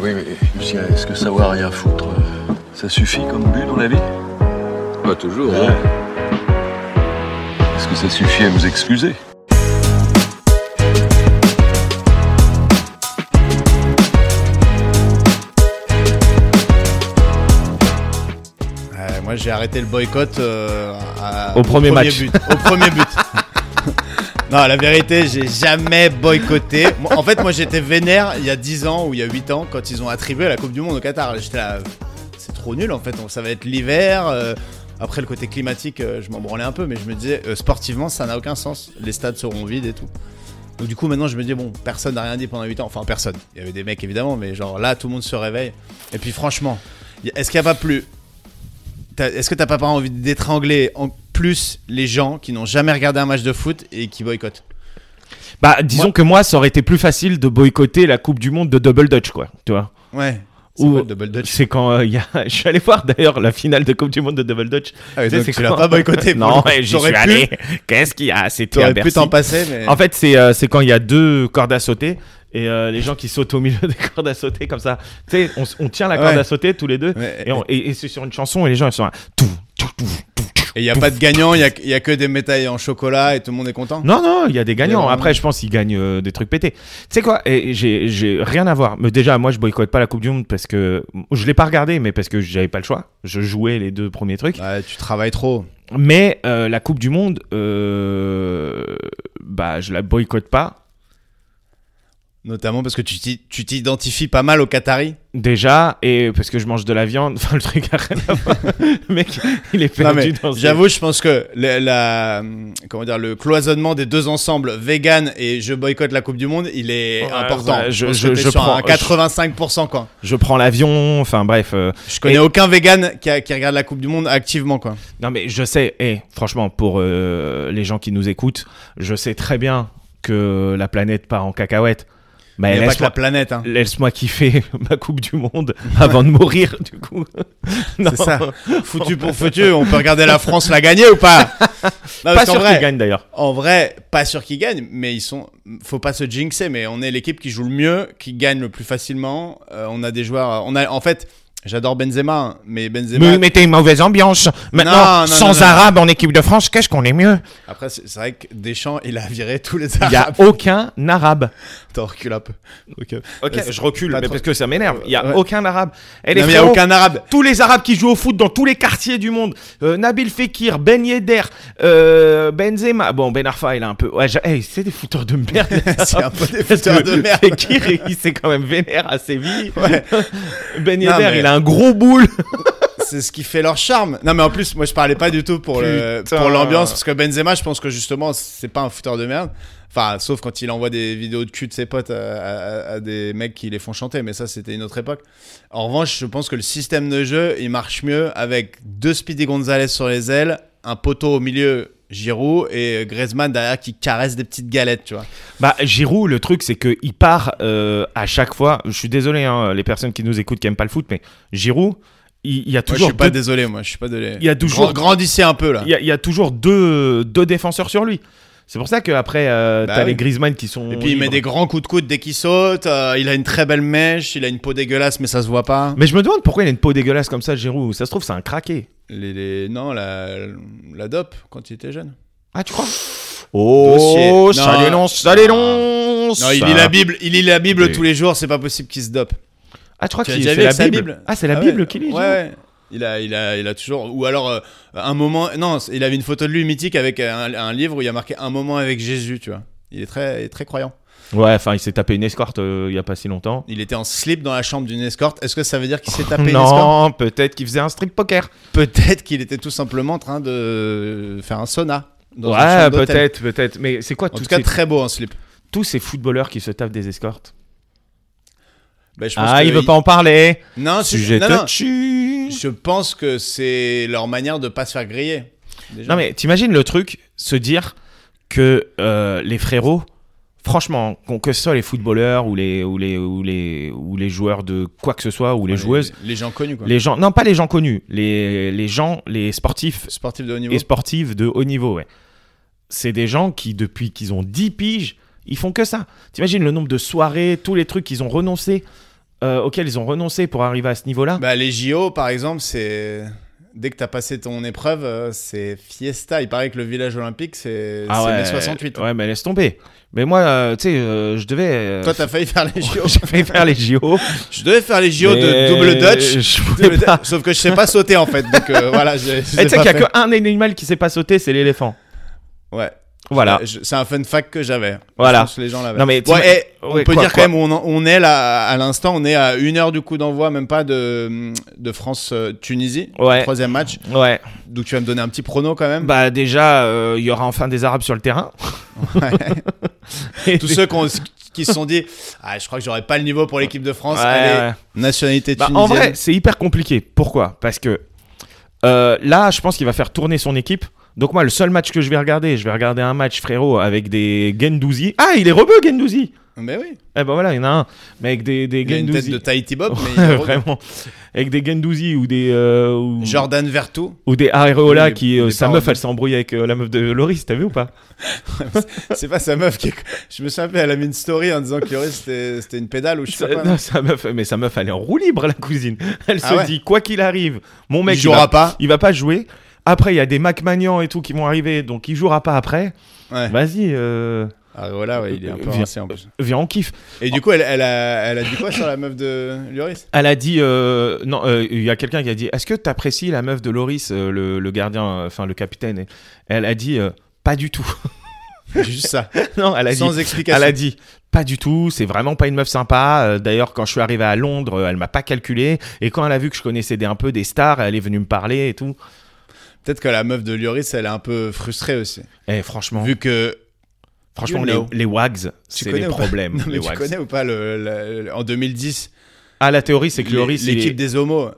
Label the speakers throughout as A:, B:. A: Oui, mais monsieur, est-ce que savoir rien foutre, euh, ça suffit comme but dans la vie
B: Pas toujours. hein.
A: Ouais. Est-ce que ça suffit à vous excuser
C: Ouais, moi, j'ai arrêté le boycott euh, à-
D: Au premier match.
C: but. au premier but. non, la vérité, j'ai jamais boycotté. Moi, En fait, moi, j'étais vénère il y a 10 ans ou il y a 8 ans quand ils ont attribué la Coupe du Monde au Qatar. J'étais là, c'est trop nul en fait. Ça va être l'hiver. euh, Après, le côté climatique, euh, je m'en branlais un peu, mais je me disais, euh, sportivement, ça n'a aucun sens. Les stades seront vides et tout. Donc, du coup, maintenant, je me dis, bon, personne n'a rien dit pendant 8 ans. Enfin, personne. Il y avait des mecs, évidemment, mais genre là, tout le monde se réveille. Et puis, franchement, y- est-ce qu'il n'y a pas plus T'as- Est-ce que t'as pas envie d'étrangler en plus les gens qui n'ont jamais regardé un match de foot et qui boycottent
D: Bah, disons
C: Moi-
D: que moi, ça aurait été plus facile de boycotter la Coupe du Monde de Double Dutch, quoi. Tu vois
C: Ouais.
D: Ou-
C: Ou double dutch.
D: C'est quand euh, il y a... je suis allé voir d'ailleurs la finale de Coupe du Monde de Double Dutch.
C: Ah,
D: Tu sais,
C: donc
D: c'est
C: tu l'as
D: quand-
C: pas boycotté.
D: non,
C: pour le coup.
D: ouais, j'y
C: T'aurais
D: suis
C: pu-
D: allé. Qu'est-ce qu'il y a C'était à
C: T'aurais pu
D: Bercy.
C: t'en passer, mais.
D: En fait, c'est euh, c'est quand il y a deux cordes à sauter et euh, les gens qui sautent au milieu des cordes à sauter comme ça. Tu sais, on, s- on tient la corde
C: Ouais.
D: à sauter tous les deux
C: Ouais,
D: et, on- et- et c'est sur une chanson et les gens ils sont là. Tout, tout, tout, tout, tout.
C: Et il n'y a pas de gagnant, il n'y a, que des médailles en chocolat et tout le monde est content
D: Non, non, il y a des
C: Il y a
D: gagnants.
C: vraiment-
D: Après, je pense qu'ils gagnent euh, des trucs pétés. Tu sais quoi Et j'ai, j'ai rien à voir. Mais déjà, moi, je boycotte pas la Coupe du Monde parce que je l'ai pas regardé, mais parce que j'avais pas le choix. Je jouais les deux premiers trucs.
C: Ouais, Bah, tu travailles trop.
D: Mais euh, la Coupe du Monde, euh, bah, je la boycotte pas.
C: Notamment parce que tu t'i- tu t'identifies pas mal aux Qataris.
D: Déjà, et parce que je mange de la viande, enfin le truc a rien à voir. Le mec, il est
C: Non,
D: perdu
C: mais
D: dans ses-
C: J'avoue, je pense que le, la, euh, comment dire, le cloisonnement des deux ensembles, vegan et je boycotte la Coupe du Monde, il est
D: Ouais,
C: important.
D: ouais, je-
C: pense
D: je-
C: que t'es
D: je
C: sur un
D: prends- je-
C: 85% quoi.
D: Je prends l'avion, enfin bref. euh,
C: Je connais
D: Et-
C: aucun vegan qui, a- qui regarde la Coupe du Monde activement, quoi.
D: Non mais je sais, et franchement pour euh, les gens qui nous écoutent, je sais très bien que la planète part en cacahuète.
C: Il
D: Mais
C: n'y a pas que
D: Bah, laisse-moi
C: la planète, hein.
D: laisse-moi kiffer ma Coupe du Monde avant de mourir du coup.
C: Ah,
D: Non.
C: C'est ça. Foutu pour foutu, on peut regarder la France la gagner ou pas Non, parce
D: Pas
C: qu'en
D: sûr
C: vrai,
D: qu'ils gagnent d'ailleurs.
C: En vrai, pas sûr qu'ils gagnent, mais ils sont. Faut pas se jinxer, mais on est l'équipe qui joue le mieux, qui gagne le plus facilement. Euh, on a des joueurs. On a, en fait, j'adore Benzema, hein, mais Benzema.
D: Mais mettez une mauvaise ambiance. Maintenant,
C: Non, non,
D: sans
C: non, non.
D: Arabe en équipe de France, qu'est-ce qu'on est mieux
C: Après, c'est c'est vrai que Deschamps, il a viré tous les
D: Il n'y a
C: Arabes.
D: aucun Arabe.
C: T'en recules un peu. Ok.
D: Ok,
C: Vas-y,
D: je recule,
C: pas
D: mais
C: trop.
D: parce que ça m'énerve. Il n'y a
C: Ouais.
D: aucun Arabe. Eh, les
C: Non, mais il y a
D: frérots,
C: aucun Arabe.
D: Tous les Arabes qui jouent au foot dans tous les quartiers du monde. Euh, Nabil Fekir, Ben Yedder, euh, Benzema. Bon, Ben Arfa, il a un peu. Ouais, j'a- hey, c'est des fouteurs de merde.
C: C'est un peu des
D: Parce que
C: fouteurs de merde.
D: Fekir, il s'est quand même vénère à Séville.
C: Ouais.
D: Ben
C: Non,
D: Yedder,
C: mais-
D: il a un gros boule.
C: C'est ce qui fait leur charme. Non, mais en plus, moi, je parlais pas du tout pour le-
D: Putain.
C: pour l'ambiance parce que Benzema, je pense que justement, c'est pas un fouteur de merde. Enfin, sauf quand il envoie des vidéos de cul de ses potes à, à- à des mecs qui les font chanter, mais ça, c'était une autre époque. En revanche, je pense que le système de jeu, il marche mieux avec deux Speedy Gonzalez sur les ailes, un poteau au milieu, Giroud, et Griezmann derrière qui caresse des petites galettes, tu vois.
D: Bah, Giroud, le truc, c'est qu'il part euh, à chaque fois. Je suis désolé, hein, les personnes qui nous écoutent qui n'aiment pas le foot, mais Giroud, il, il y
C: Moi,
D: a
C: je
D: toujours
C: suis pas
D: deux-
C: désolé, moi, je suis pas désolé.
D: Il y a toujours-
C: Grand- grandissez un peu, là.
D: il y a, il y a toujours deux, deux défenseurs sur lui. C'est pour ça qu'après, euh,
C: Bah
D: t'as
C: oui.
D: les Griezmann qui sont.
C: Et puis il met
D: libres.
C: des grands coups de coude dès qu'il saute, euh, il a une très belle mèche, il a une peau dégueulasse mais ça se voit pas.
D: Mais je me demande pourquoi il a une peau dégueulasse comme ça, Giroud. Ça se trouve, c'est un craqué.
C: Les, les- Non, la, la dope quand il était jeune.
D: Ah, tu crois Oh,
C: Dossier.
D: ça
C: Non.
D: dénonce, ça dénonce
C: Non, il lit la Bible, il lit la Bible
D: Et-
C: tous les jours, c'est pas possible qu'il se dope.
D: Ah, tu crois
C: Tu as
D: qu'il
C: déjà
D: c'est
C: vu
D: la
C: avec sa
D: Bible.
C: Bible
D: Ah, c'est la
C: Ah ouais,
D: Bible qu'il lit
C: Ouais,
D: Giroud
C: ouais. Il a, il, a, il a toujours. Ou alors, euh, un moment. Non, c'est- il avait une photo de lui mythique avec un, un livre où il y a marqué un moment avec Jésus, tu vois. Il est très, il est très croyant.
D: Ouais, enfin, il s'est tapé une escorte euh, il y a pas si longtemps.
C: Il était en slip dans la chambre d'une escorte. Est-ce que ça veut dire qu'il s'est tapé une escorte
D: non, peut-être qu'il faisait un strip poker.
C: Peut-être qu'il était tout simplement en train de faire un sauna. Dans une
D: ouais,
C: chambre d'hôtel.
D: peut-être, peut-être. Mais c'est quoi
C: En
D: tous
C: tout cas,
D: ces-
C: très beau en slip.
D: tous ces footballeurs qui se tapent des escortes
C: Bah, je pense
D: Ah,
C: que
D: il veut pas en parler.
C: Non, c'est-
D: Sujet
C: non, non.
D: touchy.
C: Je pense que c'est leur manière de pas se faire griller. déjà.
D: Non mais t'imagines le truc, se dire que euh, les frérots, franchement, qu'on- que ce soit les footballeurs ou les, ou, les, ou, les, ou les joueurs de quoi que ce soit, ou les joueuses,
C: les gens connus quoi.
D: les gens, non pas les gens connus, les, les gens, les sportifs
C: sportifs de haut niveau.
D: et sportives de haut niveau, ouais. C'est des gens qui, depuis qu'ils ont 10 piges, ils font que ça. T'imagines le nombre de soirées, tous les trucs qu'ils ont renoncés. euh, auxquels ils ont renoncé pour arriver à ce niveau-là.
C: Bah, les JO, par exemple, c'est. Dès que t'as passé ton épreuve, euh, c'est fiesta. Il paraît que le village olympique, c'est
D: Ah
C: c'est
D: ouais,
C: mai hein. 68.
D: Ouais, mais laisse tomber. Mais moi, euh, tu sais, euh, je devais. euh,
C: Toi, t'as failli faire les JO.
D: j'ai failli faire les JO.
C: je devais faire les JO de
D: mais
C: double Dutch.
D: Je pouvais
C: Double
D: pas.
C: Dutch. Sauf que je sais pas sauter en fait. Donc euh, voilà, je, je
D: Et
C: sais
D: tu sais qu'il y
C: pas
D: a qu'un animal qui s'est pas sauté, c'est l'éléphant.
C: faire. Ouais.
D: Voilà.
C: Bah, Je- C'est un fun fact que j'avais.
D: Voilà.
C: Je pense que les gens l'avaient.
D: Non, mais
C: Ouais,
D: t'imagines-
C: eh, on
D: Ouais,
C: peut
D: quoi,
C: dire
D: quoi.
C: quand même où on, en- on est là à l'instant, on est à une heure du coup d'envoi, même pas de, de France-Tunisie.
D: Ouais.
C: Troisième match.
D: Ouais.
C: Donc tu vas me donner un petit prono quand même.
D: Bah déjà, euh, il y aura enfin des Arabes sur le terrain. Et
C: Tous
D: des-
C: ceux qui, ont- qui se sont dit Ah, je crois que j'aurais pas le niveau pour l'équipe de France.
D: Ouais,
C: Allez,
D: ouais.
C: nationalité
D: Bah,
C: tunisienne.
D: en vrai, c'est hyper compliqué. Pourquoi Parce que euh, là, je pense qu'il va faire tourner son équipe. Donc moi, le seul match que je vais regarder, je vais regarder un match frérot avec des Gendouzi. Ah, il est rebeu Gendouzi.
C: Mais oui.
D: Eh ben voilà, il y en a un. Mais avec des, des
C: Il a une tête
D: Guendouzi.
C: de Tahiti Bob, mais il
D: Ouais,
C: est heureux.
D: vraiment. Avec des Gendouzi ou des euh, ou,
C: Jordan Vertu.
D: ou des Areola
C: Ou
D: qui
C: des-
D: euh,
C: des
D: sa
C: parents.
D: meuf, elle s'est embrouillée avec euh, la meuf de Loris. T'as vu ou pas
C: C'est pas sa meuf qui. est- Je me suis rappelé, elle a mis une story en disant que Lloris, c'était c'était une pédale ou je sais
D: Sa-
C: pas. quoi,
D: non,
C: non
D: sa meuf, mais sa meuf, elle est en roue libre, la cousine. Elle
C: Ah
D: se
C: ouais
D: dit, quoi qu'il arrive, mon mec,
C: il
D: il,
C: jouera
D: va,
C: pas.
D: il va pas jouer. Après, il y a des Macmanian et tout qui vont arriver, donc il jouera pas après.
C: Ouais.
D: Vas-y, euh,
C: Ah, voilà, ouais, il est un peu
D: Viens.
C: rincé en plus.
D: viens, on kiffe.
C: Et du coup, elle, elle a, elle a dit quoi sur la meuf de Lloris
D: Elle a dit, euh, non, euh, il y a quelqu'un qui a dit, est-ce que t'apprécies la meuf de Loris, euh, le, le gardien, euh, enfin le capitaine et- Elle a dit, euh, pas du tout.
C: Juste ça,
D: non, elle a dit,
C: sans explication.
D: Elle a dit pas du tout, c'est vraiment pas une meuf sympa. Euh, D'ailleurs, quand je suis arrivé à Londres, euh, elle m'a pas calculé. Et quand elle a vu que je connaissais des, un peu des stars, elle est venue me parler et tout.
C: Peut-être que la meuf de Lloris, elle est un peu frustrée aussi.
D: Et Eh, franchement,
C: Vu que.
D: franchement,
C: you
D: les,
C: know.
D: les Wags, c'est
C: connais
D: les
C: ou pas
D: problèmes.
C: Non, mais
D: les
C: tu
D: Wags.
C: connais ou pas le, la- en 2010
D: Ah, la théorie, c'est que
C: l'é-
D: Loris, il est-
C: l'équipe des homos.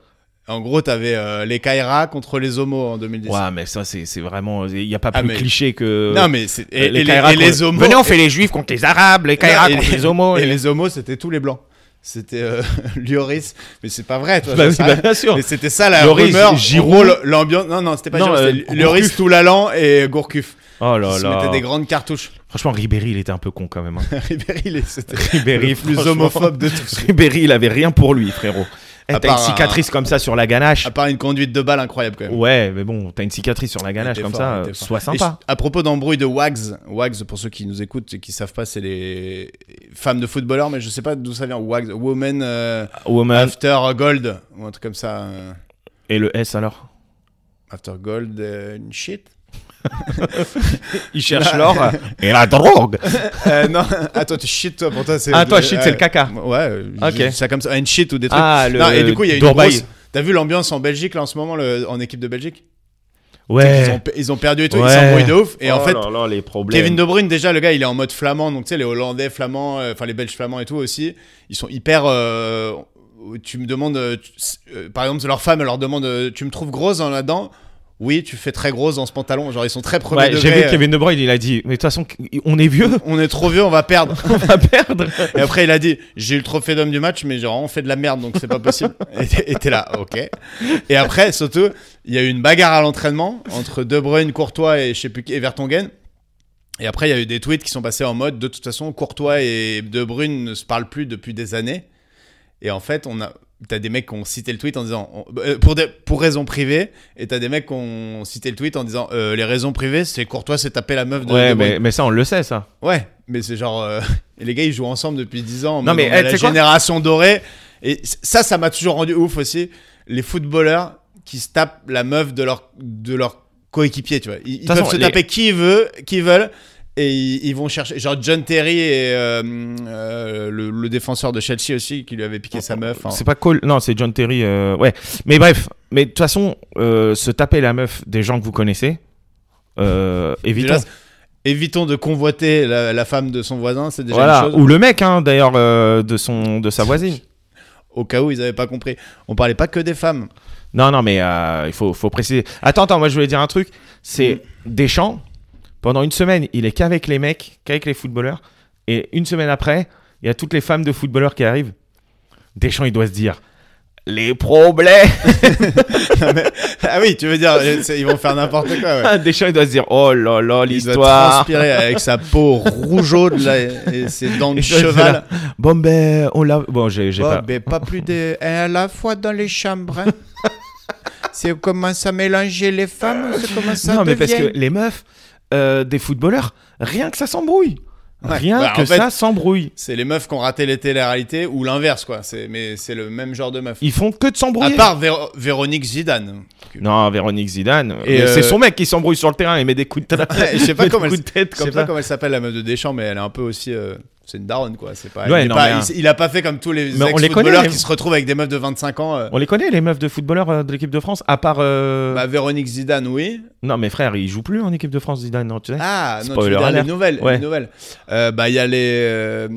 C: En gros, t'avais euh, les Kaira contre les homos en 2010.
D: Ouais, mais ça, c'est c'est vraiment. euh, Il n'y a pas
C: Ah,
D: plus
C: mais-
D: cliché que.
C: Non, mais c'est.
D: euh,
C: Et, et les,
D: Kairas
C: et les
D: contre-
C: homos.
D: Venez, on fait les juifs contre les arabes, les Kairas
C: et-
D: contre les homos.
C: et
D: les-
C: les homos, c'était tous les blancs. C'était euh, Lloris. Mais c'est pas vrai, toi.
D: Bah
C: j'en
D: oui,
C: sais
D: bah,
C: rien.
D: bien sûr.
C: Mais c'était ça la
D: Lloris,
C: rumeur.
D: Giroud.
C: En gros, l'ambiance. Non, non, c'était pas
D: Non,
C: Giroud,
D: euh,
C: c'était Lloris,
D: Gourcuff.
C: Toulalan et Gourcuff.
D: Oh
C: Ils
D: là
C: se
D: là.
C: mettaient des grandes cartouches.
D: Franchement, Ribéry, il était un peu con quand même. hein.
C: Ribéry, il est- c'était
D: Ribéry,
C: le plus
D: franchement.
C: homophobe de tous.
D: Ribéry, il avait rien pour lui, frérot. Eh,
C: À
D: t'as une
C: part un- Ah,
D: cicatrice comme ça sur la ganache.
C: À part une conduite de balle incroyable, quand même.
D: Ouais, mais bon, t'as une cicatrice sur la ganache
C: était
D: comme
C: fort,
D: ça,
C: il était
D: euh,
C: fort.
D: sois sympa.
C: Et je- à propos d'embrouille de Wags, Wags, pour ceux qui nous écoutent et qui savent pas, c'est les femmes de footballeurs, mais je sais pas d'où ça vient. Wags, Women euh,
D: Woman
C: After Gold, ou un truc comme ça. euh,
D: et le S alors
C: after Gold, euh, une shit.
D: Il cherche l'or et la drogue.
C: Euh, non, attends, tu shit, toi, pour toi, c'est.
D: Ah, toi, shit, c'est le caca.
C: Ouais, euh,
D: Ok.
C: j'ai dit ça comme ça, une shit ou des trucs.
D: Ah, le
C: non, et du coup, il y a une
D: Dorbaï.
C: grosse. T'as vu l'ambiance en Belgique, là, en ce moment, le- en équipe de Belgique Ils ont,
D: Ouais.
C: ils ont perdu et tout, ils
D: Ouais.
C: s'embrouillent de ouf. Et en
D: Oh
C: fait,
D: là là, les problèmes.
C: Kevin De Bruyne, déjà, le gars, il est en mode flamand, donc tu sais, les Hollandais flamands, euh, enfin les Belges flamands et tout aussi, ils sont hyper. euh, tu me demandes, euh, tu- euh, par exemple, leur femme, elle leur demande, euh, tu me trouves grosse dans là-dedans Oui, tu fais très grosse dans ce pantalon. Genre, ils sont très premiers
D: Ouais, j'ai vu
C: degrés, euh,
D: Kevin De Bruyne, il a dit, mais de toute façon, on est vieux,
C: On est trop vieux, on va perdre.
D: on va perdre.
C: Et après, il a dit J'ai eu le trophée d'homme du match, mais genre, on fait de la merde, donc c'est pas possible. Et t'es- Et t'es là, ok. Et après, surtout, il y a eu une bagarre à l'entraînement entre De Bruyne, Courtois et je sais plus qui, et Vertonghen. Et après, il y a eu des tweets qui sont passés en mode De toute façon, Courtois et De Bruyne ne se parlent plus depuis des années. Et en fait, on a. T'as des mecs qui ont cité le tweet en disant on- euh, pour, des- pour raisons privées, et t'as des mecs qui ont cité le tweet en disant euh, les raisons privées, c'est Courtois s'est tapé la meuf de.
D: Ouais,
C: De Bruyne.
D: mais, mais ça, on le sait, ça.
C: Ouais, mais c'est genre. euh, et les gars, ils jouent ensemble depuis 10 ans.
D: Non,
C: mais
D: mais,
C: on a
D: eh,
C: la
D: tu sais quoi
C: génération dorée. Et c- ça, ça m'a toujours rendu ouf aussi. Les footballeurs qui se tapent la meuf de leur, de leur coéquipier, tu vois. Ils, ils
D: toute
C: peuvent
D: façon,
C: se
D: les-
C: taper qui, veut, qui veulent. Et ils, ils vont chercher. Genre John Terry et euh, euh, le, le défenseur de Chelsea aussi, qui lui avait piqué sa meuf. hein.
D: Oh, C'est pas cool. Non, c'est John Terry. euh, Ouais. Mais bref, mais de toute façon, euh, se taper la meuf des gens que vous connaissez, euh, évitons.
C: Déjà, évitons de convoiter la, la femme de son voisin, c'est déjà
D: Voilà.
C: une chose.
D: Ou le mec, hein, d'ailleurs, euh, de, son, de sa voisine.
C: Au cas où ils avaient pas compris. On parlait pas que des femmes.
D: Non, non, mais euh, il faut, faut préciser. Attends, attends, moi je voulais dire un truc. C'est Deschamps, pendant une semaine, il est qu'avec les mecs, qu'avec les footballeurs. Et une semaine après, il y a toutes les femmes de footballeurs qui arrivent. Deschamps, il doit se dire les problèmes.
C: Non, mais- ah oui, tu veux dire, c'est- ils vont faire n'importe quoi. Ouais.
D: Deschamps, il doit se dire Oh là là,
C: Il doit
D: l'histoire.
C: transpirer avec sa peau rougeaude là, et et ses dents de
D: Et ça,
C: cheval.
D: Bon, ben, on l'a. Bon, j'ai j'ai
C: Oh,
D: pas.
C: mais pas plus de. Et à la fois dans les chambres. hein. c'est comment ça mélanger les femmes, c'est comment ça
D: non, mais parce
C: devient.
D: que les meufs, euh, des footballeurs, rien que ça s'embrouille.
C: Ouais.
D: Rien
C: Bah, en
D: que
C: fait-
D: ça s'embrouille.
C: C'est les meufs qui ont raté les télé-réalités ou l'inverse, quoi. C'est- Mais c'est le même genre de meuf.
D: Ils font que de
C: À
D: s'embrouiller.
C: part Véro- Véronique Zidane.
D: Non, Véronique Zidane.
C: Et
D: mais
C: euh,
D: C'est son mec qui s'embrouille sur le terrain et met des coups de tête.
C: Ouais, je sais pas
D: met des
C: comment elle-
D: coups de tête
C: Je sais
D: comme
C: pas
D: ça.
C: comment elle s'appelle la meuf de Deschamps, mais elle est un peu aussi. euh, C'est une daronne, quoi. C'est pas,
D: Ouais,
C: il, est
D: non,
C: pas-
D: mais, hein.
C: il- il a pas fait comme tous les
D: Mais on les
C: ex-footballeurs
D: connaît,
C: qui
D: les-
C: se retrouvent avec des meufs de 25 ans. euh.
D: On les connaît, les meufs de footballeurs euh, de l'équipe de France, à part. euh,
C: Bah, Véronique Zidane, oui.
D: Non, mais frère, il joue plus en équipe de France, Zidane, non, tu sais.
C: Ah, non, tu veux
D: Spoiler
C: dire les
D: alert.
C: nouvelles.
D: Ouais.
C: Les nouvelles. Euh, bah, il y a les. euh,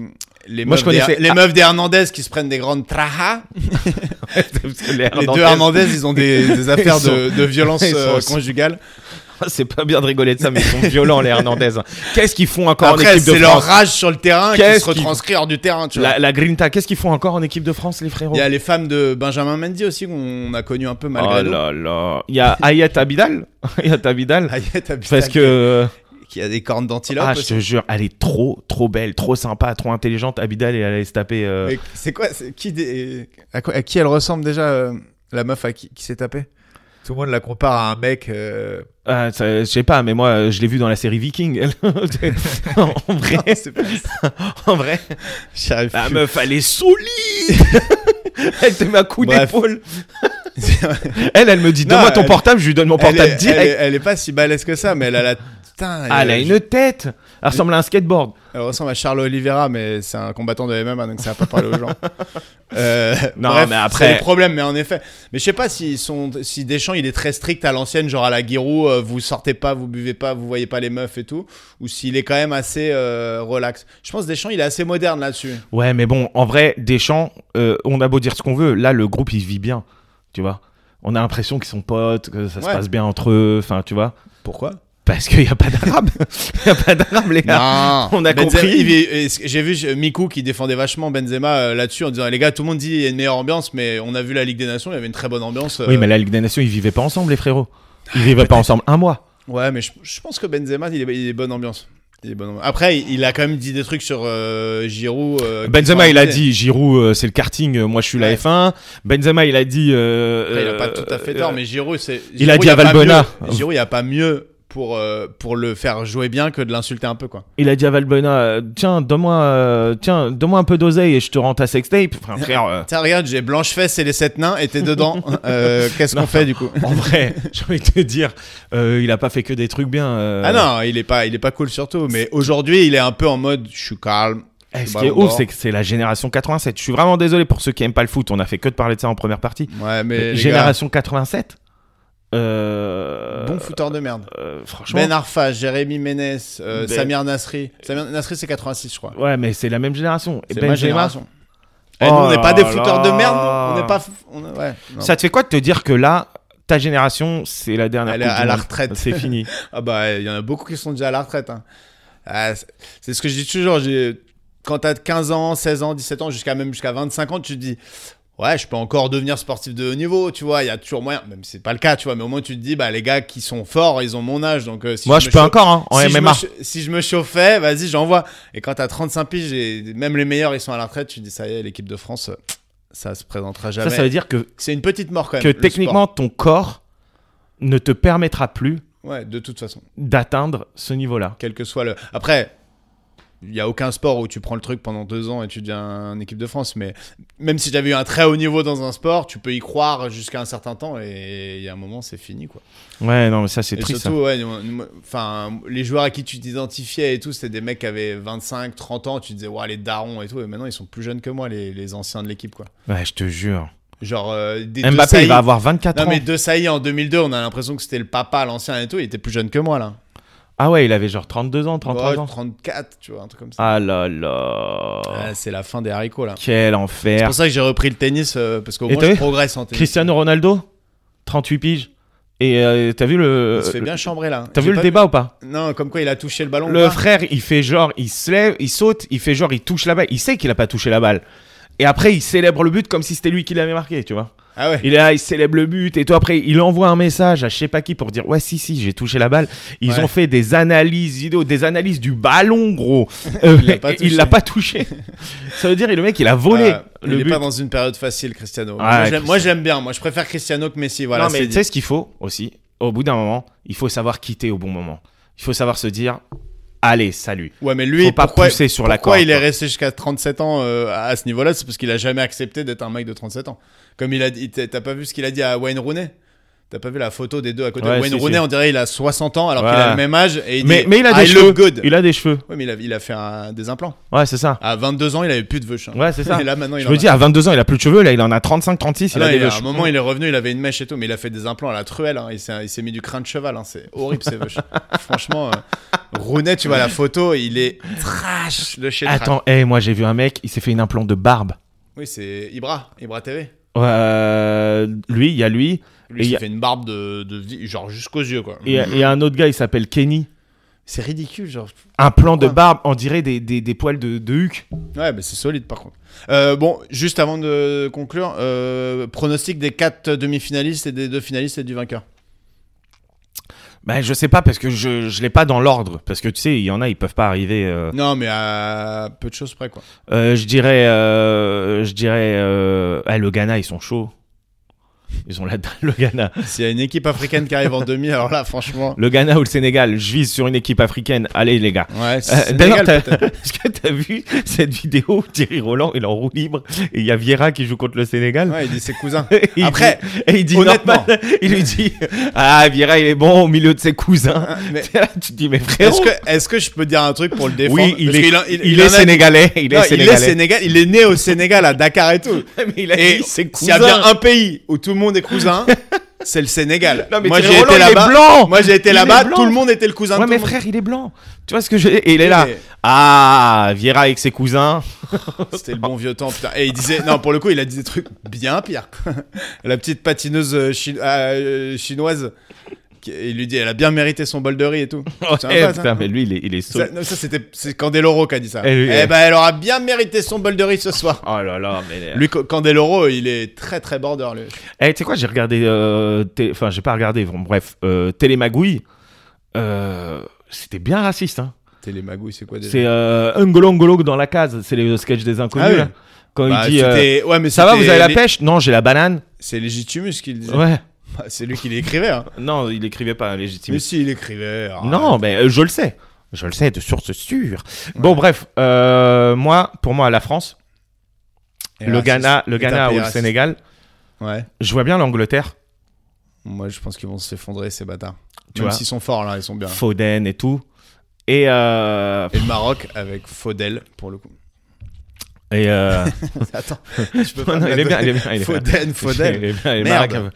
C: Les
D: Moi,
C: meufs,
D: je connaissais-
C: des, les
D: Ah.
C: meufs des Hernandez qui se prennent des grandes trajas.
D: Parce que les
C: Les deux
D: Hernandez,
C: Hernandez, ils ont des, des affaires de, de violence
D: ils sont-
C: euh, conjugale.
D: C'est pas bien de rigoler de ça, mais ils sont violents, les Hernandez. Qu'est-ce qu'ils font encore en
C: Après,
D: équipe de
C: c'est leur
D: France
C: rage sur le terrain qui
D: Qu'est-ce
C: se
D: qui-
C: retranscrit hors du terrain, tu vois.
D: la, la Grinta, qu'est-ce qu'ils font encore en équipe de France, les frérots
C: Il y a les femmes de Benjamin Mendy aussi qu'on a connu un peu malgré
D: Oh
C: nous.
D: là là. Il y a Ayat Abidal. Ayat Abidal.
C: Ayette Abidal
D: Parce que.
C: qui a des cornes d'antilope.
D: Ah, je
C: aussi.
D: te jure, elle est trop, trop belle, trop sympa, trop intelligente. Abidal, et elle allait se taper. euh,
C: Mais C'est quoi c'est qui des- à, quoi- à qui elle ressemble déjà euh, la meuf à qui, qui s'est tapée Tout le monde la compare à un mec. euh,
D: ah, ça, je sais pas, mais moi, euh, je l'ai vu dans la série Viking. elle. en en vrai,
C: c'est pas-
D: en vrai.
C: J'y arrive
D: La
C: plus.
D: meuf, elle est solide. elle te met un coup
C: Bref.
D: d'épaule. Elle, elle me dit
C: Non,
D: Donne-moi ton
C: elle-
D: portable, je lui donne mon
C: Elle,
D: portable
C: est,
D: direct.
C: elle est- elle est pas si balèze que ça, mais elle a la. Putain,
D: Ah, elle a une tête Elle ressemble à un skateboard.
C: elle ressemble à Charles Oliveira, mais c'est un combattant de MMA, donc ça va pas parler aux gens. Euh,
D: Non,
C: bref,
D: mais après-
C: C'est le problème, mais en effet. Mais je sais pas s'ils sont, si Deschamps, il est très strict à l'ancienne, genre à la Giroud, euh, vous sortez pas, vous buvez pas, vous voyez pas les meufs et tout, ou s'il est quand même assez euh, relax. Je pense que Deschamps, il est assez moderne là-dessus.
D: Ouais, mais bon, en vrai, Deschamps, euh, on a beau dire ce qu'on veut, là, le groupe, il se vit bien, tu vois. On a l'impression qu'ils sont potes, que ça se
C: Ouais.
D: passe bien entre eux, enfin, tu vois.
C: Pourquoi
D: Parce qu'il n'y a pas d'arabe. Il n'y a pas d'arabe, les gars.
C: Non,
D: on a
C: Benzema-
D: compris.
C: il est- est-ce que- J'ai vu je- Miku qui défendait vachement Benzema euh, là-dessus en disant les gars, tout le monde dit il y a une meilleure ambiance, mais on a vu la Ligue des Nations, il y avait une très bonne ambiance. euh, Ah,
D: Oui, mais la Ligue des Nations, ils vivaient pas ensemble, les frérots. Ils vivaient pas ensemble un mois.
C: Ouais, mais je, je pense que Benzema, il est, il est bonne ambiance. Il est bonne ambiance. Après, il, il a quand même dit des trucs sur euh, Giroud. euh, qui
D: Benzema,
C: sont
D: il a
C: invités.
D: dit Giroud, euh, c'est le karting, euh, moi je suis
C: Ouais.
D: la F1. Benzema, il a dit. euh,
C: Après, il a pas
D: euh,
C: tout à fait
D: euh,
C: tort, mais Giroud, c'est.
D: il a
C: Giroud,
D: dit à hein.
C: pas
D: Valbuena.
C: mieux- Giroud, il n'y a pas mieux pour, euh, pour le faire jouer bien que de l'insulter un peu, quoi.
D: Il a dit à Valbuena, euh, tiens, donne-moi, euh, tiens, donne-moi un peu d'oseille et je te rends ta sextape. Enfin, frère, euh,
C: Tiens, regarde, j'ai Blanche Fesse et les sept nains, et t'es dedans. Euh, Qu'est-ce qu'on
D: Non.
C: fait du coup
D: en vrai, j'ai envie de te dire, euh, il a pas fait que des trucs bien. euh.
C: Ah non, il est pas, il est pas cool surtout. Mais aujourd'hui, il est un peu en mode, je suis calme.
D: Eh,
C: je
D: ce
C: suis
D: qui est
C: ballon
D: ouf,
C: d'or.
D: c'est que c'est la génération 87. Je suis vraiment désolé pour ceux qui aiment pas le foot. On a fait que de parler de ça en première partie.
C: Ouais, mais les
D: génération 87. euh,
C: gars, bon fouteur de merde.
D: euh, franchement.
C: Ben Arfa, Jérémy Ménès, euh,
D: Ben-
C: Samir Nasri. Samir Nasri, c'est 86, je crois.
D: Ouais, mais c'est la même génération.
C: C'est
D: Benzema,
C: ma génération.
D: Oh
C: Eh, nous, on n'est pas des
D: là
C: fouteurs de
D: là.
C: merde. nous. On n'est pas. f- on est- ouais, non.
D: Ça te fait quoi de te dire que là, ta génération, c'est la dernière
C: Elle est
D: Coupe du
C: à la
D: Monde
C: retraite.
D: C'est fini.
C: Ah bah, il y en a beaucoup qui sont déjà à la retraite. hein. Ah, c'est- c'est ce que je dis toujours. j'ai- Quand t'as 15 ans, 16 ans, 17 ans, jusqu'à même jusqu'à 25 ans, tu te dis. Ouais, je peux encore devenir sportif de haut niveau, tu vois. Il y a toujours moyen, même si c'est pas le cas, tu vois. Mais au moins, tu te dis, bah, les gars qui sont forts, ils ont mon âge. Donc, euh, si
D: Moi,
C: je,
D: je,
C: me
D: peux
C: chauffe-
D: encore, hein, en
C: si je me
D: MMA.
C: cha- si je me chauffais, vas-y, j'envoie. Et quand t'as 35 piges et même les meilleurs, ils sont à la retraite, tu te dis, ça y est, l'équipe de France, euh, ça se présentera
D: Ça,
C: jamais.
D: ça veut dire que
C: C'est une petite mort quand même.
D: que
C: le sport.
D: techniquement ton corps ne te permettra plus
C: Ouais, de toute façon.
D: d'atteindre ce niveau-là.
C: Quel que soit le. Après, il n'y a aucun sport où tu prends le truc pendant deux ans et tu deviens une équipe de France. Mais même si j'avais eu un très haut niveau dans un sport, tu peux y croire jusqu'à un certain temps et il y a un moment, c'est fini quoi.
D: Ouais, non, mais ça c'est
C: Et
D: triste. hein.
C: surtout, ouais, nous- nous- enfin, les joueurs à qui tu t'identifiais et tout, c'était des mecs qui avaient 25, 30 ans. Tu disais, ouais, les darons et tout. Et maintenant, ils sont plus jeunes que moi, les, les anciens de l'équipe quoi.
D: ça. Ouais, je te jure.
C: Genre, euh, des deux
D: Mbappé,
C: Saïd-
D: il va avoir 24
C: Non,
D: ans.
C: mais De Sailly en 2002, on a l'impression que c'était le papa, l'ancien et tout. Il était plus jeune que moi là.
D: Ah ouais, il avait genre 32 ans, 33
C: Ouais,
D: ans.
C: 34, tu vois, un truc comme ça.
D: Ah là là.
C: Ah, c'est la fin des haricots là.
D: Quel
C: C'est
D: enfer.
C: pour ça que j'ai repris le tennis euh, parce qu'au
D: Et
C: moins
D: t'as
C: je
D: vu
C: progresse en tennis.
D: Cristiano Ronaldo, 38 piges. Et euh, t'as vu
C: Il
D: le.
C: se fait
D: le-
C: bien chambrer là.
D: T'as
C: J'ai
D: vu le
C: pas-
D: débat ou pas
C: Non, comme quoi il a touché le ballon. ou
D: Le
C: pas
D: frère, il fait genre, il se lève, il saute, il fait genre, il touche la balle. Il sait qu'il a pas touché la balle. Et après, il célèbre le but comme si c'était lui qui l'avait marqué, tu vois.
C: Ah ouais.
D: Il est là, il célèbre le but et tout. Après, il envoie un message à je sais pas qui pour dire ouais si si j'ai touché la balle. Ils
C: Ouais.
D: ont fait des analyses vidéo, des analyses du ballon gros. Euh,
C: Il l'a pas
D: et il l'a pas touché. Ça veut dire le mec il a volé
C: Ah,
D: le
C: il est
D: but.
C: pas dans une période facile, Cristiano.
D: Ah,
C: Moi,
D: ouais,
C: j'aime- moi, j'aime bien. Moi, je préfère Cristiano que Messi. Voilà,
D: non mais
C: c'est
D: tu
C: dit.
D: sais ce qu'il faut aussi. Au bout d'un moment, il faut savoir quitter au bon moment. Il faut savoir se dire allez salut.
C: Ouais, mais lui,
D: faut pas
C: pourquoi,
D: pousser sur la
C: pourquoi
D: corde,
C: il est
D: quoi.
C: resté jusqu'à 37 ans euh, à à ce niveau-là C'est parce qu'il a jamais accepté d'être un mec de 37 ans. Comme il a dit, t'as t'as pas vu ce qu'il a dit à Wayne Rooney T'as pas vu la photo des deux à côté
D: Ouais,
C: Wayne
D: si,
C: Rooney,
D: si.
C: on dirait il a 60 ans alors
D: Ouais.
C: qu'il a le même âge et il
D: mais,
C: dit
D: mais il a des
C: I
D: cheveux.
C: look good.
D: Il a des cheveux.
C: Ouais, mais il a, il a fait un- des implants.
D: Ouais c'est ça.
C: À 22 ans, il avait plus de cheveux. hein. chien.
D: Ouais, c'est ça.
C: Et là maintenant, il
D: Je
C: en
D: me
C: a.
D: dis à 22 ans il a plus de cheveux là il en a 35 36 il
C: Ah
D: a
C: non,
D: des
C: il a- à un
D: cheveux.
C: moment, il est revenu, il avait une mèche et tout, mais il a fait des implants à la truelle. hein. Il s'est il s'est mis du crin de cheval. hein. C'est horrible, ces vaches. Franchement, euh, Rooney, tu vois la photo, il est trash de chez trash.
D: Attends, hey, moi j'ai vu un mec, il s'est fait une implant de barbe.
C: Oui, c'est Ibra, Ibra TV.
D: Euh, lui, il y a lui.
C: Lui, il
D: Et y
C: s'est
D: a-
C: fait une barbe de, de vie, genre jusqu'aux yeux, quoi.
D: Et il y a un autre gars, il s'appelle Kenny.
C: C'est ridicule, genre.
D: Un plan de
C: Quoi
D: barbe, on dirait des, des, des poils de, de Huck.
C: Ouais, mais c'est solide, par contre. Euh, bon, juste avant de conclure, euh, pronostic des quatre demi-finalistes et des deux finalistes et du vainqueur.
D: Ben, je sais pas, parce que je, je l'ai pas dans l'ordre. Parce que tu sais, il y en a, ils peuvent pas arriver. euh.
C: Non, mais à peu de choses près, quoi.
D: Euh, je dirais. euh, je dirais. euh, ah, le Ghana, ils sont chauds. Ils ont la dalle, le Ghana.
C: S'il y a une équipe africaine qui arrive en demi, alors là, franchement.
D: Le Ghana ou le Sénégal, je vise sur une équipe africaine. Allez, les gars.
C: Ouais,
D: Euh,
C: c'est
D: D'ailleurs,
C: légal,
D: t'as-
C: peut-être.
D: est-ce que t'as vu cette vidéo où Thierry Roland il est en roue libre et il y a Vieira qui joue contre le Sénégal
C: Ouais, il dit ses cousins.
D: Et il
C: Après,
D: dit- et il dit
C: honnêtement.
D: normal, il lui dit Ah, Vieira, il est bon au milieu de ses cousins.
C: Mais
D: T'es là, tu te dis, mais frérot,
C: est-ce que, est-ce que je peux dire un truc pour le défendre
D: oui, il
C: Parce
D: est,
C: qu'il en-
D: il,
C: il en
D: est
C: a-
D: sénégalais. Il
C: Non, il
D: est
C: est
D: sénégalais.
C: Sénégal. Il est né au Sénégal, à Dakar et tout.
D: mais il a
C: Et
D: dit ses
C: s'il y a
D: cousins.
C: bien un pays où tout le monde est cousin, c'est le Sénégal.
D: Non, mais
C: Moi,
D: Thierry
C: j'ai été
D: Roland, il est
C: là-bas.
D: blanc.
C: Moi, j'ai été
D: Il est
C: là-bas.
D: blanc.
C: Tout le monde était le cousin
D: Ouais,
C: de tout
D: mais
C: le monde.
D: frère, il est blanc. Tu vois ce que je. Et il est là.
C: Oui,
D: Ah, Vieira avec ses cousins.
C: C'était le bon vieux temps, putain. Et il disait, non, pour le coup, il a dit des trucs bien pires. La petite patineuse euh, chi- euh, chinoise, qui- il lui dit, elle a bien mérité son bol de riz et tout. C'est
D: Eh,
C: sympa, ça.
D: putain, mais lui, il est, il est
C: Ça,
D: saoul.
C: non, ça, c'était c'est Candeloro qui a dit ça.
D: Eh, lui,
C: eh
D: eh.
C: ben, elle aura bien mérité son bol de riz ce soir.
D: Oh là là, mais.
C: Lui, Co- Candeloro, il est très très border. Lui.
D: Eh, tu sais quoi, j'ai regardé. euh, télé- Enfin, j'ai pas regardé. bon, bref, euh, Télémagouille. Euh, C'était bien raciste, hein.
C: Télémagouille, c'est quoi déjà
D: C'est euh, N'Golo N'Golo dans la case, c'est le sketch des inconnus.
C: Ah oui.
D: là. Quand
C: Bah,
D: il dit euh,
C: c'était- ouais, mais
D: Ça va,
C: c'était
D: vous avez la
C: les-
D: pêche Non, j'ai la banane.
C: C'est Legitimus qui le disait.
D: Ouais.
C: Bah, c'est lui qui l'écrivait. Hein.
D: Non, il écrivait pas
C: Mais
D: légitime.
C: si, il écrivait. hein. arrête.
D: Non, mais euh, je le sais. Je le sais de source sûre. Bon, bref, euh, moi, pour moi, la France,
C: Et
D: le
C: raciste.
D: Ghana, le
C: Et un
D: Ghana
C: pays
D: ou le
C: raciste.
D: Sénégal,
C: Ouais.
D: je vois bien l'Angleterre,
C: Moi, je pense qu'ils vont s'effondrer, ces bâtards.
D: Tu
C: Même
D: vois.
C: s'ils sont forts, là, ils sont bien.
D: Foden et tout. Et, euh,
C: Et le Maroc avec Faudel, pour le coup.
D: et euh,
C: Attends, je peux pas.
D: non,
C: me la
D: il est bien, il
C: donner.
D: est bien, il est bien.
C: Faudel,
D: Il
C: Faudel.
D: est bien, il
C: Merde.
D: marque.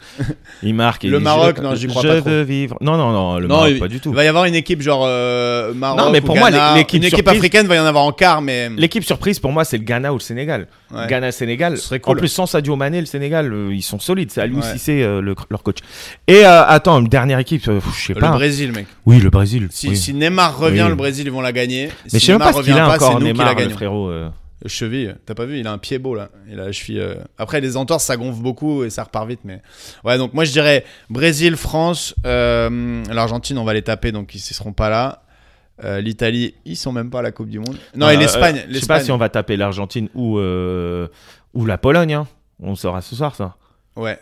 D: Il marque. et
C: Le
D: il dit,
C: Maroc,
D: je-
C: non, j'y crois
D: je
C: pas trop.
D: veux vivre. Non, non, non, le
C: Non,
D: Maroc,
C: il-
D: pas du tout.
C: Il va y avoir une équipe genre euh, Maroc.
D: Non, mais
C: ou
D: pour moi,
C: Ghana.
D: l'équipe
C: Une équipe
D: surprise-
C: africaine va y en avoir en quart, mais.
D: L'équipe surprise pour moi c'est le Ghana ou le Sénégal.
C: Ouais.
D: Ghana Sénégal.
C: Ce serait cool.
D: En plus sans Sadio Mané le Sénégal euh, ils sont solides c'est à lui
C: Ouais.
D: si c'est leur coach. Et euh, attends une dernière équipe euh, pff, je sais
C: Le
D: pas.
C: Brésil, mec.
D: Oui le Brésil.
C: Si,
D: oui.
C: si Neymar revient,
D: Oui.
C: le Brésil, ils vont la gagner. si
D: Mais je sais même
C: Neymar
D: pas ce qu'il
C: revient
D: a
C: pas, c'est
D: encore
C: nous qui la
D: Neymar le
C: gagnons.
D: frérot. euh.
C: Cheville, t'as pas vu, il a un pied beau là. Il a la cheville. euh. Après, les entorses, ça gonfle beaucoup et ça repart vite. Mais ouais, donc moi je dirais Brésil, France, euh, l'Argentine, on va les taper, donc ils ne seront pas là. Euh, L'Italie, ils sont même pas à la Coupe du Monde. Non, et
D: Euh,
C: l'Espagne.
D: euh, Je sais pas
C: l'Espagne.
D: si on va taper l'Argentine ou euh, ou la Pologne. hein. On saura ce soir ça.
C: Ouais.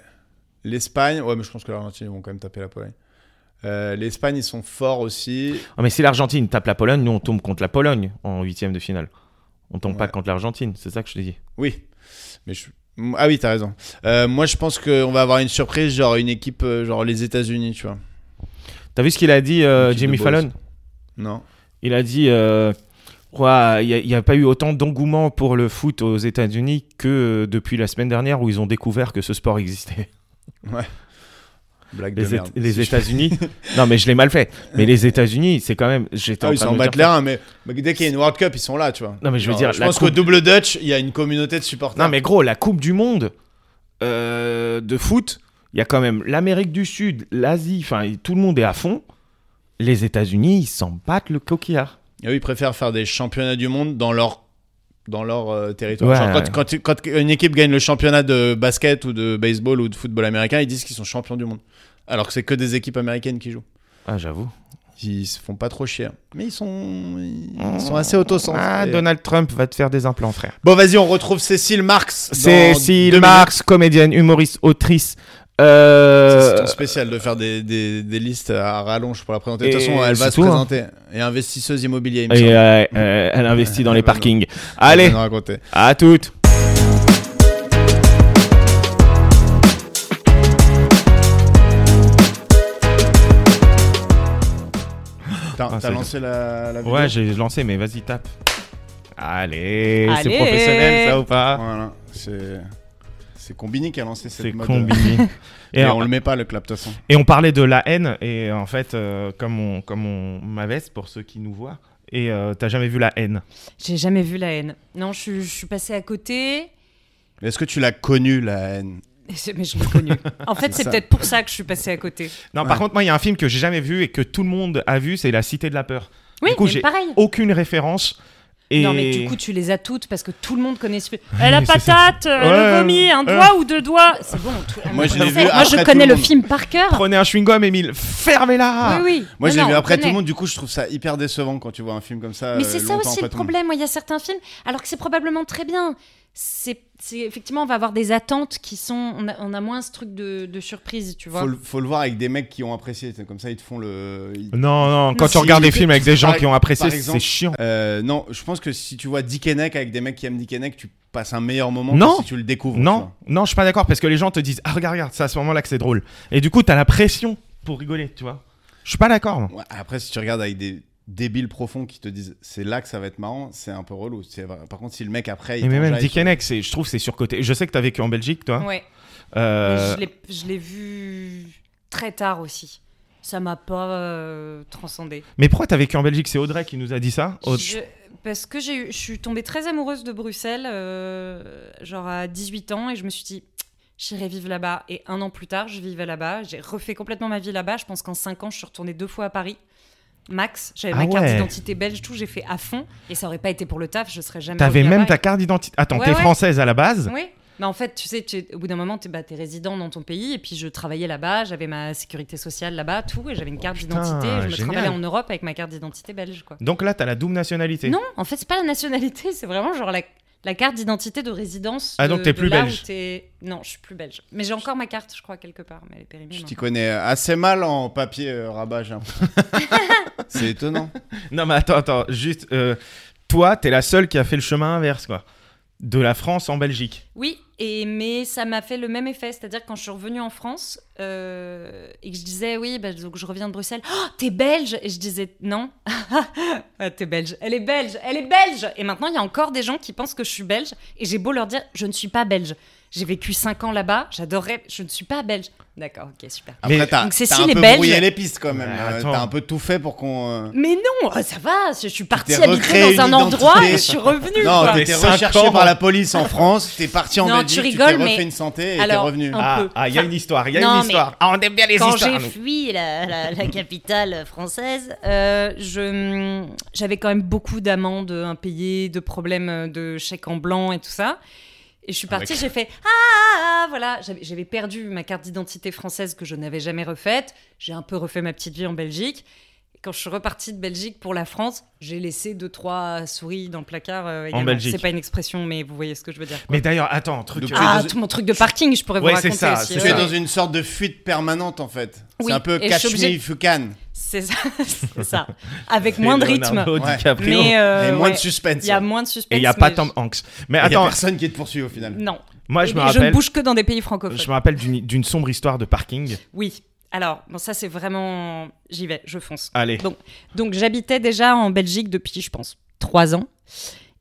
C: L'Espagne, ouais, mais je pense que l'Argentine, ils vont quand même taper la Pologne. Euh, L'Espagne, ils sont forts aussi.
D: Ah, mais si l'Argentine tape la Pologne nous on tombe contre la Pologne en huitième de finale. On tombe pas
C: Ouais.
D: contre l'Argentine c'est ça que je te dis.
C: Oui. Mais je... Ah oui, t'as raison. Euh, moi, je pense qu'on va avoir une surprise, genre une équipe, euh, genre les États-Unis, tu vois.
D: T'as vu ce qu'il a dit euh,
C: L'équipe de
D: Jimmy
C: Boys.
D: Fallon?
C: Non.
D: Il a dit euh, Ouah, il n'y a, pas eu autant d'engouement pour le foot aux États-Unis que euh, depuis la semaine dernière où ils ont découvert que ce sport existait.
C: Blague de
D: Les,
C: merde.
D: Et- les
C: Si je-
D: États-Unis. non, mais je l'ai mal fait. Mais les États-Unis, c'est quand même. J'étais
C: Ah,
D: en
C: ils
D: train
C: s'en
D: de me
C: battent
D: dire-
C: là, mais mais dès qu'il y a une World Cup, ils sont là, tu vois.
D: Non, mais je veux
C: Genre,
D: dire,
C: je
D: la
C: pense
D: coupe-
C: qu'au double Dutch, il y a une communauté de supporters.
D: Non, mais gros, la Coupe du Monde euh, de foot, il y a quand même l'Amérique du Sud, l'Asie, enfin, tout le monde est à fond. Les États-Unis, ils s'en battent le coquillard.
C: Et eux, ils préfèrent faire des championnats du monde dans leur dans leur euh, territoire.
D: Ouais,
C: Genre, quand,
D: ouais.
C: quand tu- quand une équipe gagne le championnat de basket ou de baseball ou de football américain, ils disent qu'ils sont champions du monde. Alors que c'est que des équipes américaines qui jouent.
D: Ah, j'avoue.
C: Ils se font pas trop chier. hein. Mais ils sont, ils sont assez autocentrés.
D: Ah, Donald Trump va te faire des implants, frère.
C: Bon, vas-y, on retrouve Cécile Marx. dans deux
D: Cécile
C: minutes.
D: Marx, comédienne, humoriste, autrice.
C: Ça, C'est
D: Euh...
C: ton spécial de faire des, des- des listes à rallonge pour la présenter. De
D: Et
C: toute façon, elle va
D: c'est
C: se
D: tout, hein.
C: présenter. Et investisseuse immobilier, il me
D: Et
C: semble.
D: euh, euh, elle investit dans les
C: Elle va nous-
D: parkings.
C: Elle va
D: Allez,
C: nous raconter.
D: à toutes.
C: T'as
D: Ah,
C: t'as
D: ça y est.
C: lancé la, la vidéo
D: Ouais, j'ai lancé, mais vas-y, tape. Allez, c'est
B: Allez.
D: professionnel ça ou pas
C: Voilà, c'est. C'est Combini qui a lancé cette
D: C'est
C: mode. euh,
D: combiné.
C: Et
D: Et,
C: on
D: en-
C: le met pas le clap de toute façon.
D: et on parlait de la haine, et en fait, euh, comme on, comme on ma veste pour ceux qui nous voient, et euh, t'as jamais vu la haine.
B: J'ai jamais vu la haine. Non, je, suis- je suis passée à côté,
C: Est-ce que tu l'as connu la haine
B: mais je- mais je l'ai connue. En fait,
C: C'est
B: c'est
C: ça.
B: peut-être pour ça que je suis passée à côté.
D: Non,
C: Ouais.
D: par contre, moi, il y a un film que j'ai jamais vu et que tout le monde a vu, c'est La Cité de la Peur.
B: Oui,
D: du coup,
B: mais
D: j'ai
B: pareil.
D: aucune référence. Et...
B: Non, mais du coup, tu les as toutes parce que tout le monde connaît ce film. Elle a
D: c'est ça.
B: patate, euh,
D: Ouais,
B: le vomi, un
D: ouais.
B: doigt ou deux doigts. C'est bon, tout- on
C: Moi, je l'ai
B: connaît.
C: vu
B: Moi, je
C: après tout
B: connais
C: le
B: le
C: monde.
B: film par cœur.
D: Prenez un chewing-gum, Emile, fermez-la
B: Oui, oui.
C: Moi,
B: Non,
C: je l'ai
B: non,
C: vu
B: on
C: après tout
B: connaît.
C: le monde. Du coup, je trouve ça hyper décevant quand tu vois un film comme ça.
B: Mais
C: euh,
B: c'est ça
C: longtemps
B: aussi
C: après
B: le
C: tout monde.
B: problème. Moi, Il y a certains films, alors que c'est probablement très bien. C'est c'est- effectivement, on va avoir des attentes qui sont. On a, on a moins ce truc de, de surprise, tu vois.
C: Faut le, faut le voir avec des mecs qui ont apprécié. c'est Comme ça, ils te font le. ils-
D: Non, non, quand
B: Non,
D: tu
B: si,
D: regardes des
C: écoute,
D: films avec des gens
C: par-
D: qui ont apprécié,
C: par exemple,
D: c'est chiant.
C: Euh, non, je pense que si tu vois Dick et Neck avec des mecs qui aiment Dick et Neck, tu passes un meilleur moment
D: Non.
C: que si tu le découvres. tu
D: Non,
C: vois.
D: non, je suis pas d'accord parce que les gens te disent Ah, regarde, regarde, c'est à ce moment-là que c'est drôle. Et du coup, t'as la pression pour rigoler, tu vois. Je suis pas d'accord. moi.
C: Ouais, après, si tu regardes avec des débiles profonds qui te disent c'est là que ça va être marrant, c'est un peu relou. C'est vrai. Par contre, si le mec après. il
D: Mais même
C: t'enjaille
D: Dick
C: sur-
D: Henneck, c'est- je trouve que c'est surcoté. Je sais que t'as vécu en Belgique, toi.
B: Ouais. Mais
D: Euh,
B: je l'ai- Je l'ai vu très tard aussi. Ça m'a pas euh, transcendé.
D: Mais pourquoi t'as vécu en Belgique C'est Audrey qui nous a dit ça. Aud-
B: Je- parce que j'ai eu- je suis tombée très amoureuse de Bruxelles, euh, genre à 18 ans, et je me suis dit, j'irai vivre là-bas. Et un an plus tard, je vivais là-bas. J'ai refait complètement ma vie là-bas. Je pense qu'en 5 ans, je suis retournée deux fois à Paris. Max, j'avais
D: Ah
B: ma carte
D: ouais.
B: d'identité belge, tout, j'ai fait à fond. Et ça aurait pas été pour le taf, je serais jamais.
D: T'avais
B: revenue à
D: même ta
B: Paris.
D: carte d'identité. Attends,
B: Ouais,
D: t'es
B: ouais.
D: française à la base.
B: Oui. Mais en fait, tu sais, tu es- au bout d'un moment, tu es, résident dans ton pays. Et puis, je travaillais là-bas, j'avais ma sécurité sociale là-bas, tout. Et j'avais une carte
D: Oh, Putain,
B: d'identité. Je me
D: génial.
B: travaillais en Europe avec ma carte d'identité belge, quoi.
D: Donc là, t'as la double nationalité.
B: Non, en fait, c'est pas la nationalité, c'est vraiment genre la, la carte d'identité de résidence.
D: Ah, donc
B: de-
D: t'es
B: de
D: plus
B: là
D: belge.
B: où t'es- Non, je suis plus belge. Mais j'ai encore ma carte, je crois, quelque part, mais elle est périmée.
C: Tu
B: maintenant.
C: t'y connais assez mal en papier, euh, rabat, j'ai l'impression. c'est étonnant.
D: Non, mais attends, attends. Juste, euh, toi, t'es la seule qui a fait le chemin inverse, quoi. De la France en Belgique.
B: Oui, et, mais ça m'a fait le même effet, c'est-à-dire quand je suis revenue en France euh, et que je disais oui, bah, donc je reviens de Bruxelles, oh, t'es belge Et je disais non, Ah, t'es belge, elle est belge, elle est belge Et maintenant il y a encore des gens qui pensent que je suis belge et j'ai beau leur dire je ne suis pas belge. J'ai vécu 5 ans là-bas, j'adorais, je ne suis pas belge. D'accord, ok, super.
C: Après,
D: Mais-
C: t'as
B: Donc,
C: t'as
B: Cécile
C: un
B: est
C: peu
B: belge.
C: brouillé les pistes quand même.
D: Ouais,
C: Euh,
D: attends.
C: t'as un peu tout fait pour qu'on. euh,
B: Mais non, ah, ça va, je suis partie
C: t'es recréé
B: habiter dans un
C: une
B: endroit
C: identité.
B: et je suis revenue.
C: Non,
B: quoi.
D: t'es-
C: t'étais
D: Mais cinq
C: recherché
D: ans. hein.
C: par la police en France, t'es parti en
B: Non,
C: Belgique,
B: tu
C: tu
B: rigoles,
C: t'es refait
B: mais-
C: une santé et
B: alors,
C: t'es revenu.
B: un
D: Ah,
B: peu.
D: ah, il y a
B: Enfin,
D: une histoire, il y a
B: non,
D: une
B: mais-
D: histoire. Ah, on aime bien les
B: quand
D: histoires.
B: j'ai
D: nous.
B: fui la, la- la capitale française, euh, je- j'avais quand même beaucoup d'amendes impayées, de problèmes de chèques en blanc et tout ça. Et je suis partie,
C: Avec-
B: j'ai fait ah, ah, ah, voilà, j'avais j'avais perdu ma carte d'identité française que je n'avais jamais refaite. J'ai un peu refait ma petite vie en Belgique. Et quand je suis repartie de Belgique pour la France, j'ai laissé deux trois souris dans le placard. euh, également.
D: Belgique.
B: c'est pas une expression, mais vous voyez ce que je veux dire. quoi.
D: Mais d'ailleurs, attends, un truc.
C: Depuis-
D: euh,
B: Ah,
C: dans-
B: tout mon truc de parking, je pourrais
D: Ouais,
B: vous
D: c'est
B: raconter.
D: ça,
B: aussi, hein.
D: c'est
C: Tu es
D: ça.
C: dans une sorte de fuite permanente en fait.
B: Oui,
C: C'est un peu
B: et je
C: catch
B: suis obligée-
C: me if you can.
B: C'est ça, c'est ça. Avec moins de rythme.
D: Leonardo
C: Ouais.
D: DiCaprio.
B: Mais euh,
C: et moins
B: ouais,
C: de suspense.
B: il y a
C: ouais.
B: moins de suspense.
D: Et il n'y a pas
B: mais
D: Tom
B: je-
D: Hanks. Mais
C: Et y a
D: attends,
C: personne qui te poursuit au final.
B: Non.
D: moi je
B: Et
D: me
B: je ne
D: rappelle,
B: bouge que dans des pays francophones.
D: je me rappelle d'une d'une sombre histoire de parking.
B: Oui. Alors, bon, ça c'est vraiment. J'y vais, je fonce.
D: Allez.
B: Bon. Donc j'habitais déjà en Belgique depuis, je pense, trois ans.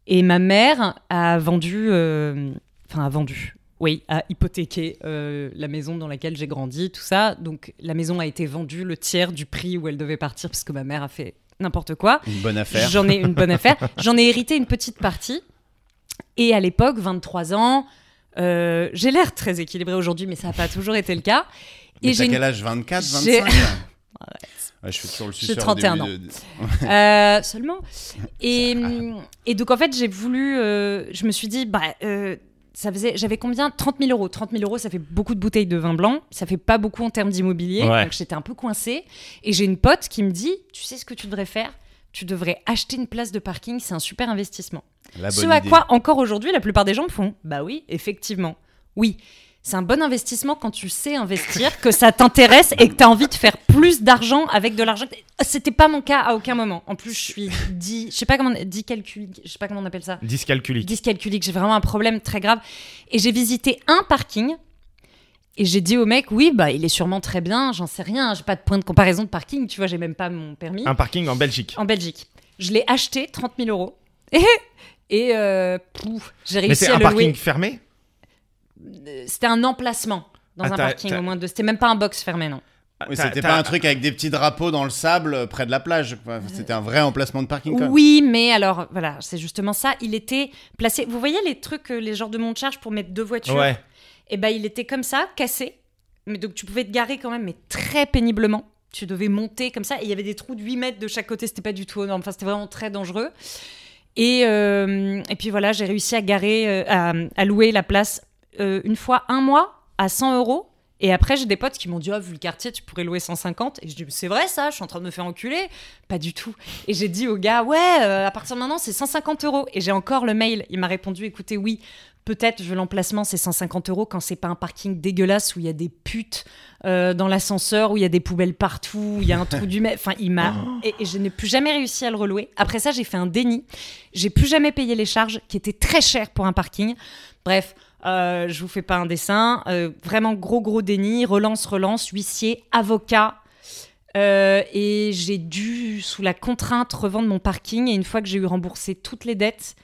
B: Et ma mère a vendu, euh, enfin a vendu, oui, a hypothéqué euh, la maison dans laquelle j'ai grandi, tout ça. Donc la maison a été vendue le tiers du prix où elle devait partir parce que ma mère a fait n'importe quoi.
C: Une bonne affaire.
B: J'en ai une bonne affaire. J'en ai hérité une petite partie. Et à l'époque, 23 ans, euh, j'ai l'air très équilibrée aujourd'hui, mais ça n'a pas toujours été le cas.
C: Mais
B: Et
C: t'as
B: j'ai une-
C: quel âge 24,
B: j'ai-
C: 25 là hein. Ouais, je suis toujours le
B: J'ai
C: suceur au
B: 31
C: début de- de-
B: Euh, seulement. Et, et donc, en fait, j'ai voulu. euh, je me suis dit, bah. euh, ça faisait, j'avais combien 30 000 euros. 30 000 euros, ça fait beaucoup de bouteilles de vin blanc. Ça fait pas beaucoup en termes d'immobilier.
D: Ouais.
B: Donc j'étais un peu coincée. Et j'ai une pote qui me dit Tu sais ce que tu devrais faire Tu devrais acheter une place de parking. C'est un super investissement.
C: La
B: Ce
C: bonne
B: à
C: idée.
B: quoi, encore aujourd'hui, la plupart des gens me font Bah oui, effectivement. Oui, c'est un bon investissement quand tu sais investir, que ça t'intéresse et que tu as envie de faire plus d'argent avec de l'argent. que t'es- C'était pas mon cas à aucun moment. En plus, je suis dit, je sais pas comment, dit je sais pas comment on appelle ça.
D: Dyscalculique.
B: Dyscalculique, j'ai vraiment un problème très grave. Et j'ai visité un parking et j'ai dit au mec, oui, bah il est sûrement très bien, j'en sais rien, j'ai pas de point de comparaison de parking, tu vois, j'ai même pas mon permis
D: Un parking en Belgique.
B: en Belgique. Je l'ai acheté 30 000 euros. Et, et euh, pouf, j'ai
D: Mais
B: réussi
D: c'est
B: à
D: un
B: le
D: parking
B: louer.
D: fermé
B: Euh, C'était un emplacement dans
D: Ah,
B: un
D: t'as-
B: parking
D: t'as-
B: au moins de. C'était même pas un box fermé non.
C: Oui,
D: T'as-
C: c'était
D: t'as-
C: pas un truc avec des petits drapeaux dans le sable euh, près de la plage. quoi. C'était un vrai emplacement de parking. Quoi.
B: Oui, mais alors voilà, c'est justement ça. Il était placé. Vous voyez les trucs, euh, les genres de monte charge pour mettre deux voitures.
D: Ouais.
B: Et ben il était comme ça, cassé. Mais donc tu pouvais te garer quand même, mais très péniblement. Tu devais monter comme ça. Et il y avait des trous de 8 mètres de chaque côté. C'était pas du tout énorme. Enfin, c'était vraiment très dangereux. Et, euh, et puis voilà, j'ai réussi à garer, euh, à, à louer la place euh, une fois un mois à 100 euros. Et après, j'ai des potes qui m'ont dit, oh, vu le quartier, tu pourrais louer 150. Et je dis, c'est vrai ça, je suis en train de me faire enculer. Pas du tout. Et j'ai dit au gars, ouais, euh, à partir de maintenant, c'est 150 euros. Et j'ai encore le mail. Il m'a répondu, écoutez, oui, peut-être, je veux l'emplacement, c'est 150 euros quand c'est pas un parking dégueulasse où il y a des putes euh, dans l'ascenseur, où il y a des poubelles partout, où il y a un trou du mec. Enfin, il m'a. Et, et je n'ai plus jamais réussi à le relouer. Après ça, j'ai fait un déni. J'ai plus jamais payé les charges qui étaient très chères pour un parking. Bref. euh, je vous fais pas un dessin. Euh, vraiment gros gros déni. Relance, relance, huissier, avocat, euh, et j'ai dû, sous la contrainte, revendre mon parking. Et une fois que j'ai eu remboursé toutes les dettes,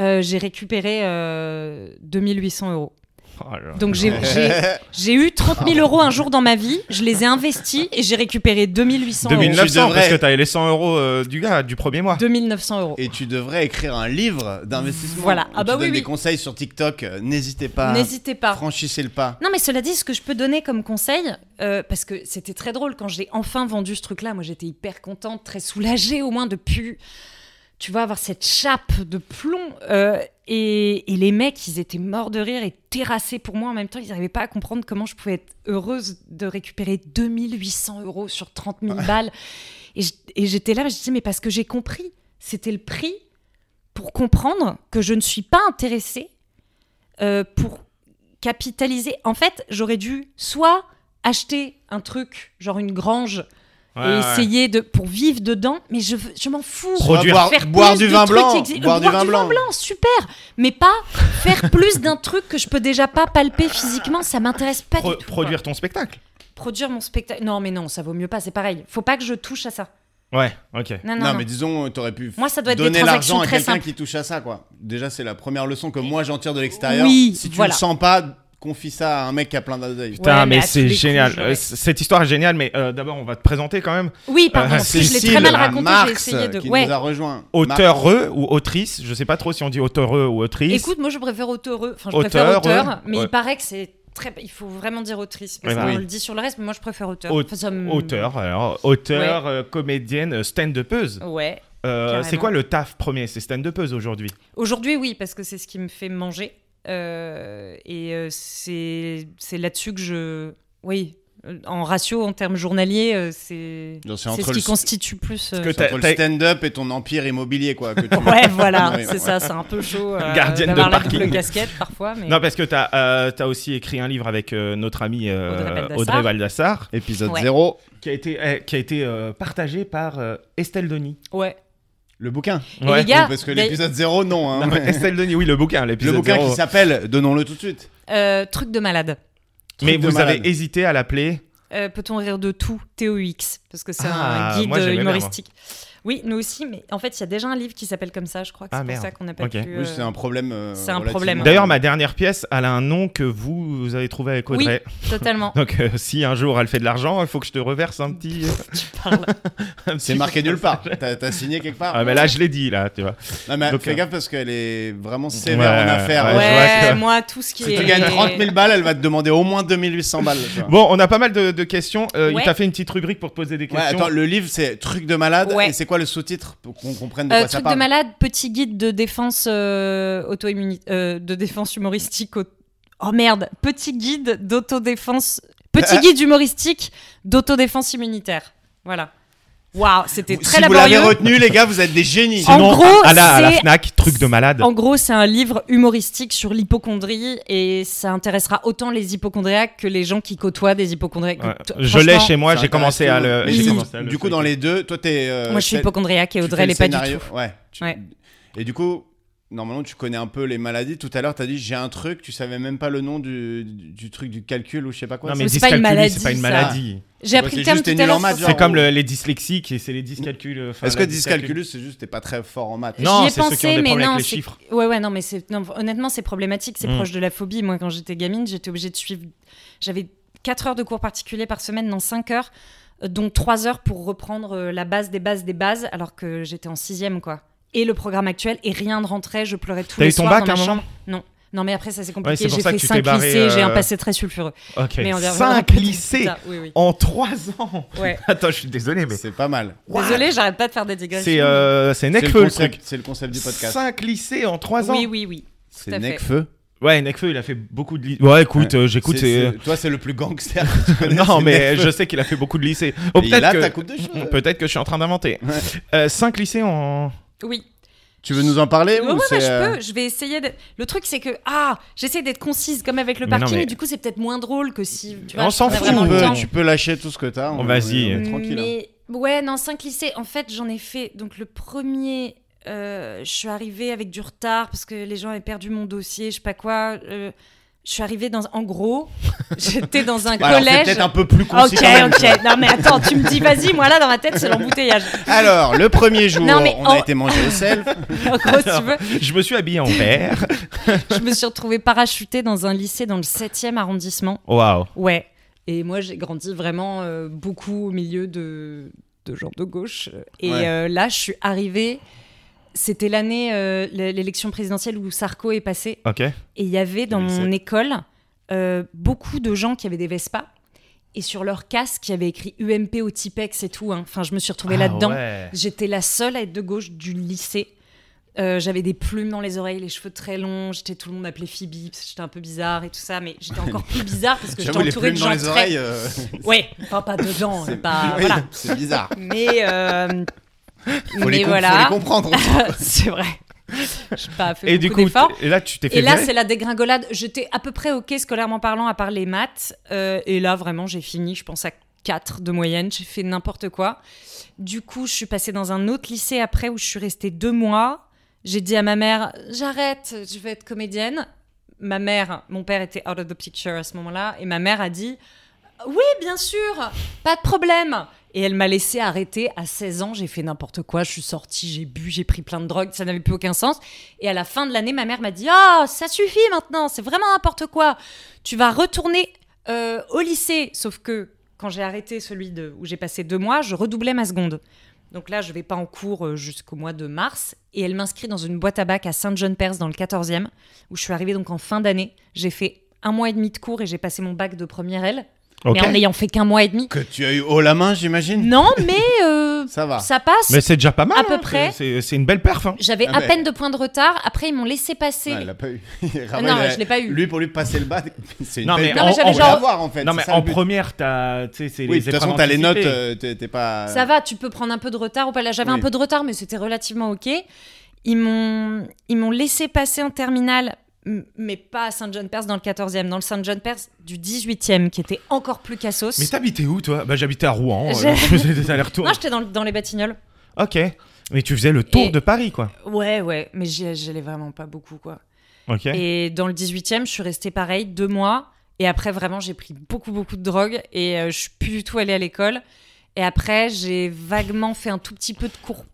B: euh, j'ai récupéré euh, 2800 euros.
D: Oh là là.
B: Donc j'ai- j'ai j'ai eu 30 000 euros un jour dans ma vie, je les ai investis et j'ai récupéré 2800 euros.
D: 2900 parce
C: devrais-
D: que t'as les 100 euros euh, du gars du premier mois.
B: 2900 euros.
C: Et tu devrais écrire un livre d'investissement.
B: Voilà.
C: où
B: Ah bah
C: tu
B: oui,
C: donnes
B: oui.
C: des conseils sur TikTok. euh, N'hésitez pas.
B: N'hésitez pas.
C: Franchissez le pas.
B: Non, mais cela dit, ce que je peux donner comme conseil, euh, parce que c'était très drôle quand j'ai enfin vendu ce truc-là, moi j'étais hyper contente, très soulagée au moins de pu, tu vois, avoir cette chape de plomb. euh, et, et les mecs, ils étaient morts de rire et terrassés pour moi en même temps. Ils n'arrivaient pas à comprendre comment je pouvais être heureuse de récupérer 2800 euros sur 30 000 balles. Et je- et j'étais là, je disais, mais parce que j'ai compris, c'était le prix pour comprendre que je ne suis pas intéressée euh, pour capitaliser. En fait, j'aurais dû soit acheter un truc, genre une grange,
D: Ouais,
B: et
D: ouais.
B: essayer de pour vivre dedans, mais je, veux- je m'en fous.
C: Tu vas
D: Produire.
C: Boire,
B: Faire
C: boire
B: plus
C: du
B: de
C: vin
B: trucs
C: blanc.
B: exi-
C: Boire du vin blanc.
B: super, mais pas faire plus d'un truc que je peux déjà pas palper physiquement, ça m'intéresse pas
D: Pro-
B: du tout.
D: produire ton spectacle.
B: quoi. Produire mon spectacle. Non, mais non, ça vaut mieux pas, c'est pareil. Faut pas que je touche à ça.
D: Ouais, ok.
B: Non, non,
C: Non,
B: non.
C: mais disons, t'aurais pu
B: Moi, ça doit être des
C: donner l'argent
B: transactions
C: à
B: très
C: quelqu'un
B: simples.
C: qui touche à ça, quoi. Déjà, c'est la première leçon que moi j'en tire de l'extérieur.
B: Oui,
C: si tu
B: voilà.
C: le sens pas, confie ça à un mec qui a plein d'œil.
D: Putain,
B: Ouais, mais
D: mais,
B: à tous les
D: c'est
B: coups,
D: génial.
B: je-
D: Euh, c- cette histoire est géniale, mais euh, d'abord, on va te présenter quand même.
B: Oui, pardon,
D: Euh,
B: parce que je l'ai très
D: Cécile,
B: mal
D: la
B: raconté, j'ai
C: Marx
B: essayé de.
C: qui
B: Ouais.
C: nous a rejoint.
D: Auteur ou autrice, je sais pas trop si on dit auteur ou autrice.
B: Écoute, moi je préfère auteur, enfin je
D: Auteur,
B: préfère auteur,
D: ouais.
B: mais
D: Ouais.
B: il paraît que c'est très, il faut vraiment dire autrice parce
D: Ouais,
B: qu'on
D: bah oui.
B: le dit sur le reste, mais moi je préfère auteur.
D: Au-
B: Enfin, ça me-
D: auteur, alors auteur, euh, comédienne, euh, stand-upeuse.
B: Ouais.
D: Euh,
B: Oh, carrément.
D: c'est quoi le taf premier C'est stand-upeuse aujourd'hui.
B: Aujourd'hui, oui, parce que c'est ce qui me fait manger. Euh, et euh, c'est c'est là-dessus que je. Oui, euh, en ratio, en termes journaliers, euh, c'est
C: Non, c'est
B: c'est
C: entre
B: ce
C: le-
B: qui constitue plus. euh,
D: que
C: C'est entre le
D: T'as-
C: stand-up et ton empire immobilier, quoi. que tu-
B: Ouais, voilà,
C: Oui,
B: c'est
C: ouais.
B: ça, c'est un peu chaud. euh,
D: Gardienne de
B: d'avoir la
D: parking.
B: double casquette parfois, mais.
D: Non, parce que t'as euh, t'as aussi écrit un livre avec euh, notre amie euh,
B: Audrey Baldassar.
D: Audrey Baldassar,
C: Épisode
B: Ouais.
C: 0,
D: qui a été,
C: eh,
D: euh, qui a été euh, partagé par euh, Estelle Denis.
B: Ouais.
C: le bouquin.
B: Et les gars,
C: Oui, parce que
B: d'ailleurs-
C: l'épisode 0, non. hein.
D: Non, mais Estelle Denis, oui, le bouquin,
C: Le
D: l'épisode
C: bouquin
D: zéro.
C: qui s'appelle, donnons-le tout de suite.
B: euh, truc de malade.
D: Mais
C: Truc de
D: vous
C: malade. Ah
D: avez hésité à l'appeler
B: Euh, Peut-on rire de tout TOX Parce que c'est
D: Ah,
B: un guide
D: moi, j'aimais bien,
B: humoristique. Oui, nous aussi, mais en fait, il y a déjà un livre qui s'appelle comme ça, je crois que
D: Ah,
B: c'est pour
D: merde.
B: ça qu'on n'a pas
D: Ok.
B: pu.
C: Oui,
B: euh,
C: c'est un problème. euh,
B: c'est un
C: relativement-
B: problème.
D: D'ailleurs, ma dernière pièce, elle a un nom que vous, vous avez trouvé avec Audrey.
B: Totalement.
D: Donc, euh, si un jour elle fait de l'argent, il faut que je te reverse un petit. euh,
B: tu parles.
D: un petit-
C: C'est marqué nulle part. T'as t'as signé quelque part.
D: Ah, mais là, je l'ai dit, là, tu vois.
C: non, mais
D: donc,
C: fais
D: euh,
C: gaffe parce qu'elle est vraiment sévère
D: Ouais,
C: en affaires.
D: ouais,
B: Ouais,
D: je vois que-
B: moi, tout ce qui
C: Si
B: est.
C: tu gagnes 30 000 balles, elle va te demander au moins 2800 balles. tu vois.
D: Bon, on a pas mal de, de questions. Euh,
B: Ouais.
D: Il t'a fait une petite rubrique pour te poser des
C: Ouais,
D: questions.
C: attends, le livre c'est Truc de malade.
B: Ouais.
C: Et c'est quoi le sous-titre pour qu'on comprenne de
B: Euh,
C: quoi ça
B: truc
C: parle
B: de malade, petit guide de défense euh, auto-immuni- euh, de défense humoristique. au- Oh merde, petit guide d'autodéfense, petit guide humoristique d'autodéfense immunitaire. Voilà. Waouh, c'était très
C: si vous l'avez
B: laborieux.
C: retenu, les gars, vous êtes des génies.
B: En
D: Sinon,
B: gros,
D: à la, à la
B: c'est-
D: Fnac, truc de malade.
B: En gros, c'est un livre humoristique sur l'hypochondrie et ça intéressera autant les hypochondriaques que les gens qui côtoient des hypochondriaques.
D: Ouais.
B: Donc, t-
D: Je l'ai
B: franchement,
D: chez moi,
C: Ça
D: j'ai commencé à
C: intéresse
D: le.
C: tout
D: j'ai
C: monde. Mais
D: commencé
C: c'est-
D: à le
C: Du coup, dans les deux, toi t'es. euh,
B: Moi, je suis
C: celle-
B: hypochondriaque et
C: tu
B: Audrey
C: fais le
B: l'est pas du
C: scénario.
B: tout.
C: Ouais. tu-
B: Ouais.
C: Et du coup, normalement, tu connais un peu les maladies. Tout à l'heure, t'as dit j'ai un truc, tu savais même pas le nom du, du- du truc du calcul ou je sais pas quoi.
D: Non,
C: ça.
D: mais
B: c'est pas une
D: dyscalculie, c'est
B: maladie,
D: pas une
B: ça.
D: maladie.
B: J'ai appris
C: c'est
B: le terme
C: juste
B: tout
C: t'es
B: à
C: nul en
B: l'heure.
C: maths,
B: c'est
C: genre.
B: pour
D: C'est comme le- les dyslexiques et c'est les dyscalcules. enfin,
C: Est-ce que
D: la
C: dyscalculus, c'est juste t'es pas très fort en maths
B: ça.
D: Non,
B: J'y ai
D: c'est ceux qui ont
B: pensé,
D: des
B: mais
D: problèmes
B: non,
D: avec les
B: c'est-
D: chiffres.
B: Ouais, ouais, non, mais c'est non, honnêtement, c'est problématique, c'est
D: Mm.
B: proche de la phobie. Moi, quand j'étais gamine, j'étais obligée de suivre. J'avais 4 heures de cours particuliers par semaine, non 5 heures, euh, dont 3 heures pour reprendre euh, la base des bases des bases, alors que j'étais en 6 quoi. Et le programme actuel, et rien ne rentrait, je pleurais tous
D: T'as
B: les
D: eu ton
B: soirs
D: bac
B: dans
D: à
B: ma
D: un
B: chambre.
D: moment
B: Non, non, mais après, ça s'est
D: Ouais,
B: compliqué.
D: c'est pour
B: j'ai
D: ça que
B: fait
D: tu t'es
B: 5
D: barré,
B: lycées, j'ai un
D: euh,
B: passé très sulfureux.
D: Ok.
B: Mais on verra-
D: Cinq
B: on verra-
D: lycées Oh,
B: Ça, Oui, oui.
D: en trois ans.
B: Ouais.
D: Attends, je suis désolé, mais.
C: C'est pas mal.
B: Désolée, j'arrête pas de faire des digressions.
D: C'est euh, c'est
C: C'est le,
D: Necfeu le
C: concept,
D: truc.
C: c'est le concept du podcast.
D: 5 lycées en 3 ans.
B: Oui, oui, oui. tout
C: C'est
B: à fait.
C: Necfeu.
D: Ouais, Necfeu, il a fait beaucoup de lycées. Ouais, écoute,
C: Ouais.
D: euh, j'écoute.
C: C'est-
D: euh,
C: c'est- Toi, c'est le plus gangster que tu connais,
D: Non,
C: c'est
D: mais
C: Necfeu.
D: je sais qu'il a fait beaucoup de lycées. Oh,
C: Et il
D: peut-être
C: a
D: que...
C: ta coupe de cheveux.
D: peut-être que je suis en train d'inventer.
C: Ouais.
D: 5 lycées en.
B: Oui.
C: Tu veux nous en parler
B: Ouais,
C: ou
B: ouais,
C: c'est,
B: ouais, je
C: euh,
B: peux. Je vais essayer. d'être- Le truc, c'est que ah, j'essaie d'être concise comme avec le
D: Mais non,
B: parking.
D: mais-
B: Du coup, c'est peut-être moins drôle que si. Tu
D: On
B: vois, je
D: s'en
B: prends
D: fout
B: vraiment
C: tu
B: le
D: un peu,
C: peux,
B: temps.
C: tu peux lâcher tout ce que t'as. on-
D: Vas-y.
C: on est Tranquille. hein.
B: Euh, Mais ouais, non, 5 lycées. En fait, j'en ai fait. Donc le premier, euh, je suis arrivée avec du retard parce que les gens avaient perdu mon dossier, je sais pas quoi. euh, je suis arrivée dans. En gros, j'étais dans un
C: Bah, alors, c'est
B: collège.
C: peut-être un peu plus concis.
B: Ok,
C: quand même, tu vois.
B: ok. Non, mais attends, tu me dis, vas-y, moi là, dans ma tête, c'est l'embouteillage.
C: Alors, le premier jour,
B: Non, mais
C: on a
B: en-
C: été mangé au sel.
B: En gros, si tu veux.
D: Je me suis habillé en vert.
B: Je me suis retrouvée parachutée dans un lycée dans le 7e arrondissement.
D: Waouh.
B: Ouais. Et moi, j'ai grandi vraiment euh, beaucoup au milieu de, de gens de gauche. Et
C: Ouais.
B: euh, là, je suis arrivée. C'était l'année, euh, l'é- l'élection présidentielle où Sarko est passé.
D: Ok.
B: Et il y avait dans
C: 2007.
B: mon école euh, beaucoup de gens qui avaient des Vespa. Et sur leur casque, il y avait écrit UMP au Tipex et tout. hein. Enfin, je me suis retrouvée
D: Ah,
B: là-dedans.
D: ouais.
B: J'étais la seule à être de gauche du lycée. Euh, j'avais des plumes dans les oreilles, les cheveux très longs. J'étais tout le monde m'appelait Phoebe, parce que j'étais un peu bizarre et tout ça. Mais j'étais encore plus bizarre parce que j'étais
C: J'avoue, les
B: entourée
C: plumes
B: de
C: dans
B: gens
C: les
B: très.
C: oreilles. euh,
B: Ouais, enfin pas dedans,
C: c'est-
B: pas
C: oui,
B: voilà.
C: C'est bizarre.
B: Mais euh,
C: Faut les,
B: mais
C: com- faut les
B: voilà,
C: comprendre.
B: c'est vrai. J'ai pas fait
D: Et du
B: beaucoup
D: coup,
B: d'efforts.
D: t- et là, tu t'es fait
B: Et là,
D: virer
B: c'est la dégringolade. J'étais à peu près OK scolairement parlant, à part les maths. Euh, et là, vraiment, j'ai fini, je pense, à 4 de moyenne. J'ai fait n'importe quoi. Du coup, je suis passée dans un autre lycée après où je suis restée deux mois. J'ai dit à ma mère, j'arrête, je vais être comédienne. Ma mère, mon père était out of the picture à ce moment-là. Et ma mère a dit, oui, bien sûr, pas de problème. Et elle m'a laissé arrêter à 16 ans. J'ai fait n'importe quoi. Je suis sortie, j'ai bu, j'ai pris plein de drogues. Ça n'avait plus aucun sens. Et à la fin de l'année, ma mère m'a dit Ah, ça suffit maintenant, c'est vraiment n'importe quoi. Tu vas retourner euh, au lycée. Sauf que quand j'ai arrêté celui de, où j'ai passé deux mois, je redoublais ma seconde. Donc là, je vais pas en cours euh, jusqu'au mois de mars. Et elle m'inscrit dans une boîte à bac à Sainte-Jeanne-Perse dans le 14e, où je suis arrivée donc en fin d'année. J'ai fait un mois et demi de cours et j'ai passé mon bac de première L.
D: Ok.
B: Mais en n'ayant fait qu'un mois et demi.
C: Que tu as eu haut la main, j'imagine.
B: Non, mais euh,
C: Ça va.
B: ça passe.
D: Ah. Mais c'est déjà pas mal.
B: À peu
D: hein,
B: près.
D: C'est c'est une belle perf. hein.
B: J'avais
C: Ah,
B: à
C: mais-
B: peine de points de retard. Après, ils m'ont laissé passer.
C: Non, il l'a pas eu. Rabat,
B: Ah non,
C: il a-
B: je l'ai pas eu.
C: Lui, pour lui passer le bac, c'est une
D: Non,
C: belle
D: mais
C: perf.
B: en- Non, mais j'avais
C: On peut
B: genre-
C: l'avoir, en fait.
D: non,
C: c'est
D: mais
C: ça, le
D: en
C: but.
D: première, t'as. Tu sais, c'est
C: Oui,
D: les
C: de toute façon,
D: épreuves
C: t'as les notes,
D: anticipées.
C: euh, t'es t'es pas.
B: Ça va, tu peux prendre un peu de retard ou pas. Là, j'avais
C: Oui.
B: un peu de retard, mais c'était relativement OK. Ils m'ont, ils m'ont laissé passer en terminale, m- mais pas à Saint-Jean-Perse dans le 14e, dans le Saint-Jean-Perse du 18e, qui était encore plus cassos.
D: Mais t'habitais où, toi Bah, j'habitais à Rouen. euh,
B: J'ai-
D: je faisais des allers-retours.
B: Non, j'étais dans, le- dans les Batignolles.
D: Ok. Mais tu faisais le tour
B: Et-
D: de Paris, quoi.
B: Ouais, ouais, mais j'y- j'allais vraiment pas beaucoup, quoi.
D: Ok.
B: Et dans le 18e, je suis restée pareil, deux mois. Et après, vraiment, j'ai pris beaucoup, beaucoup de drogue et euh, je suis plus du tout allée à l'école. Et après, j'ai vaguement fait un tout petit peu de cours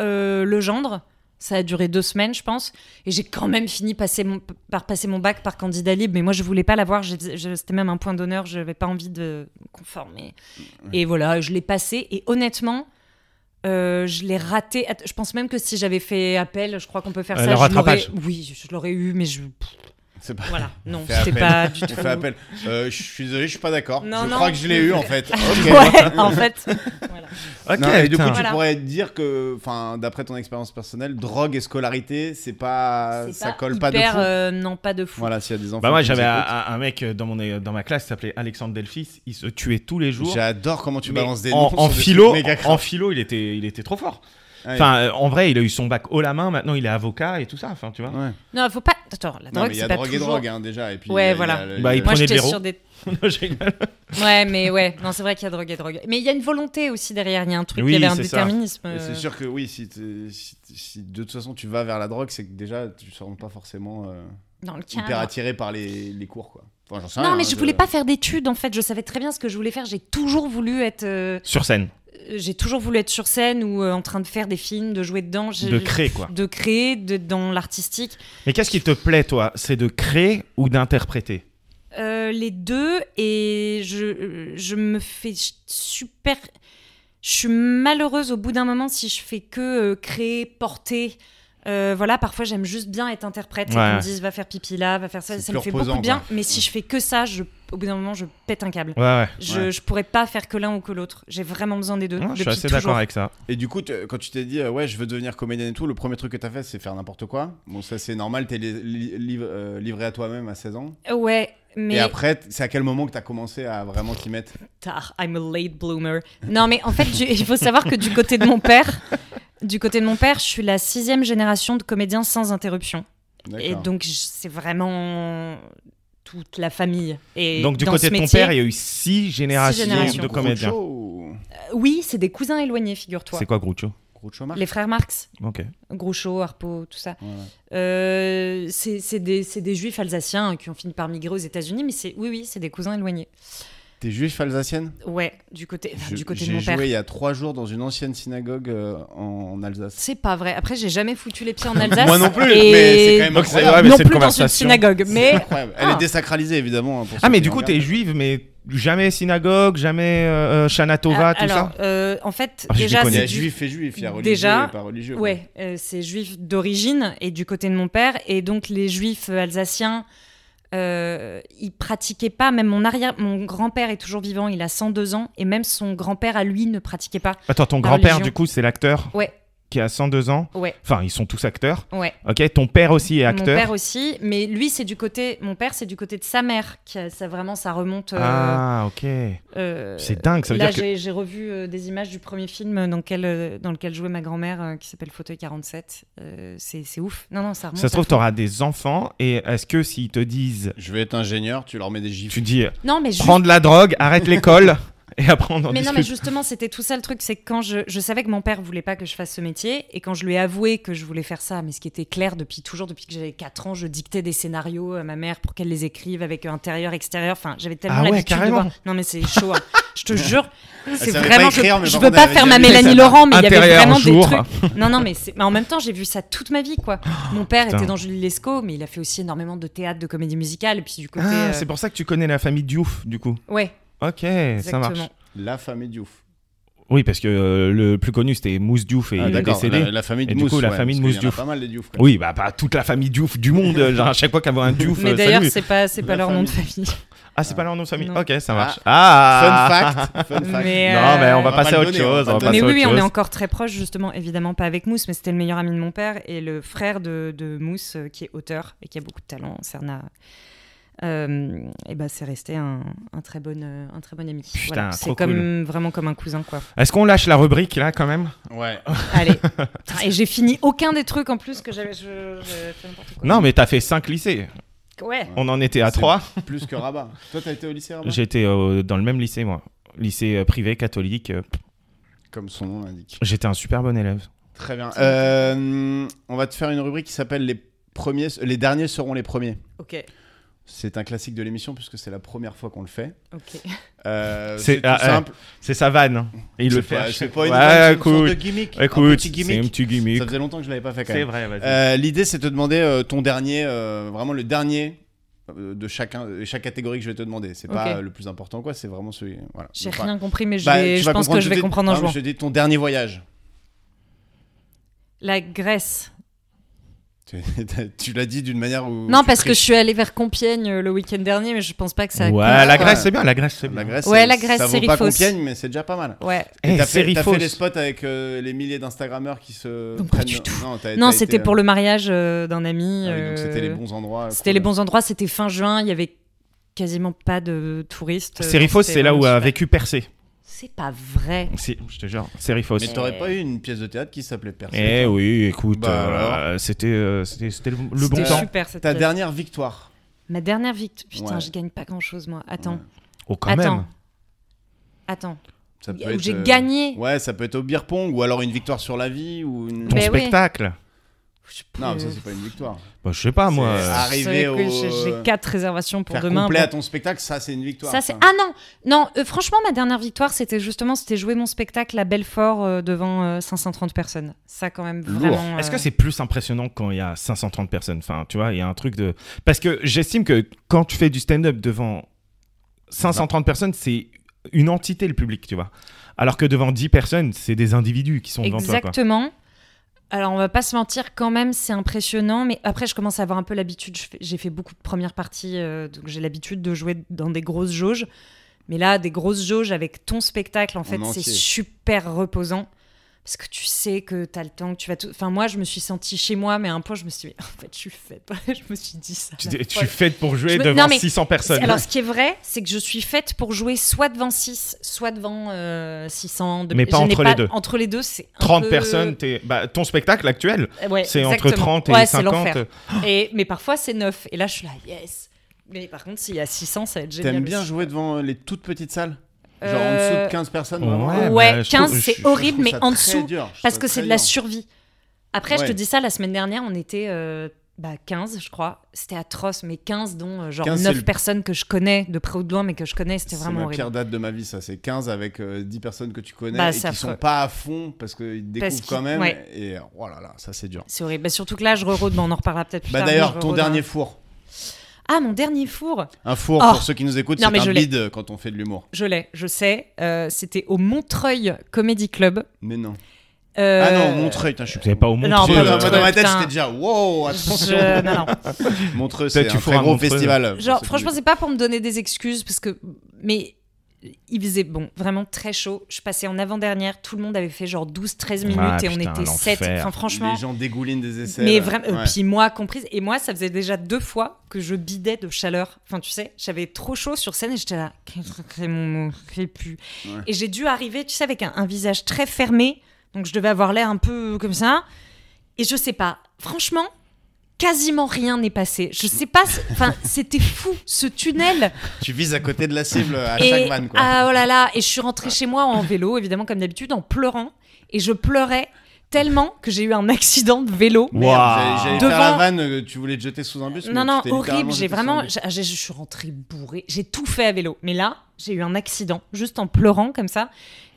B: euh, le gendre. Ça a duré deux semaines, je pense. Et j'ai quand même fini passer mon- par passer mon bac par candidat libre. Mais moi, je voulais pas l'avoir. J'ai- je- C'était même un point d'honneur. Je n'avais pas envie de conformer. Et voilà, je l'ai passé. Et honnêtement, euh, je l'ai raté. Att- Je pense même que si j'avais fait appel, je crois qu'on peut faire
D: Euh,
B: ça.
D: le
B: je
D: rattrapage.
B: l'aurais- Oui, je l'aurais eu, mais je.
C: C'est pas-
B: Voilà. Non,
C: fait
B: c'était
C: appel.
B: pas du tout.
C: On fait appel. Euh, je suis désolé, je suis pas d'accord. Je
B: Non, non.
C: crois que je l'ai eu en fait. Ok.
B: Ouais, en fait. Voilà.
D: Ok,
C: Non, et du coup,
D: putain.
C: tu
B: Voilà.
C: pourrais dire que, enfin, d'après ton expérience personnelle, drogue et scolarité, c'est pas,
B: C'est
C: Ah, ça colle pas de
B: hyper,
C: fou.
B: euh, non, pas de fou.
C: Voilà, s'il y a des enfants.
D: Bah moi
C: qui
D: j'avais
C: nous
D: un,
C: écoutent.
D: un- un mec dans mon dans ma classe qui s'appelait Alexandre Delphis, il se tuait tous les jours.
C: J'adore comment tu
D: Mais
C: balances des
D: en,
C: noms sur
D: en
C: des
D: philo,
C: trucs méga
D: en philo, il était il était trop fort.
C: Ouais.
D: Enfin euh, en vrai, il a eu son bac haut la main, maintenant il est avocat et tout ça, enfin tu vois.
C: crades. Ouais.
B: Non, faut pas. Attends, la
C: Non,
B: drogue,
C: mais il y
B: c'est
C: a
B: pas
C: drogue et
B: toujours.
C: drogue hein, déjà. Et puis,
B: Ouais,
C: il y a-
B: voilà.
C: il y a-
D: Bah, il
B: Moi,
D: Prenez de
B: j'étais
D: l'héro.
B: sur des.
D: Non, je rigole.
B: Ouais, mais ouais. Non, c'est vrai qu'il y a drogue et drogue. Mais il y a une volonté aussi derrière. Il y a un truc.
D: Oui,
B: il y avait un
D: c'est ça.
B: déterminisme.
C: Et C'est
B: euh,
C: sûr que oui, si, t'es- si- si de toute façon tu vas vers la drogue, c'est que déjà tu ne seras pas forcément euh,
B: Dans le cadre.
C: hyper attiré par les, les cours. Quoi. Enfin, j'en sais
B: Non,
C: rien,
B: mais
C: hein,
B: je voulais pas faire d'études en fait. Je savais très bien ce que je voulais faire. J'ai toujours voulu être. euh,
D: Sur scène,
B: J'ai toujours voulu être sur scène ou euh, en train de faire des films, de jouer dedans. J'ai-
D: de créer quoi.
B: De créer, d'être dans l'artistique.
D: Mais qu'est-ce qui te plaît toi C'est de créer ou d'interpréter
B: Euh, les deux et je, je me fais ch- super. Je suis malheureuse au bout d'un moment si je fais que euh, créer, porter. Euh, voilà, parfois j'aime juste bien être interprète. et
D: Ouais,
B: qu'on me
D: ouais.
B: dise va faire pipi là, va faire ça.
C: C'est
B: Ça
C: plus
B: me fait
C: reposant,
B: beaucoup de bien.
C: quoi.
B: Mais si je fais que ça, je, au bout d'un moment, je pète un câble.
D: Ouais ouais.
B: Je,
C: Ouais.
B: je pourrais pas faire que l'un ou que l'autre. J'ai vraiment besoin des deux.
D: Non, Hein, je suis
B: depuis
D: assez
B: toujours.
D: d'accord avec ça.
C: Et du coup, tu- quand tu t'es dit, euh, ouais, je veux devenir comédienne et tout, le premier truc que t'as fait, c'est faire n'importe quoi. Bon, ça, c'est normal, t'es li- li- liv- euh, livré à toi-même à 16 ans.
B: Ouais, mais.
C: Et après, t- c'est à quel moment que t'as commencé à vraiment t'y mettre
B: tard. I'm a late bloomer. Non, mais en fait, du- il faut savoir que du côté de mon père, du côté de mon père, je suis la sixième génération de comédiens sans interruption. Et
C: D'accord.
B: donc, je- c'est vraiment toute la famille. Et
D: Donc du
B: dans
D: côté
B: ce
D: de ton
B: métier-
D: père, il y a eu six générations,
B: générations.
D: de
C: Groucho
D: comédiens.
C: ou-
B: Euh, Oui, c'est des cousins éloignés, figure-toi.
D: C'est quoi Groucho
C: Groucho Marx
B: Les frères Marx,
D: Ok.
B: Groucho, Harpo, tout ça.
C: Ouais, ouais.
B: Euh, c'est c'est des, c'est des juifs alsaciens qui ont fini par migrer aux États-Unis, mais c'est oui, oui, c'est des cousins éloignés.
C: T'es juif alsacienne
B: Ouais, du côté, enfin,
C: Je-
B: du côté de
C: J'ai
B: mon père.
C: joué il y a trois jours dans une ancienne synagogue euh, en, en Alsace.
B: C'est pas vrai. Après, j'ai jamais foutu les pieds en Alsace.
C: Moi non plus,
B: et-
C: mais c'est quand même
D: Donc, c'est-
C: incroyable.
D: ouais, mais
B: non
D: c'est
B: plus
D: une
B: dans une
D: conversation.
B: synagogue, mais
C: C'est incroyable. Elle
B: Ah.
C: est désacralisée, évidemment. hein, pour
D: Ah
C: ceux
D: mais
C: qui
D: du
C: la
D: coup
C: regardent.
D: t'es juive mais jamais synagogue, jamais euh, Shana Tova,
B: Ah,
D: tout
B: alors,
D: ça.
B: euh, en fait,
D: Ah, je
B: déjà,
D: déconne.
C: Il y a
B: c'est du-
C: juif et juif, il y a religieux
B: Déjà,
C: et pas religieux. quoi.
B: ouais, euh, c'est juif d'origine et du côté de mon père, et donc les juifs alsaciens, euh, ils pratiquaient pas. Même mon arrière, mon grand-père est toujours vivant, il a 102 ans, et même son grand-père à lui ne pratiquait pas.
D: Attends, ton
B: La
D: grand-père
B: religion.
D: du coup c'est l'acteur
B: Ouais,
D: qui a 102 ans.
B: ouais,
D: Enfin, ils sont tous acteurs.
B: ouais.
D: Ok, ton père aussi est
B: Mon
D: acteur.
B: père aussi, mais lui, c'est du côté, mon père, c'est du côté de sa mère, qui a- ça vraiment, ça remonte. euh,
D: Ah, ok.
B: euh,
D: C'est dingue, ça veut
B: Là,
D: dire que.
B: j'ai j'ai revu euh, des images du premier film dans lequel, euh, dans lequel jouait ma grand-mère, euh, qui s'appelle Fauteuil 47. Euh, c'est c'est ouf. Non, non, ça remonte.
D: Ça se
B: à
D: trouve,
B: fond.
D: t'auras des enfants, et est-ce que s'ils te disent.
C: Je vais être ingénieur, tu leur mets des gifs.
D: Tu dis,
B: Non, mais, ju-
D: prends de la drogue, arrête l'école, et après on en
B: mais, non, mais
D: discute.
B: justement, c'était tout ça le truc. C'est que quand je, je savais que mon père voulait pas que je fasse ce métier, et quand je lui ai avoué que je voulais faire ça, mais ce qui était clair depuis toujours, depuis que j'avais 4 ans, je dictais des scénarios à ma mère pour qu'elle les écrive avec intérieur, extérieur. Enfin, j'avais tellement
D: Ah ouais,
B: l'habitude de
D: carrément.
B: voir. Non, mais c'est chaud. hein. Je te jure, c'est
C: savait
B: vraiment.
C: pas écrire,
B: que-
C: mais
B: je
C: par
B: veux
C: contre,
B: pas
C: elle avait
B: faire
C: dit
B: ma
C: écrire.
B: Mélanie Laurent, mais il y avait
D: Intérieur,
B: vraiment des
D: jour.
B: trucs. Non, non, mais, c'est- mais en même temps, j'ai vu ça toute ma vie, quoi.
C: Ah,
B: Mon père
D: Putain.
B: était dans Julie Lescaut, mais il a fait aussi énormément de théâtre, de comédie musicale, et puis du côté.
D: Ah,
B: euh,
D: c'est pour ça que tu connais la famille Diouf, du coup.
B: Ouais,
D: Ok, ça
B: exactement.
D: marche.
C: La famille Diouf.
D: Oui, parce que euh, le plus connu, c'était Mousse Diouf, et
C: Ah,
D: il est
C: d'accord,
D: décédé.
C: La, la famille de
D: Et du
C: Mousse.
D: coup, la
C: ouais,
D: famille de
C: parce
D: Mousse
C: qu'il y en a
D: Diouf.
C: Pas mal les Diouf. quand même.
D: Oui, bah pas toute la famille Diouf du monde, euh, genre à chaque fois qu'il y avait un Diouf,
B: Mais
D: euh,
B: d'ailleurs,
D: salut.
B: c'est pas, c'est pas
C: La
B: leur nom de
C: famille.
B: famille.
D: Ah, c'est pas leur nom de famille.
B: Non.
D: Ok, ça
C: Ah.
D: march.
C: Fun
D: Ah,
C: fact. Fun fact.
B: Mais,
D: Non, mais euh, on va
C: On va
D: passer
C: pas
D: à
C: le
D: autre
C: donner, on va
D: chose.
C: pas le
D: on va
C: donner.
D: passer
B: Mais
D: à
B: oui,
D: autre
B: oui, on est
D: chose.
B: encore très proche, justement, évidemment pas avec Mousse, mais c'était le meilleur ami de mon père et le frère de, de Mousse, euh, qui est auteur et qui a beaucoup de talent, Serna. Euh, et bah, c'est resté un, un très bon, euh, un très bon ami.
D: Putain,
B: Voilà,
D: trop
B: c'est comme vraiment comme un cousin, quoi.
D: Est-ce qu'on lâche la rubrique là quand même
C: Ouais.
B: Allez. Putain, Et j'ai fini aucun des trucs en plus que j'avais. Je, je fais n'importe quoi.
D: Non, mais t'as fait 5 lycées.
B: Ouais.
D: On en était à
C: C'est
D: 3.
C: Plus que Rabat. Toi, t'as été au lycée Rabat
D: J'étais euh, dans le même lycée, moi. Lycée euh, privé, catholique. euh,
C: Comme son nom l'indique.
D: J'étais un super bon élève.
C: Très bien. Euh, on va te faire une rubrique qui s'appelle les premiers, les derniers seront les premiers.
B: Ok.
C: C'est un classique de l'émission puisque c'est la première fois qu'on le fait.
B: Ok.
C: Euh,
D: C'est-
C: c'est tout
D: ah, ouais.
C: simple.
D: C'est sa vanne. hein. Il
C: C'est
D: le fait. à
C: pas-
D: chaque-
C: C'est pas une,
D: Ouais,
C: vanne, c'est une sorte
D: écoute,
C: de gimmick.
D: écoute,
C: un petit
D: c'est un
C: gimmick.
D: petit gimmick.
C: Ça faisait longtemps que je l'avais pas fait quand
D: C'est
C: même.
D: vrai, vas-y.
C: Euh, L'idée, c'est de te demander euh, ton dernier, euh, vraiment le dernier euh, de chacun, de chaque catégorie que je vais te demander. C'est
B: Ok.
C: pas euh, le plus important, quoi. C'est vraiment celui. Voilà.
B: J'ai
C: Donc,
B: rien compris, mais je,
C: bah,
B: vais-
C: tu
B: je
C: vas
B: pense que je
C: tout
B: vais
C: de suite.
B: comprendre en
C: Non, mais
B: jouant.
C: Je te dis ton dernier voyage.
B: La Grèce.
C: Tu, tu l'as dit d'une manière où.
B: Non,
C: tu
B: parce que je
C: triches.
B: suis allée vers Compiègne euh, le week-end dernier, mais je pense pas que ça. compte,
D: ouais, la
B: quoi.
D: Grèce, c'est bien, la Grèce, c'est bien.
C: La Grèce,
B: Ouais,
C: c'est-
B: la Grèce,
C: ça
B: c'est
C: vaut pas
B: Rifos.
C: Compiègne, mais c'est déjà pas mal.
B: Ouais.
D: Eh,
C: Et Ah bah, T'as
D: c'est
C: fait, t'as fait
D: Rifos.
C: les spots avec euh, les milliers d'Instagrammeurs qui se.
B: Donc, pas
C: prennent-
B: du tout.
C: Non, t'as-
B: Non,
C: t'as
B: c'était
C: été,
B: pour le mariage euh, d'un ami.
C: Ah oui, donc c'était les
B: euh,
C: bons endroits.
B: C'était les bons endroits, c'était fin juin, il y avait quasiment pas de touristes. euh,
D: Ah, Serifos,
B: c'était
D: c'est là
B: vraiment
D: où a
B: super.
D: vécu Percé.
B: C'est pas vrai.
D: Si, je te jure, Serifos.
C: Mais t'aurais pas eu une pièce de théâtre qui s'appelait Percé
D: Eh
C: toi
D: oui, écoute,
C: Bah
D: euh,
C: alors.
D: c'était euh, c'était c'était le, le bon
B: C'était
D: temps.
B: super cette
C: Ta
B: pièce.
C: dernière victoire.
B: Ma dernière victoire. Putain,
C: Ouais.
B: je gagne pas grand chose moi. Attends,
C: Ouais.
D: Oh, quand
B: attends,
D: même.
B: attends.
C: Ça peut
B: Où
C: être,
B: j'ai
C: euh,
B: gagné.
C: Ouais, ça peut être au beer pong ou alors une victoire sur la vie ou une.
D: Ton
B: Mais ouais.
D: spectacle.
B: Je sais
C: Non, mais
B: plus.
C: ça c'est pas une victoire.
D: Bah, je sais pas, moi.
C: C'est- Ah,
D: euh,
B: Je
C: Arriver
B: savais que j'ai-
C: au- euh,
B: J'ai quatre réservations pour
C: Faire
B: demain.
C: complet
B: bon.
C: à ton spectacle, ça c'est une victoire.
B: Ça, c'est... Ah non Non, euh, franchement, ma dernière victoire, c'était justement, c'était jouer mon spectacle à Belfort euh, devant euh, 530 personnes. Ça, quand même,
D: Lourd.
B: vraiment... euh,
D: Est-ce que c'est plus impressionnant quand il y a 530 personnes Enfin, tu vois, il y a un truc de. Parce que j'estime que quand tu fais du stand-up devant 530 personnes, c'est une entité le public, tu vois. Alors que devant 10 personnes, c'est des individus qui sont devant toi. quoi.
B: Exactement. Alors, on va pas se mentir, quand même, c'est impressionnant. Mais après, je commence à avoir un peu l'habitude. Je fais- J'ai fait beaucoup de premières parties, euh, donc j'ai l'habitude de jouer dans des grosses jauges. Mais là, des grosses jauges avec ton spectacle, en fait, c'est
C: entier.
B: super reposant. Parce que tu sais que t'as le temps, que tu vas tout. Enfin, moi, je me suis sentie chez moi, mais à un point, je me suis dit, en fait, je suis faite. je me suis dit ça.
D: Tu,
B: la
D: t'es- tu
B: fois.
D: es faite pour jouer
B: Je me-
D: devant
B: non, mais-
D: 600 personnes.
B: Alors, ce qui est vrai, c'est que je suis faite pour jouer soit devant 6, soit devant euh, 600. de-
D: Mais pas
B: je
D: entre
B: n'ai
D: les deux.
B: Entre les deux, c'est. un
D: 30
B: peu-
D: personnes, t'es- bah, ton spectacle actuel,
B: Euh, Ouais,
D: c'est entre
B: exactement.
D: 30 et
B: Ouais, c'est
D: 50.
B: l'enfer. Et, mais parfois, c'est 9. Et là, je suis là, yes. Mais par contre, s'il y a 600, ça va être génial.
C: T'aimes bien
B: aussi.
C: jouer devant euh, les toutes petites salles Genre
B: Euh,
C: en dessous de 15 personnes vraiment
D: Ouais,
B: Ouais,
D: bah, je
B: 15,
D: trouve- je- je
B: c'est
D: trouve
B: horrible, mais en dessous, parce que c'est de la
C: surprise.
B: survie. Après, je te
C: Ouais.
B: dis ça, la semaine dernière, on était euh, bah, 15, je crois. C'était atroce, mais 15, dont euh, genre
C: 15, c'est
B: 9
C: le-
B: personnes que je connais, de près ou de loin, mais que je connais, c'était
C: C'est
B: vraiment
C: ma
B: horrible.
C: pire date de ma vie, ça. C'est 15 avec euh, 10 personnes que tu connais
B: Bah,
C: et
B: c'est
C: qui sont
B: affreux.
C: pas à fond parce qu'ils te
B: Parce
C: découvrent
B: qu'ils-
C: quand même.
B: ouais.
C: Et oh là là, ça c'est dur.
B: C'est horrible. Bah, surtout que là, je re-rôde, bon, on en reparlera peut-être plus
C: Bah
B: tard, mais
C: d'ailleurs,
B: je
C: ton
B: re-rôde un-
C: dernier four.
B: Ah, mon dernier four
C: Un four,
B: Oh.
C: pour ceux qui nous écoutent,
B: Non,
C: c'est
B: mais je
C: un
B: l'ai.
C: bide euh, quand on fait de l'humour.
B: Je l'ai, je sais. Euh, c'était au Montreuil Comedy Club.
C: Mais non.
B: Euh,
C: Ah non, Montreuil, putain, je suis
D: C'est pas au hein, monde.
B: Non,
C: Montreux,
B: pas
C: euh,
B: Montreux,
C: dans ma tête,
B: putain.
C: j'étais déjà wow, attention.
B: je- non, non.
D: Ah,
C: Montreux,
D: Peut-être
C: c'est
D: tu
C: un
D: feras
C: très gros
D: Montreux.
C: festival. pour ceux
B: Genre,
C: qui-
B: franchement, c'est pas pour me donner des excuses, parce que. Mais il faisait, bon, vraiment très chaud. Je passais en avant-dernière, tout le monde avait fait genre 12-13 minutes
D: Ah,
B: et on
D: putain,
B: était 7.
D: l'enfer.
B: Enfin, franchement.
C: les gens dégoulinent des essais.
B: Mais
C: là.
B: vraiment,
C: Ouais.
B: euh, puis moi comprise. Et moi, ça faisait déjà deux fois que je bidais de chaleur. Enfin, tu sais, j'avais trop chaud sur scène et j'étais là, c'est mon j'ai pu.
C: Ouais.
B: Et j'ai dû arriver, tu sais, avec un, un visage très fermé. Donc, je devais avoir l'air un peu comme ça. Et je sais pas, franchement, quasiment rien n'est passé. Je sais pas, c'est- enfin, c'était fou ce tunnel.
C: Tu vises à côté de la cible à
B: Et-
C: chaque man, quoi.
B: Ah oh là là, et je suis rentrée chez moi en vélo, évidemment comme d'habitude, en pleurant. Et je pleurais tellement que j'ai eu un accident de vélo.
D: Wow.
C: Merde, J'allais j'allais faire
B: Devant-
C: la vanne, euh, tu voulais te jeter sous un bus. mais
B: Non,
C: tu
B: non,
C: t'es littéralement
B: horrible. J'ai
C: jeté sous
B: vraiment.
C: un bus.
B: j'ai- j'ai- je suis rentrée bourrée. J'ai tout fait à vélo. Mais là, j'ai eu un accident, juste en pleurant comme ça.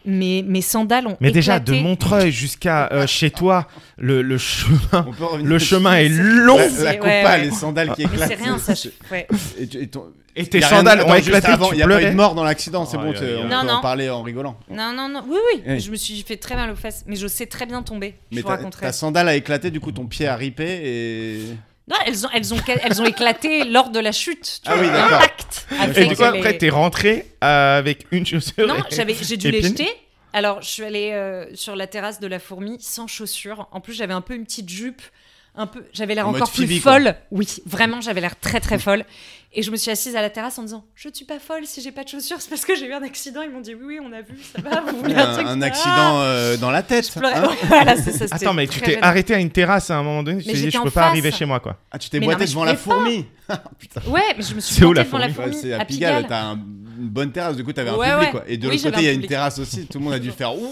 B: Mes, mes sandales ont.
D: Mais déjà, de
B: éclaté.
D: Montreuil jusqu'à euh, chez toi, le, le chemin,
C: On peut revenir
D: le
C: dessus.
D: chemin est long
C: La,
B: C'est-
C: la compa,
B: ouais, ouais.
C: les sandales qui
B: Mais
C: éclatent.
B: c'est rien, ça. je- ouais.
C: Et, tu- et ton-
D: et tes
C: y a rien-
D: sandales ont
C: attends, juste
D: éclaté.
C: avant,
D: tu
C: y a pas eu
D: pleurais.
C: de mort dans l'accident, c'est
D: Oh,
C: bon,
D: y a-
C: tu-
D: y a-
C: on
B: Non,
C: peut
B: non.
C: en parler en rigolant.
B: Non, non, non. Oui, oui.
C: Ouais.
B: Je me suis fait très mal aux fesses. Mais je sais très bien tomber.
C: Mais
B: je vous
C: ta,
B: raconterai.
C: ta sandale a éclaté, du coup ton pied a ripé et.
B: Non, elles ont, elles, ont, ca- elles ont éclaté lors de la chute. Tu
C: Ah
B: vois,
C: oui, d'accord.
B: l'impact a fait
D: Et du coup,
B: que les-
D: après, t'es rentré euh, avec une chaussure.
B: Non,
D: et-
B: j'avais, j'ai dû
D: et
B: les
D: puis-
B: jeter. Alors, je suis allée euh, sur la terrasse de la fourmi sans chaussures. En plus, j'avais un peu une petite jupe. Un peu, j'avais l'air
C: En
B: encore
C: mode
B: plus
C: Phoebe, quoi.
B: folle. Oui, vraiment, j'avais l'air très très folle. Et je me suis assise à la terrasse en disant Je ne suis pas folle si j'ai pas de chaussures, c'est parce que j'ai eu un accident. Ils m'ont dit Oui, oui, on a vu, ça va, vous voulez
C: Un,
B: un, truc
C: un
B: Ah
C: accident euh, dans la tête.
B: Je pleurais.
C: hein.
B: Voilà, c'est ça. c'était
D: Attends, mais tu
B: très
D: t'es
B: gênant.
D: arrêté à une terrasse à un moment donné. Tu
B: Mais
D: t'es dit, je
B: j'étais en
D: peux pas
B: face.
D: arriver chez moi, quoi.
C: Ah, tu t'es
B: Mais non,
C: boité
B: mais je
C: devant la
B: pouvais pas.
C: fourmi.
B: Ouais, mais je me suis
D: C'est où, la
B: plantée devant la
C: Ouais,
B: fourmi
C: c'est
B: à
C: à Pigalle,
B: Pigalle.
C: t'as un une bonne terrasse, du coup, t'avais un
B: Ouais,
C: public,
B: ouais.
C: quoi. Et de
B: Oui,
C: l'autre
B: j'avais
C: côté, il y
B: un
C: a une
B: public.
C: terrasse aussi, tout le monde a dû faire Wow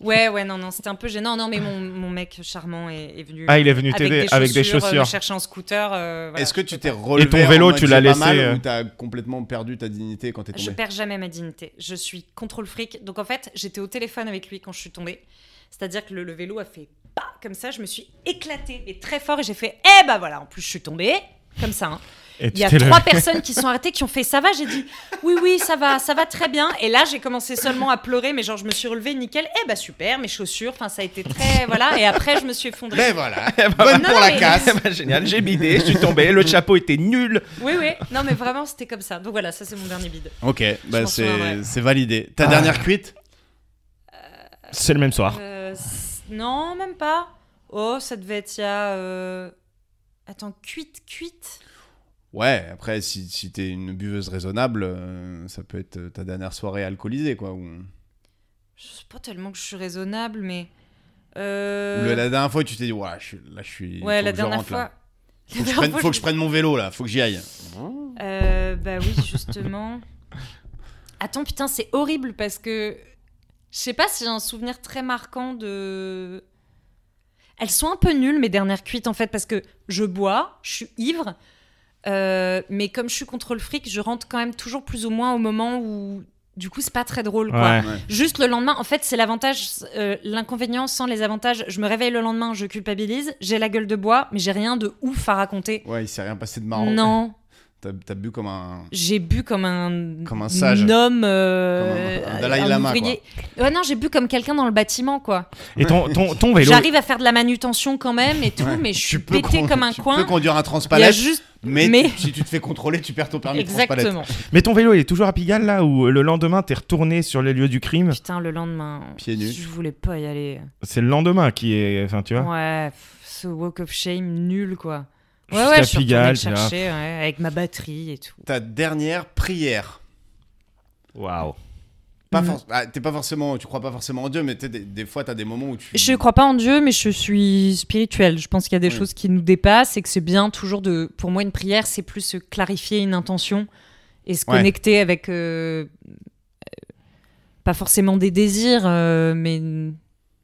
B: Ouais, ouais, non, non, c'était un peu gênant. Non, mais mon, mon mec charmant est, est venu
D: Ah, il est venu
B: avec,
D: t'aider
B: des
D: avec des
B: chaussures, euh,
D: chaussures.
B: me chercher en scooter. euh, voilà.
C: Est-ce que tu t'es relevé
D: ton vélo,
C: en mode,
D: tu l'as
C: c'est pas
D: laissé,
C: mal,
D: euh,
C: ou t'as complètement perdu ta dignité quand t'es
B: Je
C: tombé
B: perds jamais ma dignité. Je suis contrôle fric. Donc en fait, j'étais au téléphone avec lui quand je suis tombée. C'est-à-dire que le, le vélo a fait pas comme ça. Je me suis éclatée et très fort et j'ai fait eh bah voilà. En plus, je suis tombée comme ça. hein.
D: euh, Et tu
B: Il y a
D: t'es levé.
B: trois personnes qui sont arrêtées qui ont fait ça va. J'ai dit oui oui ça va ça va très bien. Et là, j'ai commencé seulement à pleurer, mais genre je me suis relevée nickel. Eh bah super mes chaussures. Enfin ça a été très voilà. Et après je me suis effondrée.
C: Mais voilà, bonne
B: Non,
C: pour la
B: mais-
C: casse
D: Ah bah, génial, j'ai bidé, je suis tombé, le chapeau était nul.
B: Oui oui. Non mais vraiment c'était comme ça. Donc voilà ça c'est mon dernier bide.
C: Ok, bah
B: m'en
C: c'est
B: souviendrai.
C: c'est validé. Ta
D: Ah.
C: dernière cuite
D: C'est le même
C: Ah.
D: soir.
B: Euh, c- non, même pas. Oh, ça devait être il y a. euh, Attends, cuite, cuite.
C: Ouais, après, si, si t'es une buveuse raisonnable, euh, ça peut être ta dernière soirée alcoolisée, quoi. Ou...
B: Je sais pas tellement que je suis raisonnable, mais.
C: ou
B: euh,
C: le- la dernière fois, tu t'es dit, ouais, je, suis- là, je suis.
B: Ouais,
C: faut
B: la
C: que je
B: dernière
C: rentre,
B: fois.
C: là.
B: La
C: Faut que, je
B: dernière
C: prenne,
B: fois,
C: faut que je prenne mon vélo, là, faut que j'y aille.
B: Euh, bah oui, justement. Attends, putain, c'est horrible parce que. Je sais pas si j'ai un souvenir très marquant de. Elles sont un peu nulles, mes dernières cuites, en fait, parce que je bois, je suis ivre, euh, mais comme je suis contre le fric, je rentre quand même toujours plus ou moins au moment où. Du coup, c'est pas très drôle, quoi.
D: Ouais.
B: Juste le lendemain, en fait, c'est l'avantage, euh, l'inconvénient sans les avantages. Je me réveille le lendemain, je culpabilise, j'ai la gueule de bois, mais j'ai rien de ouf à raconter.
C: Ouais, il s'est rien passé de marrant.
B: non.
C: T'as t'as bu comme un.
B: J'ai bu comme un,
C: Comme un sage.
B: homme, euh,
C: Comme un- un Dalai Lama,
B: ouvrier. Ouais, non, j'ai bu comme quelqu'un dans le bâtiment, quoi.
D: Et ton, ton, ton vélo.
B: J'arrive à faire de la manutention quand même et tout,
C: Ouais.
B: mais je suis
C: Tu peux
B: pété
C: con-
B: comme un
C: tu
B: coin.
C: peux conduire un
B: Il y a
C: transpalette,
B: juste
C: mais,
B: mais-
C: si tu te fais contrôler, tu perds ton permis de transpalette.
B: exactement.
D: Mais ton vélo, il est toujours à Pigalle là où le lendemain t'es retourné sur les lieux du crime.
B: Putain, le lendemain,
C: Pieds nus.
B: je voulais pas y aller.
D: C'est le lendemain qui est. Enfin, tu vois.
B: Ouais, pff, ce walk of shame nul, quoi. Ouais,
D: Jusqu'à
B: ouais, je suis
D: Pigalle,
B: retournée le
D: tu vois.
B: chercher ouais, avec ma batterie et tout.
C: Ta dernière prière.
D: Waouh.
C: Pas
B: Mm.
C: forc- ah, t'es pas forcément, tu crois pas forcément en Dieu, mais t'es des, des fois t'as des moments où tu.
B: Je crois pas en Dieu, mais je suis spirituelle. Je pense qu'il y a des
C: Oui.
B: choses qui nous dépassent et que c'est bien toujours de. Pour moi, une prière, c'est plus se clarifier une intention et se
C: Ouais.
B: connecter avec. euh, euh, pas forcément des désirs, euh, mais. une-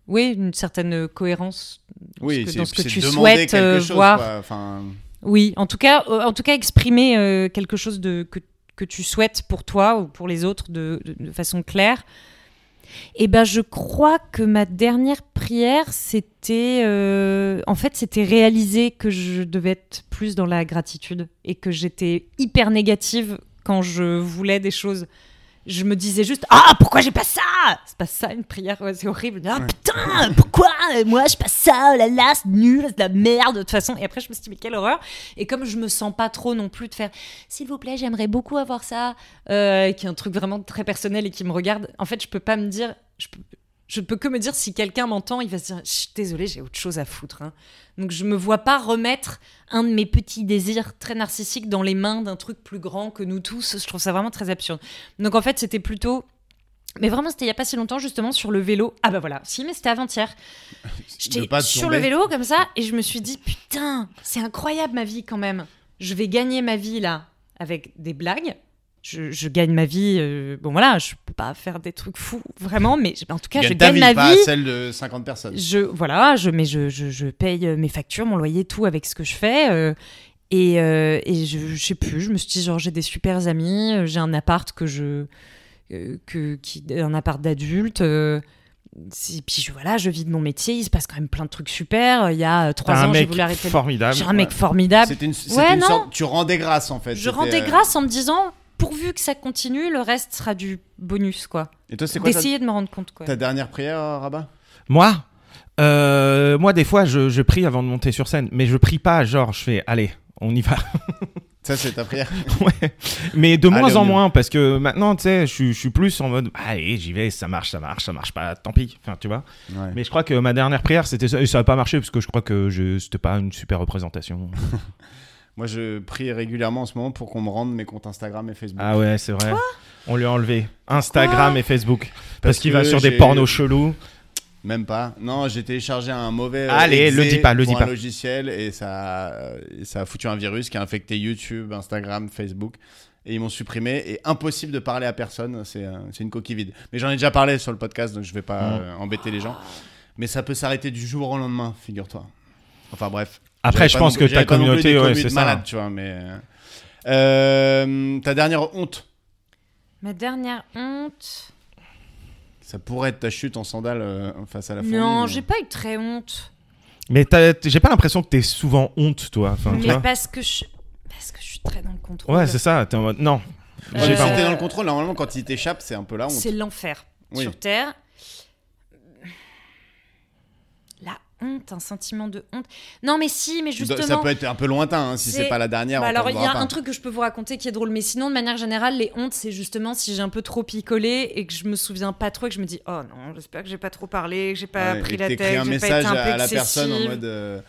B: Oui, une certaine cohérence. dans ce
C: oui,
B: que-
C: c'est
B: dans ce que
C: c'est
B: tu
C: demander
B: souhaites
C: quelque
B: euh,
C: chose,
B: voir.
C: quoi. Enfin,
B: Oui, en tout cas, euh, en tout cas exprimer euh, quelque chose de, que, que tu souhaites pour toi ou pour les autres de, de- de façon claire. Eh ben, je crois que ma dernière prière, c'était, euh, en fait, c'était réaliser que je devais être plus dans la gratitude et que j'étais hyper négative quand je voulais des choses. Je me disais juste ah pourquoi j'ai pas ça c'est pas ça une prière ouais, c'est horrible ah
C: Ouais.
B: putain pourquoi moi j'ai pas ça oh là là c'est nul c'est de la merde de toute façon et après je me suis dit mais quelle horreur et comme je me sens pas trop non plus de faire s'il vous plaît j'aimerais beaucoup avoir ça euh, qui est un truc vraiment très personnel et qui me regarde en fait je peux pas me dire je peux, je peux que me dire si quelqu'un m'entend il va se dire Chut, désolé j'ai autre chose à foutre hein. donc je me vois pas remettre un de mes petits désirs très narcissiques dans les mains d'un truc plus grand que nous tous je trouve ça vraiment très absurde donc en fait c'était plutôt mais vraiment, c'était il y a pas si longtemps, justement, sur le vélo. Ah bah voilà, si, mais c'était avant-hier.
C: de
B: J'étais
C: pas
B: sur
C: tomber.
B: le vélo comme ça et je me suis dit putain, c'est incroyable ma vie quand même. Je vais gagner ma vie là avec des blagues. Je, je gagne ma vie. euh, bon voilà, je peux pas faire des trucs fous vraiment, mais je- en tout cas, je
C: ta
B: gagne
C: vie,
B: ma
C: pas
B: vie.
C: celle de 50 personnes.
B: Je voilà, je mais je, je, je paye euh, mes factures, mon loyer, tout avec ce que je fais. euh, et euh, et je, je sais plus. Je me suis dit genre j'ai des super amis, euh, j'ai un appart que je euh, que qui un appart d'adulte. euh, c'est- puis je, voilà, je vis de mon métier, il se passe quand même plein de trucs super. Il y a euh, trois
D: T'as un
B: ans, j'ai
D: mec
B: voulu arrêter. le-
D: formidable.
B: J'ai un mec formidable.
C: C'était une, c'était
B: Ouais,
C: une
B: non.
C: sorte. Tu rendais grâce en fait.
B: Je
C: C'était,
B: rendais
C: euh,
B: grâce en me disant pourvu que ça continue, le reste sera du bonus quoi.
C: Et toi, c'est quoi ta,
B: D'essayer de me rendre compte quoi.
C: ta dernière prière, Rabat
D: Moi Euh, Moi, des fois, je, je prie avant de monter sur scène, mais je prie pas, genre, je fais, allez, on y va.
C: Ça, c'est ta prière.
D: Ouais. Mais de
C: Allez,
D: moins
C: on
D: en
C: y va.
D: moins, parce que maintenant, tu sais, je suis- je suis plus en mode, allez, j'y vais, ça marche, ça marche, ça marche pas, tant pis. Enfin, tu vois.
C: Ouais.
D: Mais je crois que ma dernière prière, c'était ça, et ça a pas marché, parce que je crois que je- c'était pas une super représentation.
C: Moi, je prie régulièrement en ce moment pour qu'on me rende mes comptes Instagram et Facebook.
D: Ah ouais, c'est vrai. on lui a enlevé Instagram et Facebook. Parce,
C: Parce
D: qu'il
C: que
D: va sur des
C: j'ai-
D: pornos chelous.
C: Même pas. Non, j'ai téléchargé un mauvais euh,
D: Allez,
C: exe
D: le dis pas, le
C: pour
D: dis
C: un
D: pas.
C: euh, logiciel et ça, et ça a foutu un virus qui a infecté YouTube, Instagram, Facebook. et ils m'ont supprimé. Et impossible de parler à personne, c'est euh, c'est une coquille vide. Mais j'en ai déjà parlé sur le podcast, donc je vais pas
D: Mm.
C: euh, embêter les gens. Mais ça peut s'arrêter du jour au lendemain, figure-toi. Enfin bref. J'avais
D: Après, je
C: pas
D: pense
C: non plus-
D: que ta
C: j'avais pas non plus
D: communauté,
C: des
D: ouais,
C: communes
D: c'est ça.
C: malades, tu vois, mais. euh, euh, ta dernière honte,
B: Ma dernière honte.
C: ça pourrait être ta chute en sandales euh, face à la fourmi.
B: Non,
C: mais-
B: j'ai pas eu très honte.
D: Mais t'as- t- j'ai pas l'impression que t'es souvent honte, toi. Enfin, Hein, tu
B: Mais
D: vois.
B: parce que je. Parce que je suis très dans le contrôle.
D: Ouais, c'est ça. T'es en mode non.
C: Moi, j'ai
D: J'ai
B: Euh,
D: pas
C: senti
D: honte.
C: dans le contrôle. Normalement, quand il t'échappe, c'est un peu la honte.
B: C'est l'enfer
C: Oui.
B: sur Terre. La honte, un sentiment de honte. Non, mais si, mais justement.
C: Ça peut être un peu lointain hein, si c'est
B: c'est-
C: pas la dernière.
B: Bah
C: on
B: alors,
C: t'en
B: il y
C: voudra
B: a
C: pas.
B: un truc que je peux vous raconter qui est drôle, mais sinon, de manière générale, les hontes, c'est justement si j'ai un peu trop picolé et que je me souviens pas trop et que je me dis, oh non, j'espère que j'ai pas trop parlé, que j'ai pas
C: Ouais,
B: pris
C: et
B: la
C: que
B: tête,
C: t'écris un
B: que j'ai pas
C: message
B: été un peu
C: à la personne en
B: excessive.
C: mode euh,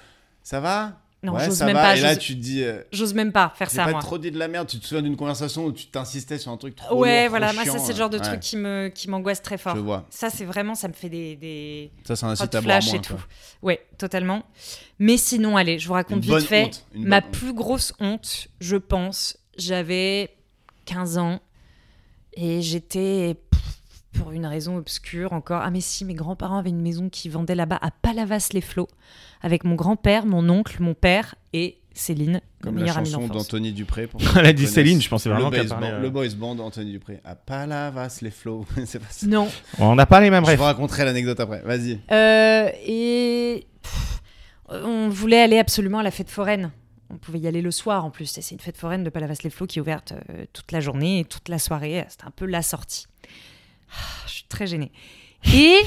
C: ça va
B: Non,
C: ouais,
B: j'ose
C: ça
B: même
C: va.
B: pas,
C: Et là,
B: j'ose-
C: tu te dis euh,
B: J'ose même pas faire
C: j'ai
B: ça,
C: pas
B: moi.
C: trop dit de la merde. Tu te souviens d'une conversation où tu t'insistais sur un truc trop
B: Ouais,
C: lourd,
B: voilà,
C: trop
B: moi, ça,
C: chiant,
B: c'est le genre de
C: ouais.
B: truc qui me qui m'angoisse très fort.
C: Je vois.
B: Ça, c'est vraiment, ça me fait des. des...
C: Ça, Ah, c'est un
B: Hot
C: site à boire
B: flash
C: moins,
B: et tout.
C: quoi.
B: Ouais, totalement. Mais sinon, allez, je vous raconte
C: Une
B: vite
C: bonne
B: fait.
C: honte, une
B: Ma
C: bonne honte.
B: plus grosse honte, je pense, j'avais 15 ans et j'étais pff, pour une raison obscure encore. Ah mais si, mes grands-parents avaient une maison qui vendait là-bas à Palavas-les-Flots avec mon grand-père, mon oncle, mon père et Céline,
C: Comme
B: mon
C: la
B: meilleur ami
C: chanson
B: d'enfance.
C: d'Anthony Dupré. Pour
D: Elle a dit
C: connaissent.
D: Céline, je pensais
C: le
D: vraiment
C: boys,
D: qu'elle parlait.
C: band,
D: euh,
C: le boys band Anthony Dupré. À Palavas, les flots. c'est pas ça.
B: Non,
D: On n'a pas les mêmes
C: Je vous
D: rêves.
C: raconterai l'anecdote après. Vas-y.
B: Euh, et pff, on voulait aller absolument à la fête foraine. On pouvait y aller le soir en plus. Et C'est une fête foraine de Palavas-les-Flots qui est ouverte euh, toute la journée et toute la soirée. C'était un peu la sortie. Ah, Je suis très gênée. Et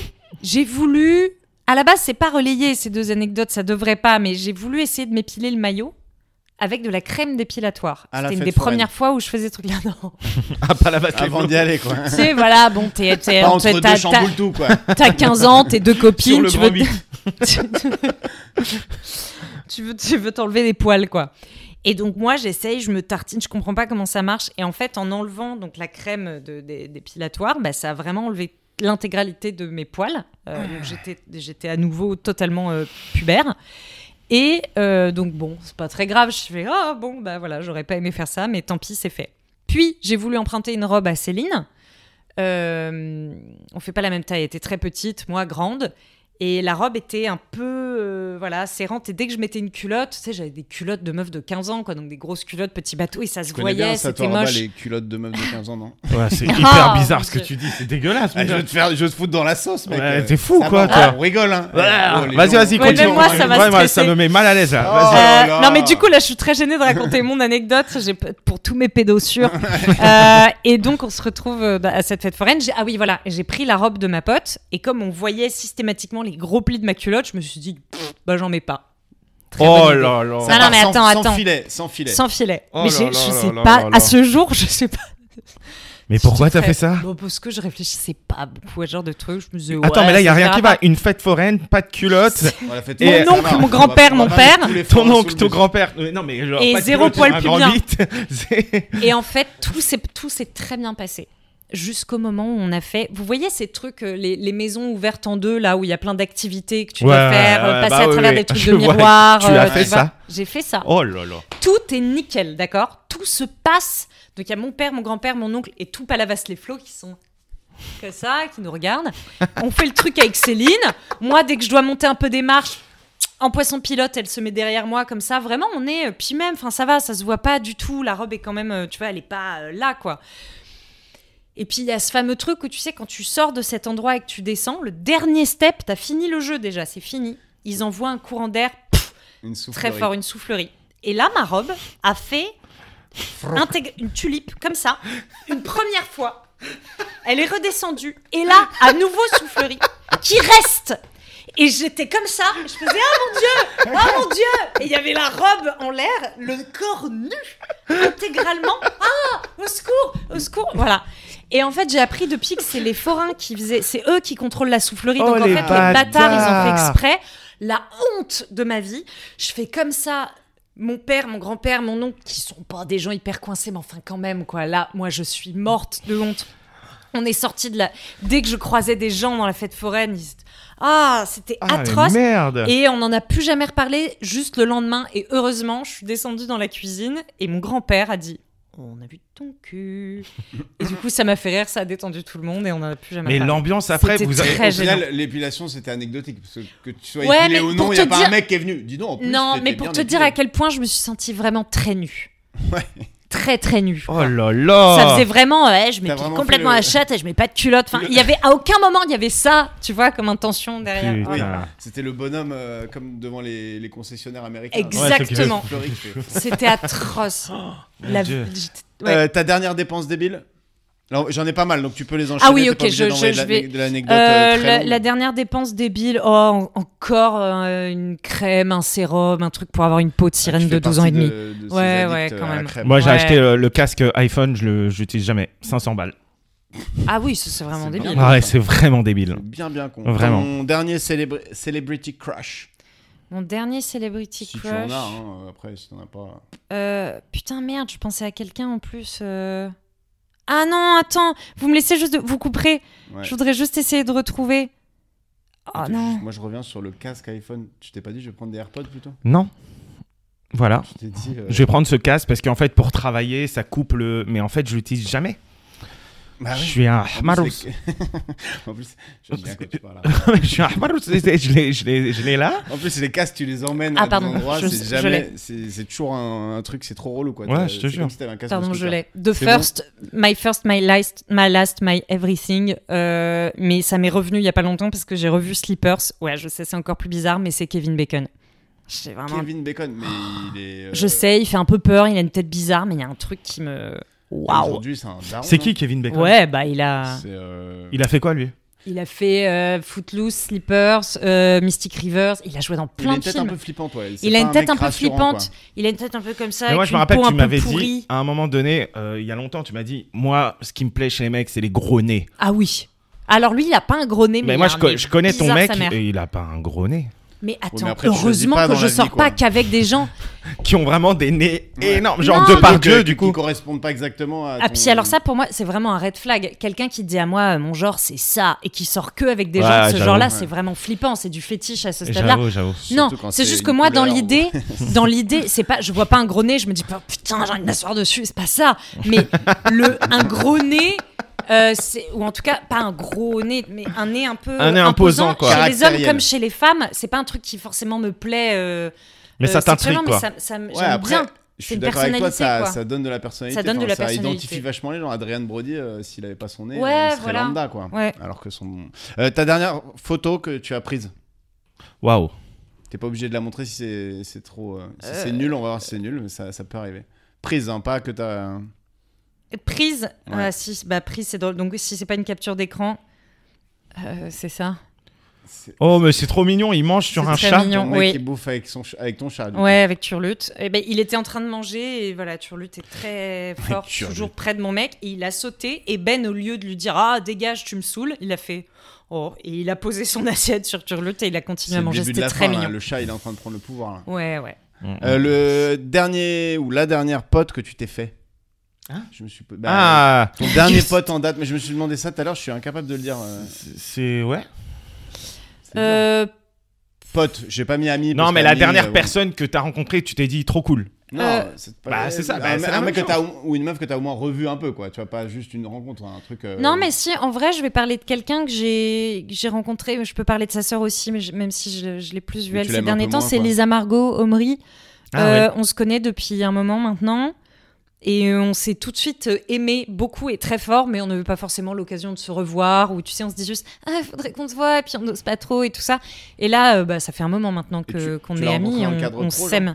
B: j'ai voulu. À la base, c'est pas relayé ces deux anecdotes, ça devrait pas, mais j'ai voulu essayer de m'épiler le maillot avec de la crème dépilatoire.
C: À la
B: C'était une
C: fête
B: des
C: foraine.
B: premières fois où je faisais ce truc-là. Non.
D: Ah, pas la vache.
C: Avant d'y aller, quoi.
B: tu sais, voilà, bon, t'es- t'es-
C: Pas entre
B: t'as-
C: deux
B: t'as-
C: chamboule tout, quoi.
B: T'as 15 ans, t'es deux
D: Sur
B: copines,
D: le
B: tu
D: grand
B: veux, tu veux tu veux t'enlever des poils quoi. Et donc moi j'essaye, je me tartine, je comprends pas comment ça marche. Et en fait en enlevant donc la crème de, des- dépilatoire, bah, ça a vraiment enlevé l'intégralité de mes poils.
C: Ah.
B: Euh, donc j'étais j'étais à nouveau totalement euh, pubère. Et euh, donc bon, c'est pas très grave. Je fais ah bon bah voilà, j'aurais pas aimé faire ça, mais tant pis c'est fait. Puis j'ai voulu emprunter une robe à Céline. Euh, on fait pas la même taille. Elle était très petite, moi grande. Et la robe était un peu euh, voilà serrante. Et dès que je mettais une culotte, tu sais, j'avais des culottes de meuf de 15 ans, quoi. Donc des grosses culottes, petit bateau. Et ça se
C: Tu connais bien
B: voyait,
C: ça,
B: c'était
C: toi, Rabat,
B: moche.
C: les culottes de meufs de 15 ans, non
D: Ouais, c'est
B: Ah,
D: hyper bizarre
B: mon
D: ce que
B: Dieu.
D: tu dis. C'est dégueulasse. mon
C: Ah, je,
D: gars.
C: vais te faire, je vais te foutre dans la sauce, mec.
D: Ouais,
C: Euh,
D: t'es fou,
C: ça
D: quoi,
C: va,
D: toi.
C: On rigole, hein.
D: Voilà.
C: Oh, les
D: Vas-y,
C: gens,
D: vas-y,
C: on rigole.
D: continue.
B: même moi, ça va
D: Ouais, moi, ça
B: stresser.
D: me met mal à l'aise. là.
C: Oh.
D: Vas-y.
B: Euh,
C: là là.
B: non mais du coup là je suis très gênée de raconter mon anecdote j'ai p- pour tous mes pédossures Euh, et donc on se retrouve euh, bah, à cette fête foraine J'ai- ah oui voilà j'ai pris la robe de ma pote et comme on voyait systématiquement les gros plis de ma culotte je me suis dit pff, bah j'en mets pas Très bonne
D: Oh
B: idée.
D: là là.
B: Ça- Non, non, mais
C: Sans-
B: attends,
C: sans,
B: attends.
C: filet, sans filet.
B: sans filet
D: Oh
B: mais
D: là
B: j'ai-
D: là
B: je
D: là
B: sais
D: là
B: pas
D: là là.
B: à ce jour je sais pas
D: Mais pourquoi t'as fait ça
B: Bon, parce que je réfléchissais pas beaucoup à ce genre de trucs je me disais,
D: Attends,
B: ouais,
D: mais là, il y a
B: ça
D: rien
B: sert
D: qui
B: à
D: va. Une fête foraine, pas de culotte.
C: On l'a fait trois,
D: Mon
C: ça
B: oncle,
C: va,
B: mon
C: on va
B: grand-père,
C: pas
B: mon
C: mettre
B: père.
C: tous les
D: Ton
C: francs
D: oncle,
C: sous le
D: ton
C: bus.
D: grand-père. Euh, Non, mais genre,
B: Et
D: pas de
B: zéro
D: culotte,
B: poil
D: un
B: pubien.
D: grand bite. C'est-
B: Et en fait, tout s'est, tout s'est très bien passé. Jusqu'au moment où on a fait. Vous voyez ces trucs, euh, les, les maisons ouvertes en deux, là où il y a plein d'activités que tu
D: Ouais,
B: dois faire, euh,
D: ouais,
B: passer
D: bah
B: à
D: oui,
B: travers
D: oui.
B: des trucs
D: Je
B: de
D: vois.
B: miroir.
D: Tu as
B: euh,
D: fait
B: vois.
D: ça
B: J'ai fait ça.
D: Oh là là.
B: Tout est nickel, d'accord Tout se passe. Donc il y a mon père, mon grand-père, mon oncle et tout Palavas les flots qui sont que ça, qui nous regardent. On fait le truc avec Céline. Moi, dès que je dois monter un peu des marches, en poisson pilote, elle se met derrière moi comme ça. Vraiment, on est. euh, Puis même, enfin, ça va, ça se voit pas du tout. La robe est quand même, euh, tu vois, elle est pas euh, là, quoi. Et puis il y a ce fameux truc où tu sais, quand tu sors de cet endroit et que tu descends, le dernier step, t'as fini le jeu déjà, c'est fini. Ils envoient un courant d'air
C: Une
B: très
C: soufflerie.
B: fort, une soufflerie. Et là, ma robe a fait intégr- une tulipe comme ça, une première fois. Elle est redescendue. Et là, à nouveau soufflerie qui reste. Et j'étais comme ça, je faisais Ah mon Dieu Ah mon Dieu Et il y avait la robe en l'air, le corps nu, intégralement. Ah Au secours Au secours Voilà. Et en fait, j'ai appris depuis que c'est les forains qui faisaient, c'est eux qui contrôlent la soufflerie.
D: Oh,
B: Donc en
D: les
B: fait, les bâtards, ils ont fait
D: bâtards.
B: exprès. La honte de ma vie. Je fais comme ça. Mon père, mon grand-père, mon oncle, qui sont pas des gens hyper coincés, mais enfin quand même, quoi. Là, moi, je suis morte de honte. On est sorti de la. Dès que je croisais des gens dans la fête foraine, ils... ah, c'était
D: Ah,
B: atroce.
D: Merde.
B: Et on n'en a plus jamais reparlé, juste le lendemain. Et heureusement, je suis descendue dans la cuisine et mon grand-père a dit on a vu ton cul. et du coup, ça m'a fait rire, ça a détendu tout le monde et on n'a plus jamais.
D: Mais
B: parlé.
D: l'ambiance après,
B: Ah. C'était
D: vous
B: très
D: avez.
C: Au final,
B: gênant.
C: l'épilation, c'était anecdotique. Parce que tu sois
B: Ouais,
C: épilé
B: mais
C: ou non,
B: pour
C: il n'y a
B: te
C: pas un
B: dire-
C: mec qui est venu. Dis donc, en plus,
B: Non,
C: t'étais
B: mais pour
C: bien
B: te
C: épilé.
B: dire à quel point je me suis sentie vraiment très nue.
C: Ouais.
B: Très très nue.
D: Oh là là
B: Ça faisait vraiment, ouais, je m'épile
C: vraiment fait
B: complètement
C: le-
B: à chatte et je mets pas de culotte. Enfin, il y avait à aucun moment il y avait ça, tu vois, comme intention derrière.
D: Putain.
B: Ouais.
C: C'était le bonhomme euh, comme devant les, les concessionnaires américains.
B: Exactement.
C: Ouais, Fleury, tu fais-
B: C'était atroce. La-
D: Dieu.
B: j'étais- ouais.
C: Euh, ta dernière dépense débile Là, J'en ai pas mal, donc tu peux les enchaîner.
B: Ah oui,
C: t'es
B: ok,
C: pas obligé
B: je-
C: d'envoyer
B: je-
C: de
B: je
C: l'ane-
B: vais-
C: de l'anecdote,
B: Euh,
C: euh, très
B: la,
C: longue.
B: la dernière dépense débile, oh, en- encore euh, une crème, un sérum, un truc pour avoir une peau de
C: Ah, Tu
B: sirène
C: fais
B: de 12 ans et
C: partie
B: demi.
C: de- de ces
B: Ouais,
C: addicts,
B: ouais,
C: euh,
B: quand
C: à la
B: même.
C: crème.
D: Moi, j'ai
B: Ouais.
D: acheté euh, le casque iPhone, je le- j'utilise jamais. 500 balles.
B: Ah oui, ça, c'est vraiment
C: C'est
B: débile.
C: vraiment-
D: Ah ouais, c'est vraiment débile.
C: C'est Bien, bien con.
D: Vraiment.
C: Mon dernier célébr- celebrity crush.
B: Mon dernier celebrity
C: Si tu
B: crush.
C: en as, hein, après, si t'en as pas.
B: Euh, putain, merde, je pensais à quelqu'un en plus. euh. Ah non, attends, vous me laissez juste. de- Vous couperez.
C: Ouais.
B: Je voudrais juste essayer de retrouver. Oh
C: Attends,
B: non.
C: je- Moi, je reviens sur le casque iPhone. Tu t'es pas dit, je vais prendre des AirPods plutôt
D: Non.
B: Ah.
D: Voilà.
C: Tu t'es dit. euh,
D: Je vais prendre ce casque parce qu'en fait, pour travailler, ça coupe le. Mais en fait, je l'utilise jamais.
B: Ah
C: Bah
D: Je
C: oui.
D: suis un
C: En
D: Hmaros.
C: plus, les- en plus, je dis bien quand tu parles. hein.
D: je suis un Hmaros. Je l'ai- je l'ai je l'ai là.
C: En plus, les casques, tu les emmènes
B: Ah,
C: à des
B: pardon,
C: endroits,
B: je-
C: c'est
B: je
C: jamais, c'est c'est toujours un, un truc, c'est trop relou quoi.
D: Ouais,
C: T'as-
D: je te
C: c'est
D: jure.
C: comme si t'avais un casque
B: Pardon,
C: de
B: je
C: scooter.
B: l'ai. The
C: C'est bon
B: first, my first, my last, my last, my everything. Euh, mais ça m'est revenu il y a pas longtemps parce que j'ai revu Sleepers. Ouais, je sais, c'est encore plus bizarre, mais c'est Kevin Bacon. J'ai vraiment. Ah,
C: Kevin Bacon, mais il est. euh,
B: Je sais, il fait un peu peur, il a une tête bizarre, mais il y a un truc qui me. Waouh.
C: Aujourd'hui, c'est un daron.
D: C'est
C: hein.
D: qui Kevin Bacon
B: Ah Ouais, bah il a,
C: C'est, euh,
D: Il a fait quoi lui
B: il a fait euh, Footloose, Sleepers, euh, Mystic Rivers. Il a joué
C: Il
B: dans
C: a
B: plein
C: une
B: de
C: tête un
B: films.
C: peu flippante, ouais. C'est
B: Il
C: pas
B: a une tête
C: mec
B: un peu
C: rassurant,
B: flippante.
C: quoi.
B: Il a une tête un peu comme ça.
D: Mais moi,
B: avec
D: je me
B: une
D: rappelle,
B: peau
D: tu
B: un peu
D: m'avais dit
B: pourrie.
D: à un moment donné, euh, il y a longtemps, tu m'as dit Moi, ce qui me plaît chez les mecs, c'est les gros nez.
B: Ah oui. Alors lui, il a pas un gros nez, mais,
D: Mais
B: il
D: moi,
B: a
D: je,
B: un
D: co-
B: nez
D: je connais ton
B: bizarre,
D: mec
B: sa mère.
D: et il a pas un gros nez.
B: Mais attends,
C: mais après, tu choisis
B: heureusement
C: pas
B: que
C: dans
B: je
C: la vie,
B: sors
C: quoi.
B: pas qu'avec des gens.
D: Qui ont vraiment des nez
C: Ouais.
D: énormes, genre
B: Non,
D: deux par
C: Donc,
D: deux,
C: euh,
D: du
C: Qui
D: coup.
C: correspondent pas exactement à.
B: Ah,
C: ton-
B: puis alors ça, pour moi, c'est vraiment un red flag. Quelqu'un qui dit à moi, euh, mon genre, c'est ça, et qui sort que avec des
D: Ouais,
B: gens de ce
D: j'avoue,
B: genre-là,
C: ouais.
B: c'est vraiment flippant. C'est du fétiche à ce stade-là.
D: J'avoue, j'avoue.
B: Non,
C: Surtout quand
B: c'est
C: c'est
B: juste que
C: une
B: moi, dans
C: couleur,
B: l'idée, dans l'idée, c'est pas, je vois pas un gros nez, je me dis pas putain, j'ai envie de m'asseoir dessus, c'est pas ça. Mais le un gros nez, euh, c'est- ou en tout cas pas un gros nez, mais un nez un peu
D: Un nez imposant, quoi.
B: Chez les hommes
C: Caractériel.
B: comme chez les femmes, c'est pas un truc qui forcément me plaît. euh,
D: Mais
B: euh,
D: ça t'intrigue,
B: sexuellement,
D: quoi.
B: Mais ça, ça me-
C: Ouais,
B: j'aime
C: après,
B: bien.
C: je
B: C'est
C: suis
B: une
C: d'accord avec toi,
B: personnalité,
C: ça,
B: quoi.
C: ça donne de la personnalité.
B: Ça donne de
C: enfin,
B: la
C: Ça
B: personnalité.
C: identifie vachement les gens. Adrien Brody, euh, s'il avait pas son nez,
B: Ouais,
C: euh, il serait
B: voilà.
C: lambda, quoi.
B: Ouais.
C: Alors que son. Euh, ta dernière photo que tu as prise
D: Waouh.
C: T'es pas obligé de la montrer si c'est c'est trop. euh, si c'est
B: Euh,
C: nul, on va voir si c'est nul, mais ça, ça peut arriver. Prise, hein, pas que t'as.
B: Prise,
C: Ouais.
B: ah, si, bah prise, c'est drôle. Donc si c'est pas une capture d'écran, euh, c'est ça.
C: c'est-
D: Oh, mais c'est trop mignon, il mange sur
B: C'est
D: un
B: très
D: chat.
B: mignon.
C: Ton mec
B: oui.
C: qui bouffe avec, son ch- avec ton chat. du coup.
B: Ouais, avec Turlut. Eh ben, il était en train de manger et voilà, Turlut est très fort,
C: Turlut.
B: toujours près de mon mec. Et il a sauté et Ben, au lieu de lui dire Ah, dégage, tu me saoules, il a fait Oh, et il a posé son assiette sur Turlut et il a
C: C'est
B: continué à
C: le
B: manger.
C: début de
B: C'était
C: la
B: très
C: fin, là.
B: mignon.
C: Le chat, il est en train de prendre le pouvoir. là.
B: Ouais, ouais.
C: Euh, le dernier ou la dernière pote que tu t'es fait
D: Hein
C: Je me suis. bah,
D: Ah,
C: Ton dernier pote en date, mais je me suis demandé ça tout à l'heure, je suis incapable de le dire. euh,
D: c'est. Ouais.
C: c'est dur.
B: Euh,
C: Pote, j'ai pas mis ami.
D: Non,
C: parce
D: mais
C: qu'ami,
D: la
C: euh,
D: dernière
C: bon.
D: personne que t'as rencontrée, tu t'es dit trop cool.
C: Non,
B: Euh,
C: c'est pas-
D: Bah, c'est ça,
C: un-
D: bah, c'est la
C: un
D: même
C: mec que
D: chose.
C: t'as au- ou une meuf que t'as au moins revu un peu, quoi. Tu vois, pas juste une rencontre, un truc. euh,
B: Non, mais si, en vrai, je vais parler de quelqu'un que j'ai que j'ai rencontré. Je peux parler de sa sœur aussi, mais je- même si je, je l'ai plus vue
C: Mais
B: elle
C: tu
B: ces
C: l'aimes un
B: derniers
C: peu
B: temps,
C: moins,
B: c'est
C: quoi.
B: Lisa Margot Omri.
D: Ah
B: Euh, On se connaît depuis un moment maintenant. Et on s'est tout de suite euh, aimé beaucoup et très fort, mais on n'avait pas forcément l'occasion de se revoir. Ou tu sais, on se dit juste Ah, faudrait qu'on se voit, et puis on n'ose pas trop et tout ça. Et là, euh, bah, ça fait un moment maintenant
C: Et
B: que-
C: tu-
B: qu'on
C: tu
B: est
C: l'as rencontré
B: amis,
C: dans le
B: on,
C: cadre
B: on
C: pro, genre
B: s'aime.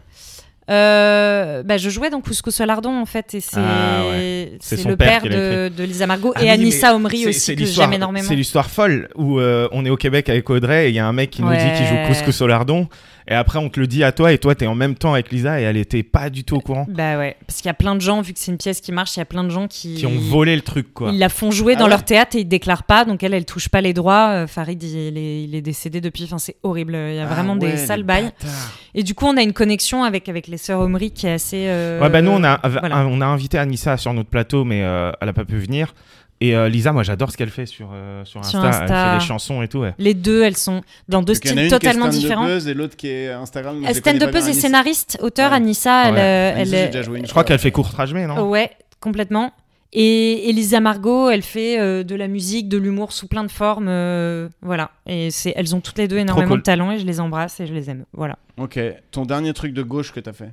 B: Euh, bah, je jouais dans Cusco Solardon en fait, et c'est
D: Ah C'est
B: c'est
D: son
B: le
D: père
B: père,
D: qui l'a
B: de, de Lisa Margot
D: Ah
B: et
D: oui,
B: Anissa
D: mais
B: Omri
D: C'est-
B: aussi,
D: c'est
B: que
D: l'histoire-
B: j'aime énormément.
D: C'est l'histoire folle où euh, on est au Québec avec Audrey et il y a un mec qui nous dit qu'il joue
B: Ouais.
D: couscous au lardon. Et après, on te le dit à toi et toi, t'es en même temps avec Lisa et elle était pas du tout au courant.
B: Bah ouais, parce qu'il y a plein de gens, vu que c'est une pièce qui marche, il y a plein de gens qui,
D: Qui ont volé le truc, quoi.
B: Ils la font jouer
C: Ah
B: dans
C: ouais.
B: leur théâtre et ils déclarent pas, donc elle, elle touche pas les droits. Euh, Farid, il est, il est décédé depuis, enfin c'est horrible. Il y a
C: Ah
B: vraiment
C: ouais,
B: des
C: les
B: sales bails.
C: bâtards.
B: Et du coup, on a une connexion avec, avec les sœurs Omri qui est assez. euh,
D: Ouais, bah nous, on a,
B: voilà.
D: on a invité Anissa sur notre plateau, mais euh, elle a pas pu venir. Et euh, Lisa, moi, j'adore ce qu'elle fait sur, euh, sur,
B: Sur
D: Insta. Elle
B: Insta.
D: fait des chansons et tout, ouais.
B: Les deux, elles sont dans deux
C: Donc, il y en a
B: styles
C: une qui est
B: totalement
C: stand-upeuse
B: différents.
C: et l'autre qui est Instagram.
B: Euh, Stand-upeuse et scénariste, auteur,
C: Ouais.
B: Anissa,
D: Ah
B: elle,
D: ouais.
B: euh,
C: Elle
B: elle est- Ah
D: Je crois qu'elle fait court non
B: Ouais, complètement. Et Elisa Margot, elle fait euh, de la musique, de l'humour sous plein de formes. euh, voilà. Et c'est, elles ont toutes les deux énormément
D: cool.
B: de talent et je les embrasse et je les aime. Voilà.
C: Ok. Ton dernier truc de gauche que t'as fait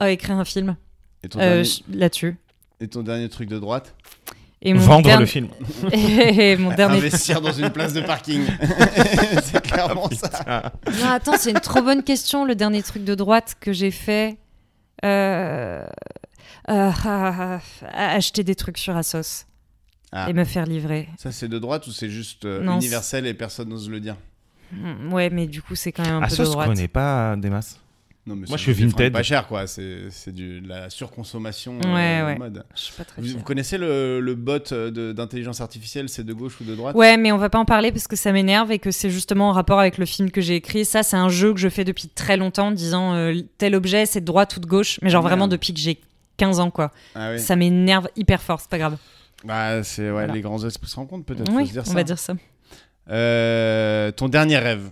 B: Ah, écrire un film
C: et ton,
B: euh,
C: dernier...
B: je- là-dessus.
C: et ton dernier truc de droite
B: Et
D: Vendre
B: dernier-
D: le film.
B: et mon dernier.
C: Investir dans une place de parking. c'est
D: Ah,
C: clairement ça.
B: Non, attends, c'est une trop bonne question. Le dernier truc de droite que j'ai fait. euh, euh, ah, ah, ah, acheter des trucs sur Asos
C: Ah.
B: et me faire livrer.
C: Ça, c'est de droite ou c'est juste euh,
B: Non,
C: universel et personne n'ose le dire
B: Mm, Ouais, mais du coup, c'est quand même un
D: Ah,
B: peu
D: ça,
B: de
D: je
B: droite.
D: connais pas des masses.
C: Non, mais c'est
D: Moi, je suis
C: des fringues
D: Vinted.
C: Pas cher, quoi. C'est c'est du- de la surconsommation euh,
B: Ouais, ouais.
C: mode.
B: Je suis pas très
C: Vous,
B: fière.
C: vous connaissez le, le bot euh, de- d'intelligence artificielle C'est de gauche ou de droite
B: Ouais, mais on va pas en parler parce que ça m'énerve et que c'est justement en rapport avec le film que j'ai écrit. Ça, c'est un jeu que je fais depuis très longtemps, en disant euh, tel objet, c'est de droite ou de gauche, mais genre
C: Ah, Merde.
B: vraiment depuis que j'ai 15 ans, quoi.
C: Ah oui.
B: Ça m'énerve hyper fort, c'est pas grave.
C: Bah, c'est ouais,
B: Voilà.
C: les grands esprits se rencontrent peut-être. faut
B: Oui,
C: se dire
B: on
C: ça.
B: va dire ça.
C: Euh, ton dernier rêve.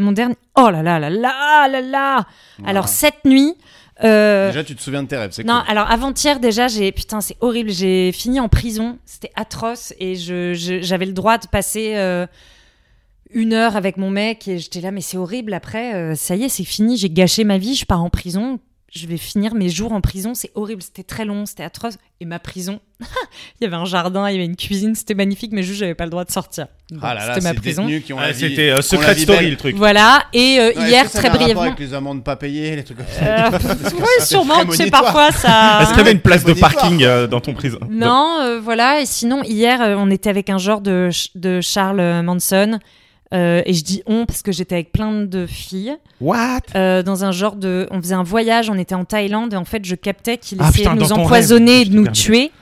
B: Mon dernier. Oh là là là là là là Alors,
C: Voilà.
B: cette nuit. euh,
C: déjà, tu te souviens de tes rêves, c'est
B: Non, euh,
C: cool.
B: alors avant-hier déjà, j'ai putain, c'est horrible. J'ai fini en prison, c'était atroce et je je- j'avais le droit de passer euh, une heure avec mon mec et j'étais là, mais c'est horrible. Après, euh, ça y est, c'est fini, j'ai gâché ma vie, je pars en prison, je vais finir mes jours en prison, c'est horrible, c'était très long, c'était atroce. Et ma prison, il y avait un jardin, il y avait une cuisine, c'était magnifique, mais juste j'avais pas le droit de sortir. Bon,
C: Ah là là,
B: c'était ma
C: ces
B: prison.
C: détenus qui ont la vie-
D: C'était euh,
C: ont la
D: Secret
C: vie
D: Story,
C: belle.
D: le truc.
B: Voilà, et euh,
C: Ouais, est-ce
B: hier,
C: que ça avait
B: très
C: un rapport
B: brièvement.
C: avec les amendes pas payées, les trucs comme ça.
B: Euh, ouais, sûrement,
C: très
B: tu sais,
C: monitoire.
B: parfois ça.
D: Est-ce qu'il y avait une place de
C: Monitoire.
D: parking euh, dans ton prison
B: Non, euh, voilà. Et sinon, hier, euh, on était avec un genre de, ch- de Charles Manson. Euh, et je dis on parce que j'étais avec plein de filles.
D: What
B: Euh, dans un genre de. On faisait un voyage, on était en Thaïlande. Et en fait, je captais qu'il
D: Ah,
B: essayait
D: putain,
B: de nous
D: dans ton
B: empoisonner
D: rêve.
B: et de
D: Je
B: nous
D: regarde.
B: tuer.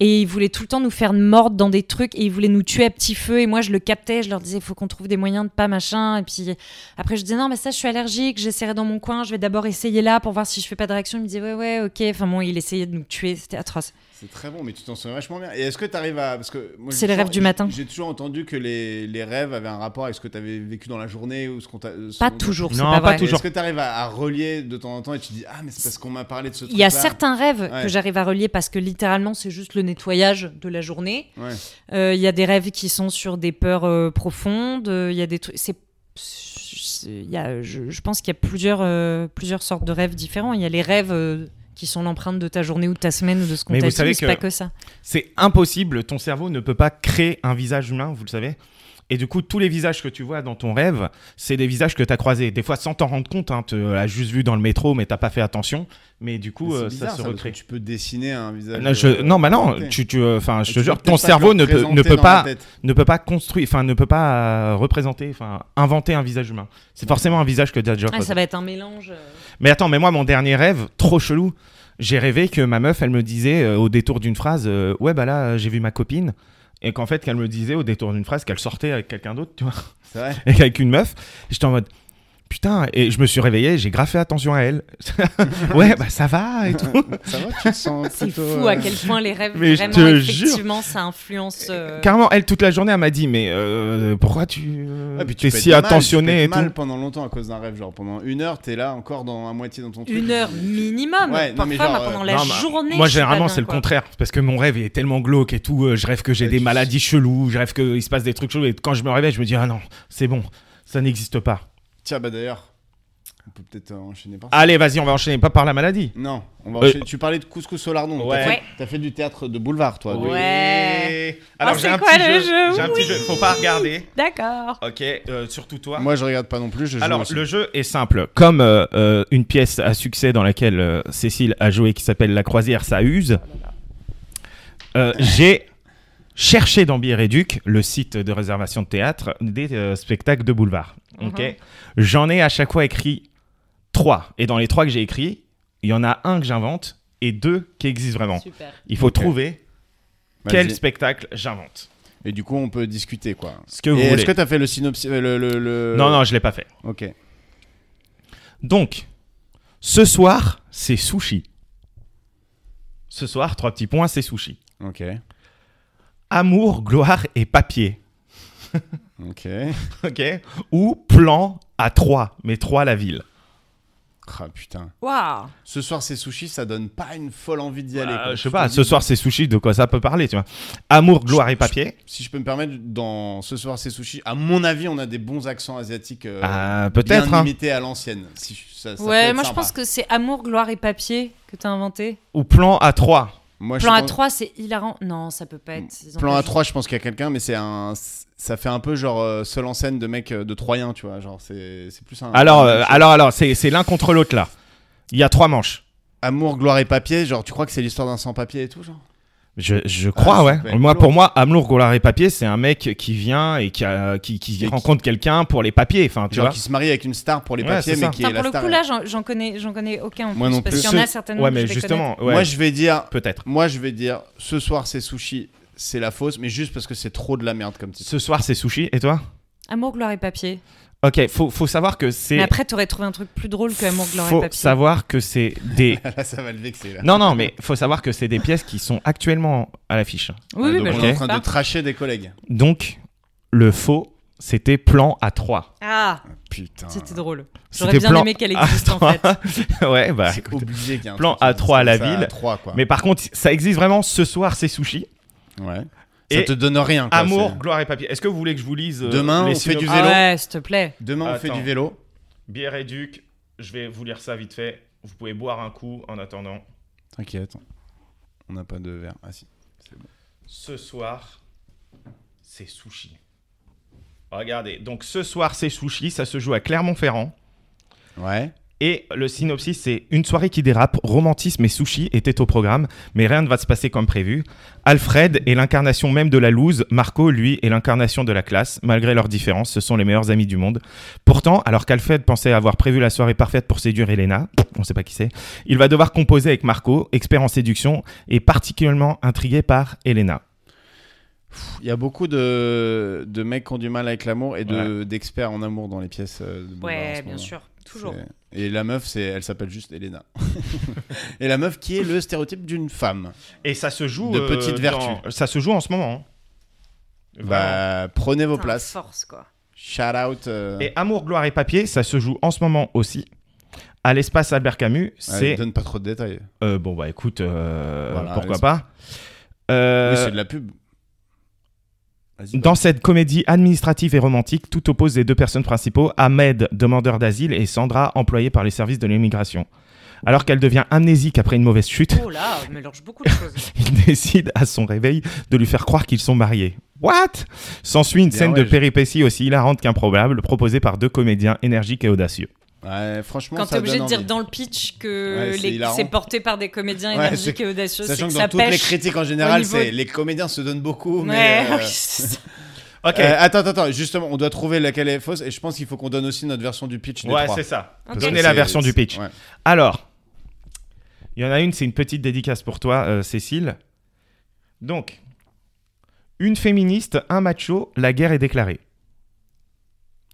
B: Et il voulait tout le temps nous faire mordre dans des trucs. Et il voulait nous tuer à petit feu. Et moi, je le captais. Je leur disais, il faut qu'on trouve des moyens de pas machin. Et puis après, je disais, non, mais ça, je suis allergique. J'essaierai dans mon coin. Je vais d'abord essayer là pour voir si je fais pas de réaction. Il me disait, ouais, ouais, ok. Enfin bon, il essayait de nous tuer. C'était atroce.
C: C'est très bon, mais tu t'en souviens vachement bien. Et est-ce que tu arrives à. Parce que moi, j'ai
B: C'est les
C: toujours-
B: rêves du matin.
C: J'ai toujours entendu que les, les rêves avaient un rapport avec ce que tu avais vécu dans la journée ou ce qu'on t'a. ce
B: Pas
C: dont-
B: toujours. c'est
D: Non, pas
B: pas vrai.
C: Et
D: Toujours.
C: Est-ce que tu arrives à, à relier de temps en temps et tu dis Ah, mais c'est parce qu'on m'a parlé de ce truc
B: Il y a certains rêves
C: Ouais.
B: que j'arrive à relier parce que littéralement, c'est juste le nettoyage de la journée.
C: Ouais.
B: Euh, Il y a des rêves qui sont sur des peurs euh, profondes. euh, Il y a des trucs. C'est. c'est- il y a- je, je pense qu'il y a plusieurs, euh, plusieurs sortes de rêves différents. Il y a les rêves euh, qui sont l'empreinte de ta journée ou de ta semaine ou de ce qu'on
D: Mais
B: t'a
D: vous
B: dit,
D: savez
B: mais c'est
D: que-
B: pas que ça.
D: C'est impossible, ton cerveau ne peut pas créer un visage humain, vous le savez. Et du coup, tous les visages que tu vois dans ton rêve, c'est des visages que tu as croisés. Des fois, sans t'en rendre compte, hein, tu l'as juste vu dans le métro, mais t'as pas fait attention. Mais du coup,
C: Mais c'est
D: euh,
C: bizarre,
D: ça se
C: parce
D: recrée.
C: que Tu peux dessiner un visage.
D: Non, je-
C: euh,
D: non, bah non,
C: ok.
D: tu, tu, euh, enfin,
C: Et
D: je
C: tu
D: te
C: peux
D: jure,
C: peut-être
D: ton
C: te
D: cerveau
C: le
D: ne peut, ne
C: représenter
D: peut
C: dans la
D: pas,
C: tête.
D: ne peut pas construire, enfin, ne peut pas euh, représenter, enfin, inventer un visage humain. C'est forcément un visage que tu as déjà
B: Ah,
D: croisé.
B: ça va être un mélange. euh.
D: Mais attends, mais moi, mon dernier rêve, trop chelou, j'ai rêvé que ma meuf, elle me disait euh, au détour d'une phrase euh, Ouais, bah là, euh, j'ai vu ma copine. Et qu'en fait, qu'elle me disait au détour d'une phrase qu'elle sortait avec quelqu'un d'autre, tu vois,
C: C'est vrai.
D: et avec une meuf. J'étais en mode Putain, et je me suis réveillé, j'ai grave fait attention à elle. ouais, bah ça va et tout.
C: Ça va, tu te sens.
B: C'est fou
C: plutôt, euh,
B: à quel point les rêves,
D: Mais je
B: vraiment,
D: te jure.
B: effectivement, ça influence. euh,
D: Carrément, elle, toute la journée, elle m'a dit Mais euh, pourquoi tu. euh,
C: Ouais, Ah, puis tu
D: t'es
C: peux
D: si
C: être mal,
D: attentionné
C: tu
D: et
C: peux être mal
D: tout
C: pendant longtemps à cause d'un rêve. Genre pendant une heure, t'es là encore dans à moitié dans ton truc.
B: Une heure minimum.
C: Ouais, non,
B: Parfois,
C: mais
B: moi,
C: genre, euh,
B: pendant la
D: Non, bah,
B: journée.
D: Moi,
B: je suis pas
D: généralement,
B: bien,
D: c'est le
B: quoi.
D: contraire. Parce que mon rêve, il est tellement glauque et tout. euh, je rêve que j'ai
C: Ouais,
D: des
C: tu-
D: maladies cheloues. Je rêve qu'il se passe des trucs chelous. Et quand je me réveille, je me dis, ah non, c'est bon, ça n'existe pas.
C: Tiens, bah d'ailleurs, on peut peut-être euh, enchaîner par ça.
D: Allez, vas-y, on va enchaîner. Pas par la maladie.
C: Non, on va
D: Euh,
C: enchaîner. Tu parlais de couscous au lardon.
D: Ouais.
C: T'as fait,
B: Ouais.
C: t'as fait du théâtre de boulevard, toi. donc.
B: Ouais.
D: Alors,
B: Ah,
D: j'ai
B: c'est
D: un
B: quoi
D: petit
B: le jeu
D: J'ai un petit
B: Oui.
D: jeu. Faut pas regarder.
B: D'accord.
D: Ok, euh, surtout toi.
C: Moi, je regarde pas non plus. Je joue
D: Alors,
C: aussi.
D: le jeu est simple. Comme euh, euh, une pièce à succès dans laquelle euh, Cécile a joué qui s'appelle La croisière, ça use, euh, j'ai cherché dans Billet Réduc, le site de réservation de théâtre, des euh, spectacles de boulevard. Ok.
B: Mhm.
D: J'en ai à chaque fois écrit trois. Et dans les trois que j'ai écrits, il y en a un que j'invente et deux qui existent vraiment.
B: Super.
D: Il faut trouver
C: Vas-y.
D: quel spectacle j'invente.
C: Et du coup, on peut discuter, quoi.
D: Ce que vous
C: Et
D: voulez.
C: est-ce que t'as fait le synopsis euh, le, le- le-
D: Non, non, je l'ai pas fait.
C: Ok.
D: Donc, ce soir, c'est sushi. Ce soir, trois petits points, c'est sushi.
C: Ok.
D: Amour, gloire et papier.
C: Ok.
D: Ok Ou plan à trois, mais trois la ville.
C: Ah putain.
B: Waouh
C: Ce soir, c'est sushi, ça donne pas une folle envie d'y aller. quoi.
D: Euh, je sais
C: te
D: pas,
C: dis,
D: ce soir c'est sushi, de quoi ça peut parler, tu vois. Amour, gloire et papier.
C: Si je peux me permettre, dans ce soir, c'est sushi, à mon avis, on a des bons accents asiatiques. euh,
D: Ah, peut-être.
C: Bien
D: hein.
C: imités à l'ancienne. Si je- ça- ça peut
B: Ouais,
C: être
B: moi je
C: sympa.
B: pense que c'est Amour, Gloire et Papier que t'as inventé.
D: Ou plan à 3.
C: Moi, je
B: Plan
C: pense-
B: A3, c'est hilarant. Non, ça peut pas être. ils ont
C: Plan
B: pas
C: A3, je pense qu'il y a quelqu'un, mais c'est un. Ça fait un peu genre euh, seul en scène de mec euh, de Troyen, tu vois. Genre, c'est c'est plus un.
D: Alors,
C: un-
D: euh, alors, alors, c'est c'est l'un contre l'autre là. Il y a trois manches.
C: Amour, gloire et papier, genre, tu crois que c'est l'histoire d'un sans-papier et tout, genre
D: Je, je crois,
C: Ah, ça peut
D: ouais.
C: être
D: Moi,
C: lourd.
D: pour moi, Amour, Goulard et Papier, c'est un mec qui vient et qui, a- qui, qui
C: Et
D: rencontre quelqu'un pour les papiers. Enfin, tu
C: Genre
D: vois.
C: qui se marie avec une star pour les
D: Ouais,
C: papiers,
D: c'est
C: mais
D: ça.
C: qui
B: Putain,
C: est la
B: pour le
C: star.
B: coup, là, j'en- j'en connais, j'en connais aucun. en
C: Moi
B: plus,
C: non
B: Parce
C: plus.
B: qu'il y en a
D: Ce-
B: certainement.
D: Ouais,
B: que
D: mais
B: je vais
D: justement,
B: connaître.
D: ouais,
C: Moi, je vais dire.
D: peut-être.
C: Moi, je vais dire. Ce soir, c'est sushi, c'est la fausse, mais juste parce que c'est trop de la merde comme titre.
D: Ce soir, c'est sushi. Et toi
B: Amour, Gloire et Papier.
D: Ok, faut, faut savoir que c'est.
B: Mais après, t'aurais trouvé un truc plus drôle que Amour, Gloire et
D: faut
B: Papier.
D: savoir que c'est des.
C: Là, ça va le vexer, là.
D: non, non, mais faut savoir que c'est des pièces qui sont actuellement à l'affiche.
B: Oui, oui,
C: Donc,
B: bah,
C: on
B: je
C: est en
B: sais
C: Ah, train
B: pas.
C: de tracher des collègues.
D: Donc, le faux, c'était plan à 3.
B: Ah,
C: Putain.
B: c'était drôle.
D: C'était
B: J'aurais bien
D: plan
B: aimé qu'elle existe en fait.
D: A3. ouais, bah.
C: C'est
D: écoute.
C: obligé qu'il y ait un
D: plan
C: truc comme
D: A3 à
C: ça,
D: la
C: ça,
D: ville.
C: A3, quoi.
D: Mais par contre, ça existe vraiment. Ce soir, c'est sushi.
C: Ouais. Ça
D: Et
C: te donne rien. quoi,
D: Amour,
C: Ah, c'est-
D: gloire et papier. Est-ce que vous voulez que je vous lise euh,
C: Demain,
D: les
C: on fait du
D: synopsis
B: Ah
C: Vélo.
B: ouais, s'il te plaît.
C: Demain, on fait
D: Attends.
C: du vélo.
D: Bière et Duc, je vais vous lire ça vite fait. Vous pouvez boire un coup en attendant.
C: T'inquiète. On n'a pas de verre. Ah si. C'est bon.
D: Ce soir, c'est sushi. Regardez, donc ce soir c'est sushi, ça se joue à Clermont-Ferrand.
C: Ouais.
D: Et le synopsis, c'est une soirée qui dérape, romantisme et sushi étaient au programme, mais rien ne va se passer comme prévu. Alfred est l'incarnation même de la loose, Marco, lui, est l'incarnation de la classe. Malgré leurs différences, ce sont les meilleurs amis du monde. Pourtant, alors qu'Alfred pensait avoir prévu la soirée parfaite pour séduire Elena, on ne sait pas qui c'est, il va devoir composer avec Marco, expert en séduction, et particulièrement intrigué par Elena.
C: Il y a beaucoup de, de mecs qui ont du mal avec l'amour et de d'experts en amour dans les pièces. euh, de Boulevard en ce
B: Ouais,
C: moment.
B: bien sûr. Toujours.
C: C'est- Et la meuf, c'est, elle s'appelle juste Elena. et la meuf qui est le stéréotype d'une femme.
D: Et ça se joue
C: De
D: euh,
C: petites
D: dans- Ça se joue en ce moment. hein.
C: Bah, prenez vos
B: Putain,
C: places.
B: Force, quoi.
C: Shout out. euh,
D: Vraiment. Et Amour, gloire et papier, ça se joue en ce moment aussi. À l'espace Albert Camus,
C: allez,
D: c'est
C: Donne pas trop de détails.
D: euh, bon bah écoute, euh,
C: Voilà,
D: pourquoi
C: l'esp-
D: pas. Euh,
C: Oui, c'est de la pub. Vas-y,
D: Dans cette comédie administrative et romantique, tout oppose les deux personnes principaux, Ahmed, demandeur d'asile, et Sandra, employée par les services de l'immigration. Alors qu'elle devient amnésique après une mauvaise chute,
B: Oh là, on mélange beaucoup de choses.
D: il décide à son réveil de lui faire croire qu'ils sont mariés. What S'ensuit une
C: Bien
D: scène
C: ouais,
D: de
C: je-
D: péripétie aussi hilarante qu'improbable, proposée par deux comédiens énergiques et audacieux.
C: Ouais, franchement,
B: Quand
C: ça
B: t'es obligé
C: donne
B: de dire
C: envie.
B: dans le pitch que
C: Ouais, c'est
B: les-
C: hilarant.
B: c'est porté par des comédiens
C: Ouais,
B: énergiques et audacieux, c'est
C: Sachant
B: que
C: que
B: ça
C: dans toutes les
B: pêche.
C: critiques en général,
B: niveau-
C: c'est les comédiens se donnent beaucoup, mais
B: Ouais,
C: euh,
B: oui, c'est ça.
D: Ok,
C: Euh, attends, attends, attends, justement, on doit trouver laquelle est fausse et je pense qu'il faut qu'on donne aussi notre version du pitch des
D: ouais,
C: trois.
D: c'est ça.
B: Ok.
D: Donnez la version du pitch.
C: Ouais.
D: Alors, il y en a une, c'est une petite dédicace pour toi, euh, Cécile. Donc, une féministe, un macho, la guerre est déclarée.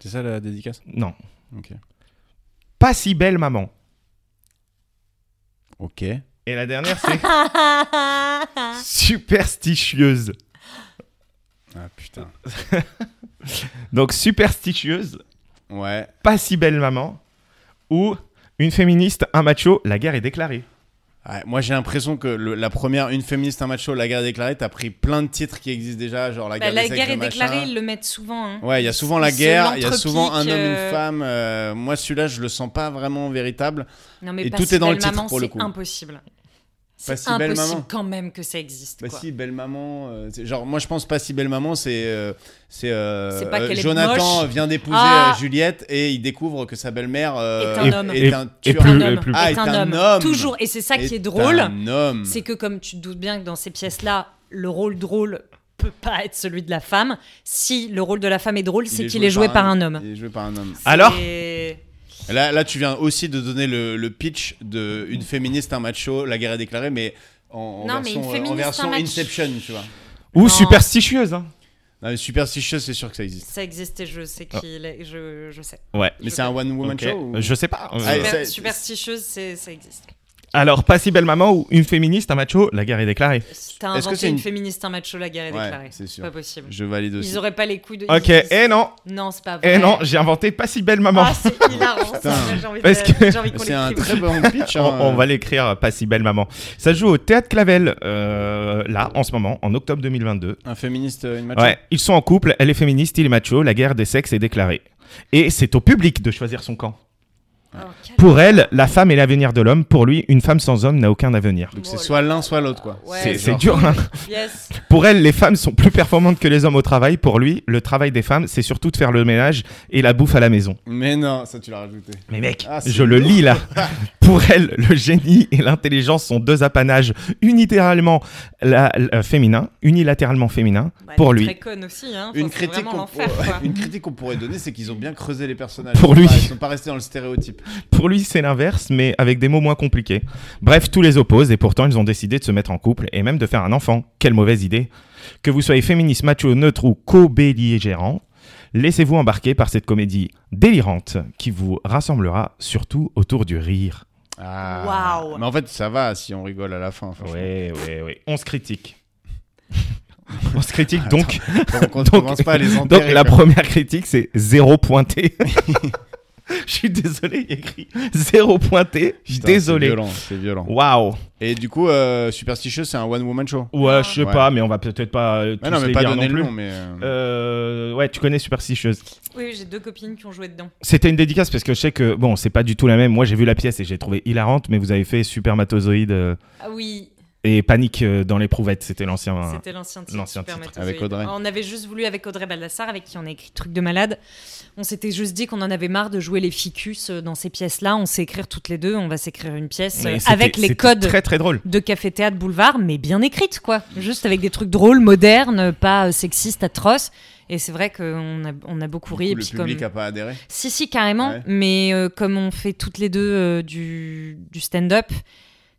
C: C'est ça la dédicace
D: Non.
C: Ok.
D: Pas si belle, maman.
C: Ok.
D: Et la dernière, c'est
B: Bah,
D: superstitieuse.
C: Ah putain.
D: Donc, superstitieuse,
C: Ouais.
D: pas si belle, maman. Ou une féministe, un macho, la guerre est déclarée.
C: Ouais, moi j'ai l'impression que le- la première, une féministe, un macho, la guerre est déclarée, t'as pris plein de titres qui existent déjà, genre la
B: Bah,
C: guerre,
B: la
C: des
B: guerre est
C: sexes, le
B: déclarée,
C: machin.
B: ils le mettent souvent. hein.
C: Ouais, il y a souvent la
B: Ils se
C: guerre, il y a souvent un homme,
B: l'entrepiquent,
C: une
B: euh,
C: femme. euh, moi celui-là, je le sens pas vraiment véritable.
B: Non, mais
C: Et
B: pas
C: tout
B: si
C: est dans le
B: belle
C: titre,
B: maman,
C: pour le
B: c'est
C: coup.
B: impossible. C'est
C: si belle
B: impossible
C: maman.
B: quand même que ça existe.
C: Pas
B: quoi.
C: Bah, si belle maman. euh, c'est- genre, moi je pense pas si belle maman, c'est. euh, c'est euh,
B: C'est pas
C: euh,
B: qu'elle est
C: Jonathan
B: moche.
C: vient d'épouser
B: Ah.
C: euh, Juliette et il découvre que sa belle-mère euh,
B: Est un homme.
C: est un
D: et
C: tueur.
B: un
D: plus-
B: homme.
D: plus-
C: Ah,
B: est un, homme. Toujours. Et c'est ça qui est drôle,
C: Un homme.
B: c'est que comme tu te doutes bien que dans ces pièces-là, le rôle drôle peut pas être celui de la femme. Si le rôle de la femme est drôle,
C: Il
B: c'est qu'il est joué par un homme.
C: Il est joué par un homme.
D: Alors
B: C'est-
C: Là, là, tu viens aussi de donner le, le pitch de une féministe, un macho, la guerre est déclarée, mais en, en
B: Non, mais
C: version,
B: une
C: euh,
B: féministe,
C: en
B: un
C: version
B: macho.
C: Inception, tu vois.
D: Ou
B: Non.
D: superstitieuse. hein.
C: Non, mais superstitieux, c'est sûr que ça existe.
B: Ça existait, je sais qui il est, je, je sais.
D: Ouais.
C: Mais c'est un one woman
D: Ok.
C: show. ou-
D: Je sais pas.
C: Ah,
D: Euh,
B: Super-
C: ça-
B: superstitieuse, c'est- ça existe.
D: Alors, pas si belle maman ou une féministe, un macho, la guerre est déclarée.
B: T'as
C: Est-ce que
B: inventé
C: c'est
B: une...
C: une-
B: féministe, un macho, la guerre est
C: Ouais,
B: déclarée.
C: c'est sûr.
B: Pas possible.
C: Je valide aussi.
B: Ils auraient pas les coups de.
D: Ok,
B: ils-
D: et non,
B: Non, c'est pas vrai.
D: et non, j'ai inventé pas si belle maman.
B: Ah, c'est hilarant.
C: Putain.
B: ça, J'ai envie de-
D: Parce que-
B: j'ai envie qu'on
C: C'est un
B: l'écrive.
C: très bon pitch. hein.
D: On, on va l'écrire, euh, pas si belle maman. Ça se joue au Théâtre Clavel, euh, là, en ce moment, en octobre 2022.
C: Un féministe, euh, une macho.
D: Ouais, ils sont en couple, elle est féministe, il est macho, la guerre des sexes est déclarée. Et c'est au public de choisir son camp.
B: Oh, quel-
D: Pour elle, la femme est l'avenir de l'homme. Pour lui, une femme sans homme n'a aucun avenir.
C: Donc
B: Oh
C: c'est
B: là
C: soit l'un, soit l'autre, quoi.
B: Ouais,
D: c'est c'est
C: genre-
D: dur. hein.
B: Yes.
D: Pour elle, les femmes sont plus performantes que les hommes au travail. Pour lui, le travail des femmes, c'est surtout de faire le ménage et la bouffe à la maison.
C: Mais non, ça tu l'as rajouté.
D: Mais mec,
C: Ah, c'est
D: je le lis là. Pour elle, le génie et l'intelligence sont deux apanages unilatéralement la- la- féminins, unilatéralement féminins.
B: Bah, elle
D: pour
B: est
D: lui,
B: Très conne aussi. Hein.
C: Une
B: Enfin, c'est
C: critique,
B: vraiment
C: qu'on
B: l'enfer, quoi.
C: une critique qu'on pourrait donner, c'est qu'ils ont bien creusé les personnages. Ils
D: Pour
C: sont
D: lui.
C: pas- Ils sont pas restés dans le stéréotype.
D: pour lui, c'est l'inverse, mais avec des mots moins compliqués. Bref, tous les opposent et pourtant ils ont décidé de se mettre en couple et même de faire un enfant. Quelle mauvaise idée Que vous soyez féministe, macho, neutre ou co-belligérant, laissez-vous embarquer par cette comédie délirante qui vous rassemblera surtout autour du rire.
C: Ah.
B: Waouh.
C: Mais en fait, ça va si on rigole à la fin. franchement.
D: Ouais, ouais, ouais. On se critique. On se critique donc.
C: Donc on ne
D: Donc-
C: commence pas à les
D: Donc
C: enterrer.
D: la
C: quoi.
D: première critique, c'est zéro pointé. Je suis désolé, il y a écrit zéro pointé.
C: Putain, C'est
D: désolé.
C: violent, c'est violent.
D: Waouh.
C: Et du coup, euh, Superstitious, c'est un one-woman show.
B: Ah.
D: Ouais, je sais
C: Ouais.
D: pas, mais on va peut-être pas euh, tous
C: Ah non, mais
D: les
C: pas
D: dire
C: donner
D: non
C: le
D: plus.
C: nom, mais. euh,
D: Euh, ouais, tu connais Superstitieuse.
B: Oui, j'ai deux copines qui ont joué dedans.
D: C'était une dédicace parce que je sais que bon, c'est pas du tout la même. Moi, j'ai vu la pièce et j'ai trouvé hilarante, mais vous avez fait Supermatozoïde euh,
B: Ah oui,
D: et Panique euh, dans l'éprouvette. C'était l'ancien. euh,
B: c'était l'ancien titre.
D: l'ancien
B: Super
D: titre.
B: Métazoïde.
C: Avec Audrey.
B: On avait juste voulu, avec Audrey Baldassar, avec qui on a écrit Truc de malade, on s'était juste dit qu'on en avait marre de jouer les ficus euh, dans ces pièces-là. On sait écrire toutes les deux, on va s'écrire une pièce
D: mais
B: euh,
D: c'était-
B: avec les
D: c'était
B: codes
D: Très très drôle.
B: de café-théâtre boulevard, mais bien écrite, quoi. Juste avec des trucs drôles, modernes, pas euh, sexistes, atroces. Et c'est vrai qu'on a, on a beaucoup ri.
C: du
B: et
C: coup, le
B: puis
C: public
B: comme...
C: a pas adhéré.
B: Si, si, carrément.
C: Ouais.
B: Mais euh, comme on fait toutes les deux euh, du, du stand-up,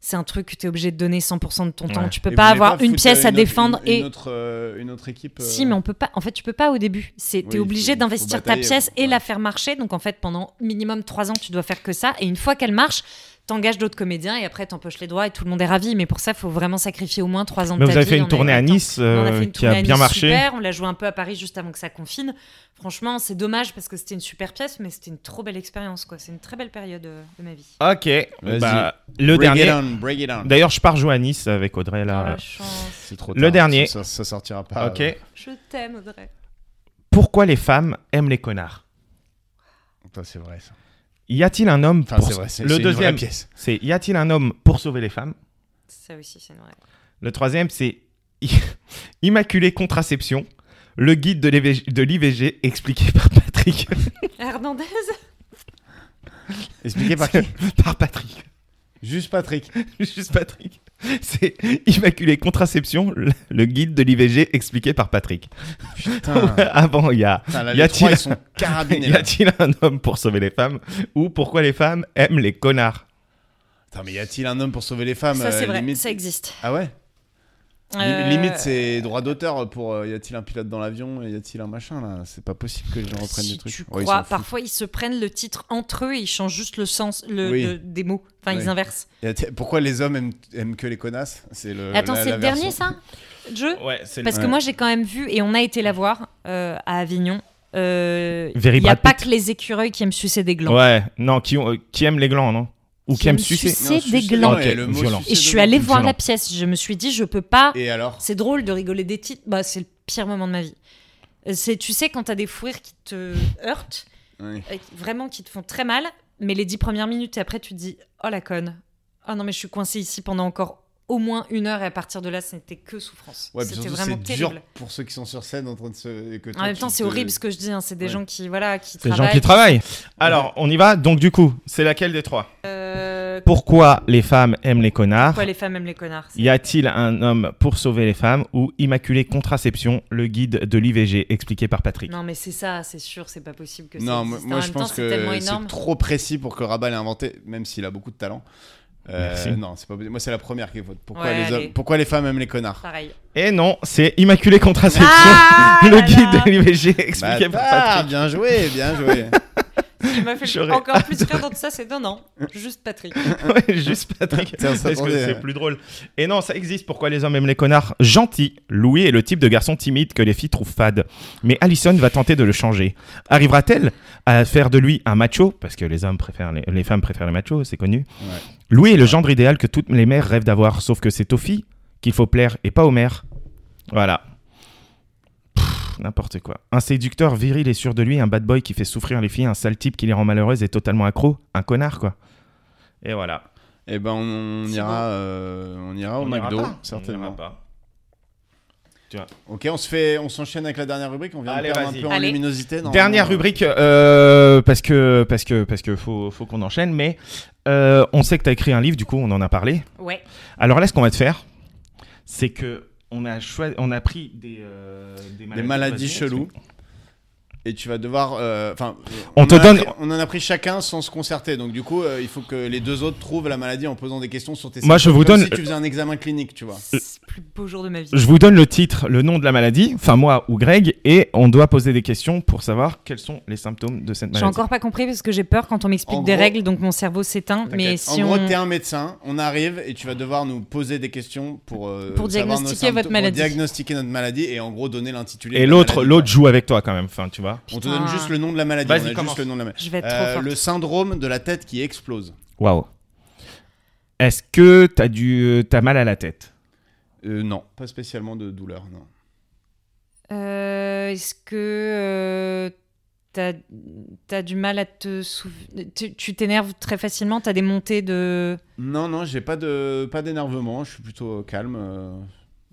B: c'est un truc que tu es obligé de donner 100% de ton temps.
D: Ouais.
B: Tu peux
C: Et
B: pas
C: vous voulez
B: avoir une
C: foutre,
B: pièce
C: euh,
B: à
C: autre-
B: défendre
C: une,
B: et.
C: une autre, euh, une autre équipe. euh,
B: Si, mais on peut pas. En fait, tu peux pas au début. C'est
C: Oui,
B: t'es
C: il
B: obligé
C: faut-
B: d'investir
C: faut
B: ta
C: batailler,
B: pièce et
C: ouais.
B: la faire marcher. Donc en fait, pendant minimum trois ans, tu dois faire que ça. Et une fois qu'elle marche, t'engages d'autres comédiens et après t'empoches les doigts et tout le monde est ravi. Mais pour ça, faut vraiment sacrifier au moins trois ans.
D: Mais vous
B: de ta
D: avez
B: vie.
D: fait
B: On
D: une
B: a
D: tournée
B: eu
D: à
B: le temps.
D: Nice
B: On a
D: euh,
B: fait une
D: qui
B: tournée
D: a
B: à
D: bien
B: Nice,
D: marché.
B: super. On l'a joué un peu à Paris juste avant que ça confine. Franchement, c'est dommage parce que c'était une super pièce, mais c'était une trop belle expérience. quoi. C'est une très belle période euh, de ma vie.
D: Ok.
C: Vas-y.
D: bah, le
C: break It
D: dernier.
C: on, break it on.
D: D'ailleurs, je pars jouer à Nice avec Audrey
B: Oh,
D: là.
B: la chance.
C: C'est trop
D: le
C: tard,
D: dernier.
C: Ça, ça sortira pas.
D: ok.
C: euh,
B: Je t'aime, Audrey.
D: Pourquoi les femmes aiment les connards
C: putain, c'est vrai. ça.
D: Y a-t-il un homme
C: Enfin,
D: pour
C: c'est vrai. c'est- c'est
D: Le
C: une vraie
D: deuxième,
C: pièce.
D: c'est y a-t-il un homme pour sauver les femmes
B: Ça aussi, c'est vrai.
D: Le troisième, c'est Immaculée Contraception, le guide de l'IVG de l'IVG expliqué par Patrick.
C: Ah,
B: Hernandez
C: Expliqué par qui
D: par Patrick.
C: Juste Patrick.
D: Juste Patrick. C'est Immaculée Contraception, le- le guide de l'IVG expliqué par Patrick.
C: Putain.
D: Avant, il y a
C: Putain, là,
D: Y
C: les
D: a-t-il-
C: trois, ils sont carabinés.
D: Y
C: là.
D: a-t-il un homme pour sauver les femmes Ou pourquoi les femmes aiment les connards
C: Putain, mais y a-t-il un homme pour sauver les femmes
B: Ça,
C: euh,
B: c'est vrai.
C: limite-
B: Ça existe.
C: Ah ouais Li-
B: Euh,
C: Limite, c'est droit d'auteur pour euh, y a-t-il un pilote dans l'avion Y a-t-il un machin là C'est pas possible que les gens reprennent
B: si
C: des trucs.
B: tu
C: Ouais, ils
B: crois,
C: s'en foutent.
B: parfois ils se prennent le titre entre eux et ils changent juste le sens le,
C: Oui.
B: de- des mots. Enfin,
C: Oui.
B: ils inversent.
C: Y a-t- Pourquoi les hommes aiment, aiment que les connasses C'est le.
B: Attends,
C: Euh, la-
B: c'est
C: la
B: le dernier
C: version-
B: ça Le Jeu
D: Ouais, c'est
B: Parce que
C: Ouais.
B: moi j'ai quand même vu, et on a été la voir euh, à Avignon, euh, il
D: Very
B: n'y a
D: Brad
B: pas
D: Pitt.
B: que les écureuils qui aiment sucer des glands.
D: Ouais, non, qui, ont- euh, qui aiment les glands, non Ou qui, aiment sucer
C: Non,
B: C'est
C: sucer-
B: dégueulant.
C: non, et le mot
D: Violent.
C: sucer
B: Et je suis
C: dedans.
B: allée voir
D: Violent.
B: la pièce, je me suis dit je peux pas...
C: Et alors
B: C'est drôle de rigoler des titres, bah, c'est le pire moment de ma vie. Euh, C'est, tu sais, quand t'as des fous rires qui te heurtent,
C: Oui.
B: euh, qui- vraiment qui te font très mal, mais les dix premières minutes et après tu te dis oh la conne, oh non mais je suis coincée ici pendant encore au moins une heure et à partir de là c'était que souffrance.
C: Ouais, puis
B: c'était
C: surtout,
B: vraiment
C: c'est
B: terrible.
C: dur pour ceux qui sont sur scène en train de se. et que
B: En
C: toi,
B: même
C: tu
B: temps, c'est
C: te-
B: horrible ce que je dis. hein. C'est des
C: Ouais.
B: gens qui, voilà, qui
D: C'est les gens
B: travaillent.
D: qui travaillent. Alors, on y va. Donc, du coup, c'est laquelle des trois
B: Euh,
D: Pourquoi les femmes aiment les connards
B: pourquoi les femmes aiment les connards c'est-
D: Y a-t-il un homme pour sauver les femmes Ou Immaculée Contraception, le guide de l'IVG expliqué par Patrick
B: Non, mais c'est ça, c'est sûr, c'est pas possible que ça.
C: Non, moi,
B: existe.
C: moi,
B: en
C: je
B: même
C: pense
B: temps, c'est tellement
C: que
B: énorme.
C: c'est trop précis pour que Rabat l'ait inventé, même s'il a beaucoup de talent. Euh,
D: Merci.
C: Non, c'est pas possible. Moi, c'est la première qui vote. Pourquoi,
B: Ouais,
C: les hommes-
B: allez.
C: Pourquoi les femmes aiment les connards
B: Pareil.
D: Et Eh non, c'est Immaculée Contraception,
B: Ah
D: le
B: là
D: guide
B: là
C: Bah,
D: de l'IVG expliqué par
C: Bâtard,
D: Patrick.
C: Bien joué, bien joué.
B: Tu m'as fait
D: J'aurais
B: encore plus rire dans tout ça, c'est non, non, juste Patrick.
D: Ouais, juste Patrick.
C: Tiens, ça
D: Parce que
C: attendait,
D: c'est
C: euh.
D: plus drôle. Et non, ça existe. Pourquoi les hommes aiment les connards Gentil, Louis est le type de garçon timide que les filles trouvent fade. Mais Allison va tenter de le changer. Arrivera-t-elle à faire de lui un macho Parce que les hommes préfèrent les, les femmes préfèrent les machos, c'est connu.
C: Ouais.
D: Louis est le genre idéal que toutes les mères rêvent d'avoir, sauf que c'est aux filles qu'il faut plaire et pas aux mères. Voilà. Pff, N'importe quoi. Un séducteur viril et sûr de lui, un bad boy qui fait souffrir les filles, un sale type qui les rend malheureuses et totalement accro, un connard quoi. Et voilà.
C: Eh ben, on, on
B: C'est
C: ira, euh, on ira au
D: On n'ira
C: McDo,
D: pas. On
C: certainement.
D: n'ira pas.
C: Ok, on se fait, on s'enchaîne avec la dernière rubrique. On vient de
D: Allez,
C: perdre un
D: vas-y.
C: peu en
B: Allez.
C: luminosité. non,
D: Dernière
C: non,
D: rubrique, euh, parce que parce que parce que faut, faut qu'on enchaîne, mais euh, on sait que tu as écrit un livre, du coup on en a parlé.
B: Ouais.
D: Alors là, ce qu'on va te faire, c'est que on a choi- on a pris des euh,
C: Des maladies cheloues. Et tu vas devoir, euh, enfin,
D: On te
C: en a
D: donne-
C: pris- on en a pris chacun sans se concerter. Donc du coup, euh, il faut que les deux autres trouvent la maladie en posant des questions sur tes.
D: Moi, je
C: symptômes,
D: vous
C: comme
D: donne-
C: Si tu faisais un examen clinique, tu vois.
B: C'est le plus beau jour de ma vie.
D: Je vous donne le titre, le nom de la maladie, enfin moi ou Greg, et on doit poser des questions pour savoir quels sont les symptômes de cette
B: J'ai
D: maladie.
B: encore pas compris parce que j'ai peur quand on
C: En
B: m'explique des
C: gros-
B: règles, donc mon cerveau s'éteint. Mais
C: En
B: si
C: gros,
B: on.
C: t'es un médecin, on arrive et tu vas devoir nous poser des questions pour, euh, savoir
B: Pour
C: nos
B: diagnostiquer
C: symptômes,
B: votre
C: pour
B: maladie.
C: diagnostiquer notre maladie et en gros donner l'intitulé.
D: Et
C: de la
D: l'autre
C: maladie.
D: l'autre joue avec toi quand même, enfin tu vois.
C: On te
B: Putain.
C: donne juste le nom de la maladie.
D: Vas-y,
C: on a juste
D: commence.
C: le nom de la maladie.
B: Je vais être
C: Euh,
B: Ah. trop forte.
C: le syndrome de la tête qui explose.
D: Waouh. Est-ce que t'as du t'as mal à la tête
C: Euh, non, pas spécialement de douleur, non.
B: Euh, Est-ce que euh, t'as as du mal à te souvenir Tu tu t'énerves très facilement, t'as des montées de.
C: Non, non, j'ai pas de pas d'énervement, je suis plutôt euh, calme. euh, non.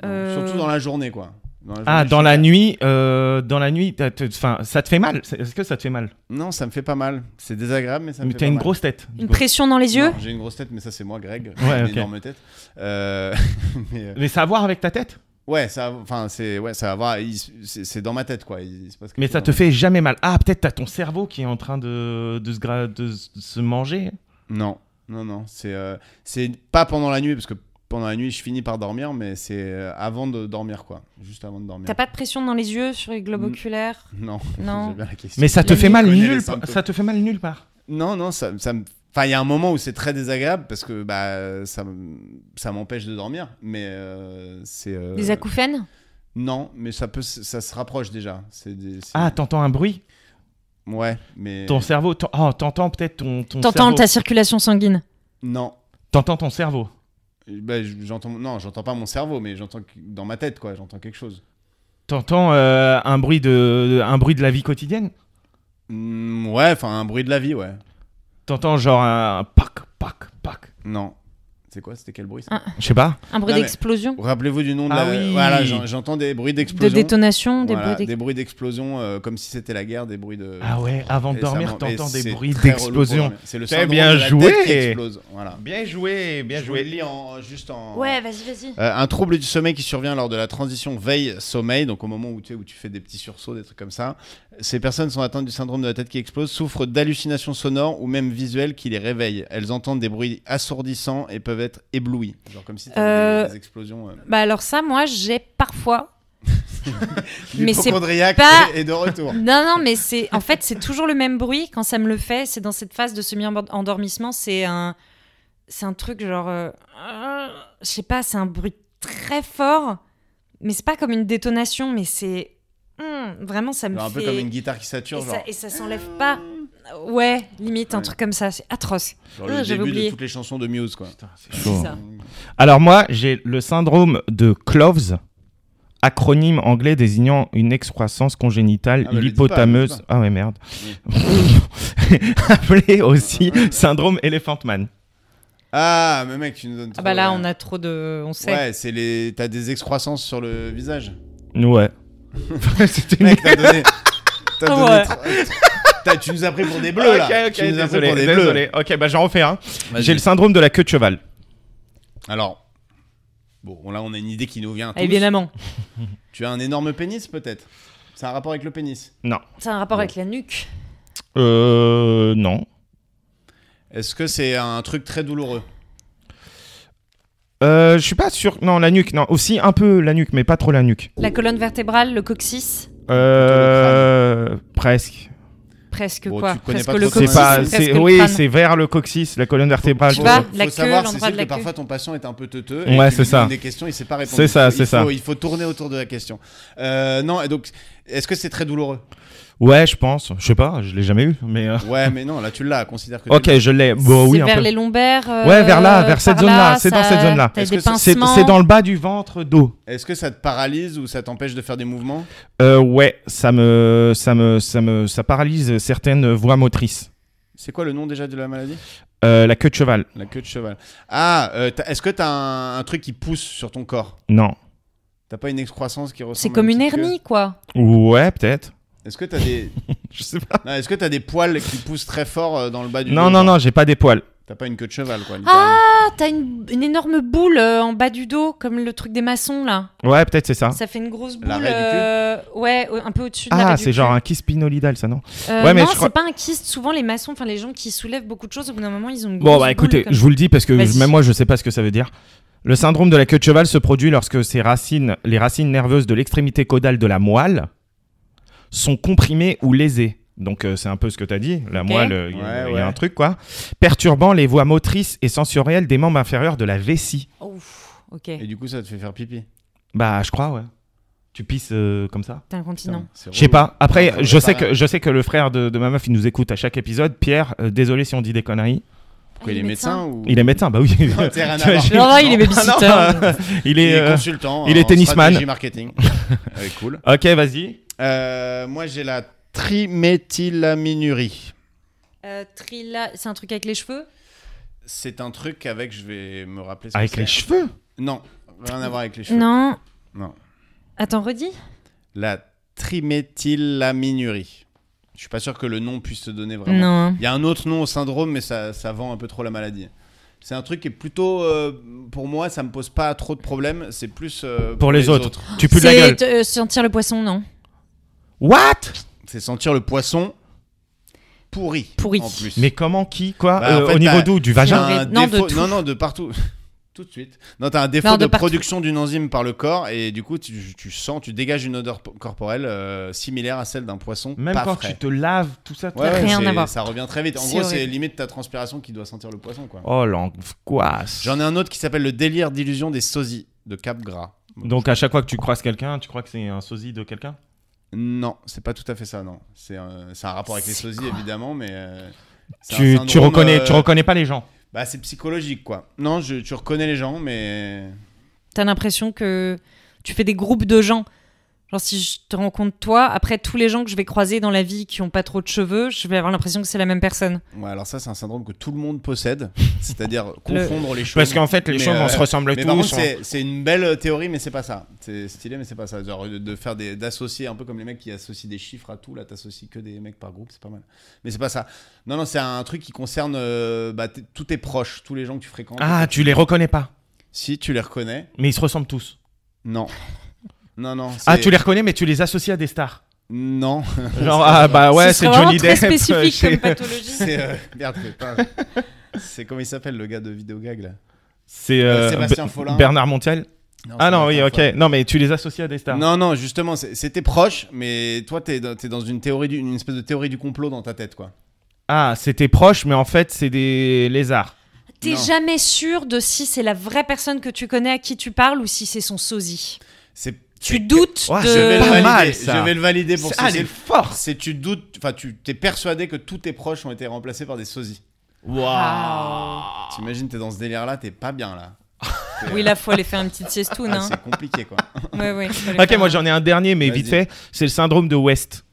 B: Euh.
C: Surtout dans la journée, quoi. Dans la
D: Ah,
C: journée,
D: dans
C: je-
D: la nuit, euh, dans la nuit, t'as- t'as- enfin, ça te fait mal. C'est- Est-ce que ça te fait mal
C: Non, ça me fait pas mal. C'est désagréable, mais ça me
D: Mais
C: fait
D: t'as
C: pas
D: une
C: mal.
D: grosse tête. du
B: Une
D: coup.
B: pression dans les yeux
C: Bah, Non, J'ai une grosse tête, mais ça c'est moi, Greg. J'ai
D: Ouais,
C: une
D: ok.
C: énorme tête. Euh, mais, euh,
D: Mais ça a à voir avec ta tête.
C: ouais, ça, enfin c'est ouais, ça va. il se- C'est c'est dans ma tête, quoi. il- il se passe quelque
D: Mais ça
C: chose
D: te
C: dans
D: fait jamais mal. Ah, peut-être t'as ton cerveau qui est en train de, de, se, gra- de se- de se manger.
C: ma- Non, non, non. C'est euh, c'est pas pendant la nuit, parce que pendant la nuit je finis par dormir, mais c'est euh, avant de dormir, quoi. Juste avant de dormir.
B: T'as pas de pression dans les yeux sur les globes
C: Mm.
B: oculaires
C: Non.
B: Non.
C: j'ai bien la question.
D: Mais ça te
B: La
D: fait
B: nuit,
D: mal
C: je connais les
D: nulle part.
C: symptômes.
D: Ça te fait mal nulle part.
C: Non, non, ça, ça me. Enfin, il y a un moment où c'est très désagréable parce que bah, ça, m- ça m'empêche de dormir. Mais euh, c'est. euh,
B: Des acouphènes
C: Non, mais ça, peut, s- ça se rapproche déjà. C'est des- c'est-
D: Ah, t'entends un bruit.
C: Ouais, mais.
D: Ton cerveau. t'en- Oh, t'entends peut-être ton, ton
B: T'entends
D: cerveau.
B: ta circulation sanguine
C: Non.
D: T'entends ton cerveau.
C: Bah, j- j'entends. Non, j'entends pas mon cerveau, mais j'entends que- dans ma tête, quoi. J'entends quelque chose.
D: T'entends euh, un bruit de un bruit de la vie quotidienne.
C: Mm, ouais, enfin, un bruit de la vie, ouais.
D: T'entends genre un pac pac pac.
C: Non. C'est quoi C'était quel bruit ça
B: Ah.
D: Je sais pas.
B: Un bruit
C: Non, mais-
B: d'explosion
C: Rappelez-vous du nom de
D: Ah
C: la.
D: oui.
C: Voilà, j'en- j'entends des bruits
B: De
C: d'explosion.
B: détonation Des
C: Voilà, des
B: bruits d'ex-
C: bruits d'explosion, euh, comme si c'était la guerre, des bruits de.
D: Ah ouais. Avant de
C: Et ça
D: dormir,
C: m'en- et
D: t'entends
C: c'est
D: des bruits
C: très relou pour
D: d'explosion.
C: dormir. C'est le
D: Très
C: syndrome
D: bien
C: de la
D: joué.
C: tête qui explose. Voilà.
D: Bien joué, bien
C: Je vous le lis en, juste en.
B: Ouais, vas-y, vas-y.
C: Euh, un trouble du sommeil qui survient lors de la transition veille-sommeil, donc au moment où tu, sais, où tu fais des petits sursauts, des trucs comme ça. Ces personnes sont atteintes du syndrome de la tête qui explose, souffrent d'hallucinations sonores ou même visuelles qui les réveillent. Elles entendent des bruits assourdissants et peuvent être éblouies. Genre comme si t'avais
B: Euh,
C: des, des explosions. euh,
B: Bah alors ça, moi, j'ai parfois... Mais c'est
C: d'hypocondriaque
B: pas-
C: et, et de retour.
B: Non, non, mais c'est... En fait, c'est toujours le même bruit. Quand ça me le fait, c'est dans cette phase de semi-endormissement. C'est un... C'est un truc genre... euh, euh, Je sais pas, c'est un bruit très fort. Mais c'est pas comme une détonation, mais c'est... Hum, vraiment, ça me
C: Genre un
B: fait...
C: peu comme une guitare qui sature,
B: et,
C: genre,
B: ça, et ça s'enlève pas. Ouais, limite, un
C: Ouais.
B: truc comme ça. C'est atroce.
C: genre
B: Ah,
C: le
B: j'avais
C: début de
B: oublié.
C: toutes les chansons de Muse, quoi.
B: C'est ça.
D: Alors moi, j'ai le syndrome de Cloves, acronyme anglais désignant une excroissance congénitale
C: Ah bah, le dis pas, le
D: hypotameuse.
C: dis
D: ah ouais, merde. Appelé aussi syndrome Elephant Man.
C: Ah, mais mec, tu nous donnes
B: Ah
C: trop,
B: bah là,
C: ouais.
B: on a trop de... On sait.
C: Ouais, c'est les. T'as des excroissances sur le visage.
D: Ouais. C'était une...
C: Mec, t'as donné. T'as donné.
B: Ouais.
C: tr- T'as- tu nous as pris pour des bleus là.
D: Ok, ok,
C: tu nous as pris
D: désolé,
C: pour des bleus.
D: désolé. Ok, bah j'en refais un.
C: Vas-y.
D: J'ai le syndrome de la queue de cheval.
C: Alors. Bon, là, on a une idée qui nous vient. tous.
B: Évidemment.
C: Tu as un énorme pénis peut-être C'est un rapport avec le pénis
D: Non.
B: C'est un rapport avec la nuque.
D: Euh... Non.
C: Est-ce que c'est un truc très douloureux
D: Euh, je suis pas sûr. Non, la nuque. Non, aussi un peu la nuque, mais pas trop la nuque.
B: La colonne vertébrale, le coccyx,
D: Euh... Presque.
B: presque
C: Bon,
B: quoi.
C: tu connais
B: Presque
C: pas
B: le
C: trop ça.
D: C'est
B: coccyx,
D: pas,
B: presque
D: c'est,
B: le
D: oui,
B: crâne.
D: c'est vers le coccyx, la colonne vertébrale.
B: Tu vois, la
C: faut
B: queue,
C: savoir, c'est
B: l'endroit
C: sûr
B: de
C: que
B: la queue.
C: parfois ton patient est un peu teuteux.
D: Ouais,
C: et tu
D: c'est
C: lui
D: ça.
C: donnes Des questions, il sait pas répondre.
D: C'est ça,
C: Il
D: c'est
C: faut-
D: ça.
C: Il faut tourner autour de la question. Euh, non, et donc, est-ce que c'est très douloureux
D: Ouais, je pense. Je sais pas, je l'ai jamais eu, mais. euh,
C: Ouais, mais non, là tu l'as, considère que. tu
D: Ok,
C: l'as.
D: je l'ai. Bon, oui,
B: c'est
D: un
B: vers
D: peu.
B: les lombaires. euh,
D: Ouais, vers là, vers cette
B: par
D: zone-là,
B: là,
D: c'est dans
B: ça-
D: cette zone-là.
B: T'as
C: Est-ce
B: des
C: que c'est-
D: C'est,
B: pincements.
D: c'est dans le bas du ventre dos.
C: Est-ce que ça te paralyse ou ça t'empêche de faire des mouvements
D: Euh, ouais, ça me, ça me, ça me, ça paralyse certaines voies motrices.
C: C'est quoi le nom déjà de la maladie
D: Euh, la queue de cheval.
C: La queue de cheval. Ah, euh, t'as- est-ce que t'as un, un truc qui pousse sur ton corps
D: Non.
C: T'as pas une excroissance qui ressemble
B: C'est
C: à
B: comme une
C: petite queue
B: hernie, quoi.
D: Ouais, peut-être.
C: Est-ce que t'as des,
D: Je sais pas.
C: non, est-ce que t'as des poils qui poussent très fort euh, dans le bas du
D: Non,
C: dos,
D: non,
C: genre
D: non, j'ai pas des poils.
C: T'as pas une queue de cheval, quoi.
B: Ah, t'as une, une énorme boule euh, en bas du dos, comme le truc des maçons, là.
D: Ouais, peut-être c'est ça.
B: Ça fait une grosse boule.
C: L'arrêt du cul
B: euh, ouais, au- un peu au-dessus de l'arrêt
D: Ah,
B: du
D: c'est
B: cul.
D: genre un kiss spinolidal, ça non
B: Euh,
D: Ouais, mais
B: non,
D: je
B: c'est
D: crois-
B: pas un kyste. Souvent, les maçons, enfin, les gens qui soulèvent beaucoup de choses, au bout d'un moment, ils ont une
D: Bon,
B: grosse
D: bah
B: boule
D: écoutez,
B: comme-
D: je vous le dis parce que
B: Vas-y.
D: je- même moi je sais pas ce que ça veut dire. Le syndrome de la queue de cheval se produit lorsque ses racines, les racines nerveuses de l'extrémité caudale de la moelle, sont comprimées ou lésées. Donc euh, c'est un peu ce que tu as dit, la
B: Ok.
D: moelle, euh, il y a-
C: Ouais,
D: il y,
C: ouais.
D: a un truc quoi. Perturbant les voies motrices et sensorielles des membres inférieurs de la vessie.
B: Ouf, ok.
C: Et du coup, ça te fait faire pipi.
D: Bah je crois ouais. Tu pisses euh, comme ça
B: T'es incontinent.
C: C'est
D: Je sais
C: relou.
D: pas. Après,
C: Faudrait
D: je sais,
C: pas-
D: que, je sais que le frère de, de ma meuf, il nous écoute à chaque épisode. Pierre, euh, désolé si on dit des conneries.
C: Quoi, il est médecin ou
D: Il est médecin, bah oui.
C: t'es rien à
D: T'imagines
B: voir. Non, non, il est babysitter.
D: Ah non, euh, il
C: Il
D: est.
C: est
D: euh,
C: consultant.
D: il est
C: en
D: tennisman.
C: stratégie marketing. Ouais, cool.
D: Ok, vas-y.
C: Euh, moi, j'ai la triméthylaminurie.
B: Euh, trila... C'est un truc avec les cheveux
C: C'est un truc avec, je vais me rappeler. ce que
D: Avec
C: c'est.
D: les cheveux
C: Non, rien à voir avec les cheveux.
B: Non.
C: Non.
B: Attends, redis.
C: La triméthylaminurie. Je suis pas sûr que le nom puisse se donner vraiment.
B: Non.
C: Il y a un autre nom au syndrome, mais ça, ça vend un peu trop la maladie. C'est un truc qui est plutôt, euh, pour moi, ça me pose pas trop de problèmes. C'est plus euh,
D: pour les autres. Tu pues de la gueule.
B: C'est euh, sentir le poisson, non
D: What
C: C'est sentir le poisson pourri.
B: Pourri.
C: En plus.
D: Mais comment, qui, quoi
C: Bah, en
D: euh,
C: fait,
D: Au niveau
C: t'as-
D: d'où Du
C: T'as
D: vagin
C: un
B: Non, de
C: défaut-
B: tout.
C: non, non, de partout. Tout de suite. Non, t'as un défaut
B: Non, de
C: de,
B: partout.
C: production d'une enzyme par le corps et du coup, tu, tu sens, tu dégages une odeur po- corporelle euh, similaire à celle d'un poisson
D: Même
C: pas
D: quand
C: frais.
D: tu te laves, tout ça.
C: Ouais, ouais,
B: Rien
C: c'est-
B: à voir.
C: Ça revient très vite. En
B: C'est
C: gros,
B: horrible.
C: c'est limite ta transpiration qui doit sentir le poisson, quoi.
D: Oh, l'angoisse.
C: J'en ai un autre qui s'appelle le délire d'illusion des sosies de Cap Gras.
D: Donc, à chaque fois que tu croises quelqu'un, tu crois que c'est un sosie de quelqu'un
C: Non, c'est pas tout à fait ça, non. C'est un, c'est un rapport avec les sosies, évidemment, mais. euh, c'est un
D: tu, tu
C: syndrome,
D: reconnais,
C: euh,
D: tu reconnais pas les gens.
C: Bah, c'est psychologique, quoi. Non, je, tu reconnais les gens, mais.
B: T'as l'impression que tu fais des groupes de gens. Genre, si je te rencontre toi, après tous les gens que je vais croiser dans la vie qui ont pas trop de cheveux, je vais avoir l'impression que c'est la même personne.
C: Ouais, alors ça, c'est un syndrome que tout le monde possède, c'est-à-dire confondre les choses.
D: Parce qu'en fait, les
C: Mais,
D: choses, on
C: euh,
D: se ressemble
C: mais
D: tous.
C: par contre,
D: on-
C: c'est- c'est une belle théorie, mais c'est pas ça. C'est stylé, mais c'est pas ça. Genre de, de faire des, d'associer un peu comme les mecs qui associent des chiffres à tout. Là, t'associes que des mecs par groupe, c'est pas mal. Mais c'est pas ça. Non, non, c'est un truc qui concerne euh, bah, t- tous tes proches, tous les gens que tu fréquentes.
D: Ah, tu les reconnais pas.
C: Si tu les reconnais,
D: Mais ils se ressemblent tous.
C: non. Non, non. c'est-
D: Ah, tu les reconnais, mais tu les associes à des stars.
C: Non.
D: Genre, ah bah ouais,
B: Ce
D: c'est
B: serait
D: Johnny
B: vraiment très
D: Depp.
B: spécifique
D: c'est-
B: comme pathologie.
C: c'est. euh, Merde, c'est pas. C'est comment il s'appelle le gars de Vidéogag là
D: C'est
C: Euh,
D: euh,
C: Sébastien
D: Be-
C: Follin.
D: Bernard Montiel. Ah
C: c'est
D: non,
C: pas
D: oui,
C: ça,
D: ok. Non, mais tu les associes à des stars.
C: Non, non, justement, c'est- c'était proche, mais toi, t'es dans, t'es dans une théorie, du- une espèce de théorie du complot dans ta tête, quoi.
D: Ah, c'était proche, mais en fait, c'est des lézards.
B: T'es
C: Non.
B: jamais sûr de si c'est la vraie personne que tu connais à qui tu parles ou si c'est son sosie.
C: C'est.
B: Tu doutes
D: Ouais,
C: Je vais,
D: c'est
C: le
D: Euh, pas
C: valider,
B: de. Ah,
D: mal, ça.
C: je vais le valider pour
D: Ah,
C: ça.
D: elle est forte.
C: C'est tu doutes, enfin, tu t'es persuadé que tous tes proches ont été remplacés par des sosies.
B: Waouh.
C: T'imagines, t'es dans ce délire-là, t'es pas bien là. T'es-
B: Oui, là, faut aller faire une petite siestoune.
C: Ah,
B: Hein.
C: c'est compliqué, quoi.
B: Ouais, ouais, faut aller
D: Ok,
B: faire
D: moi
B: un-
D: j'en ai un dernier, mais
C: Vas-y.
D: vite fait. C'est le syndrome de West.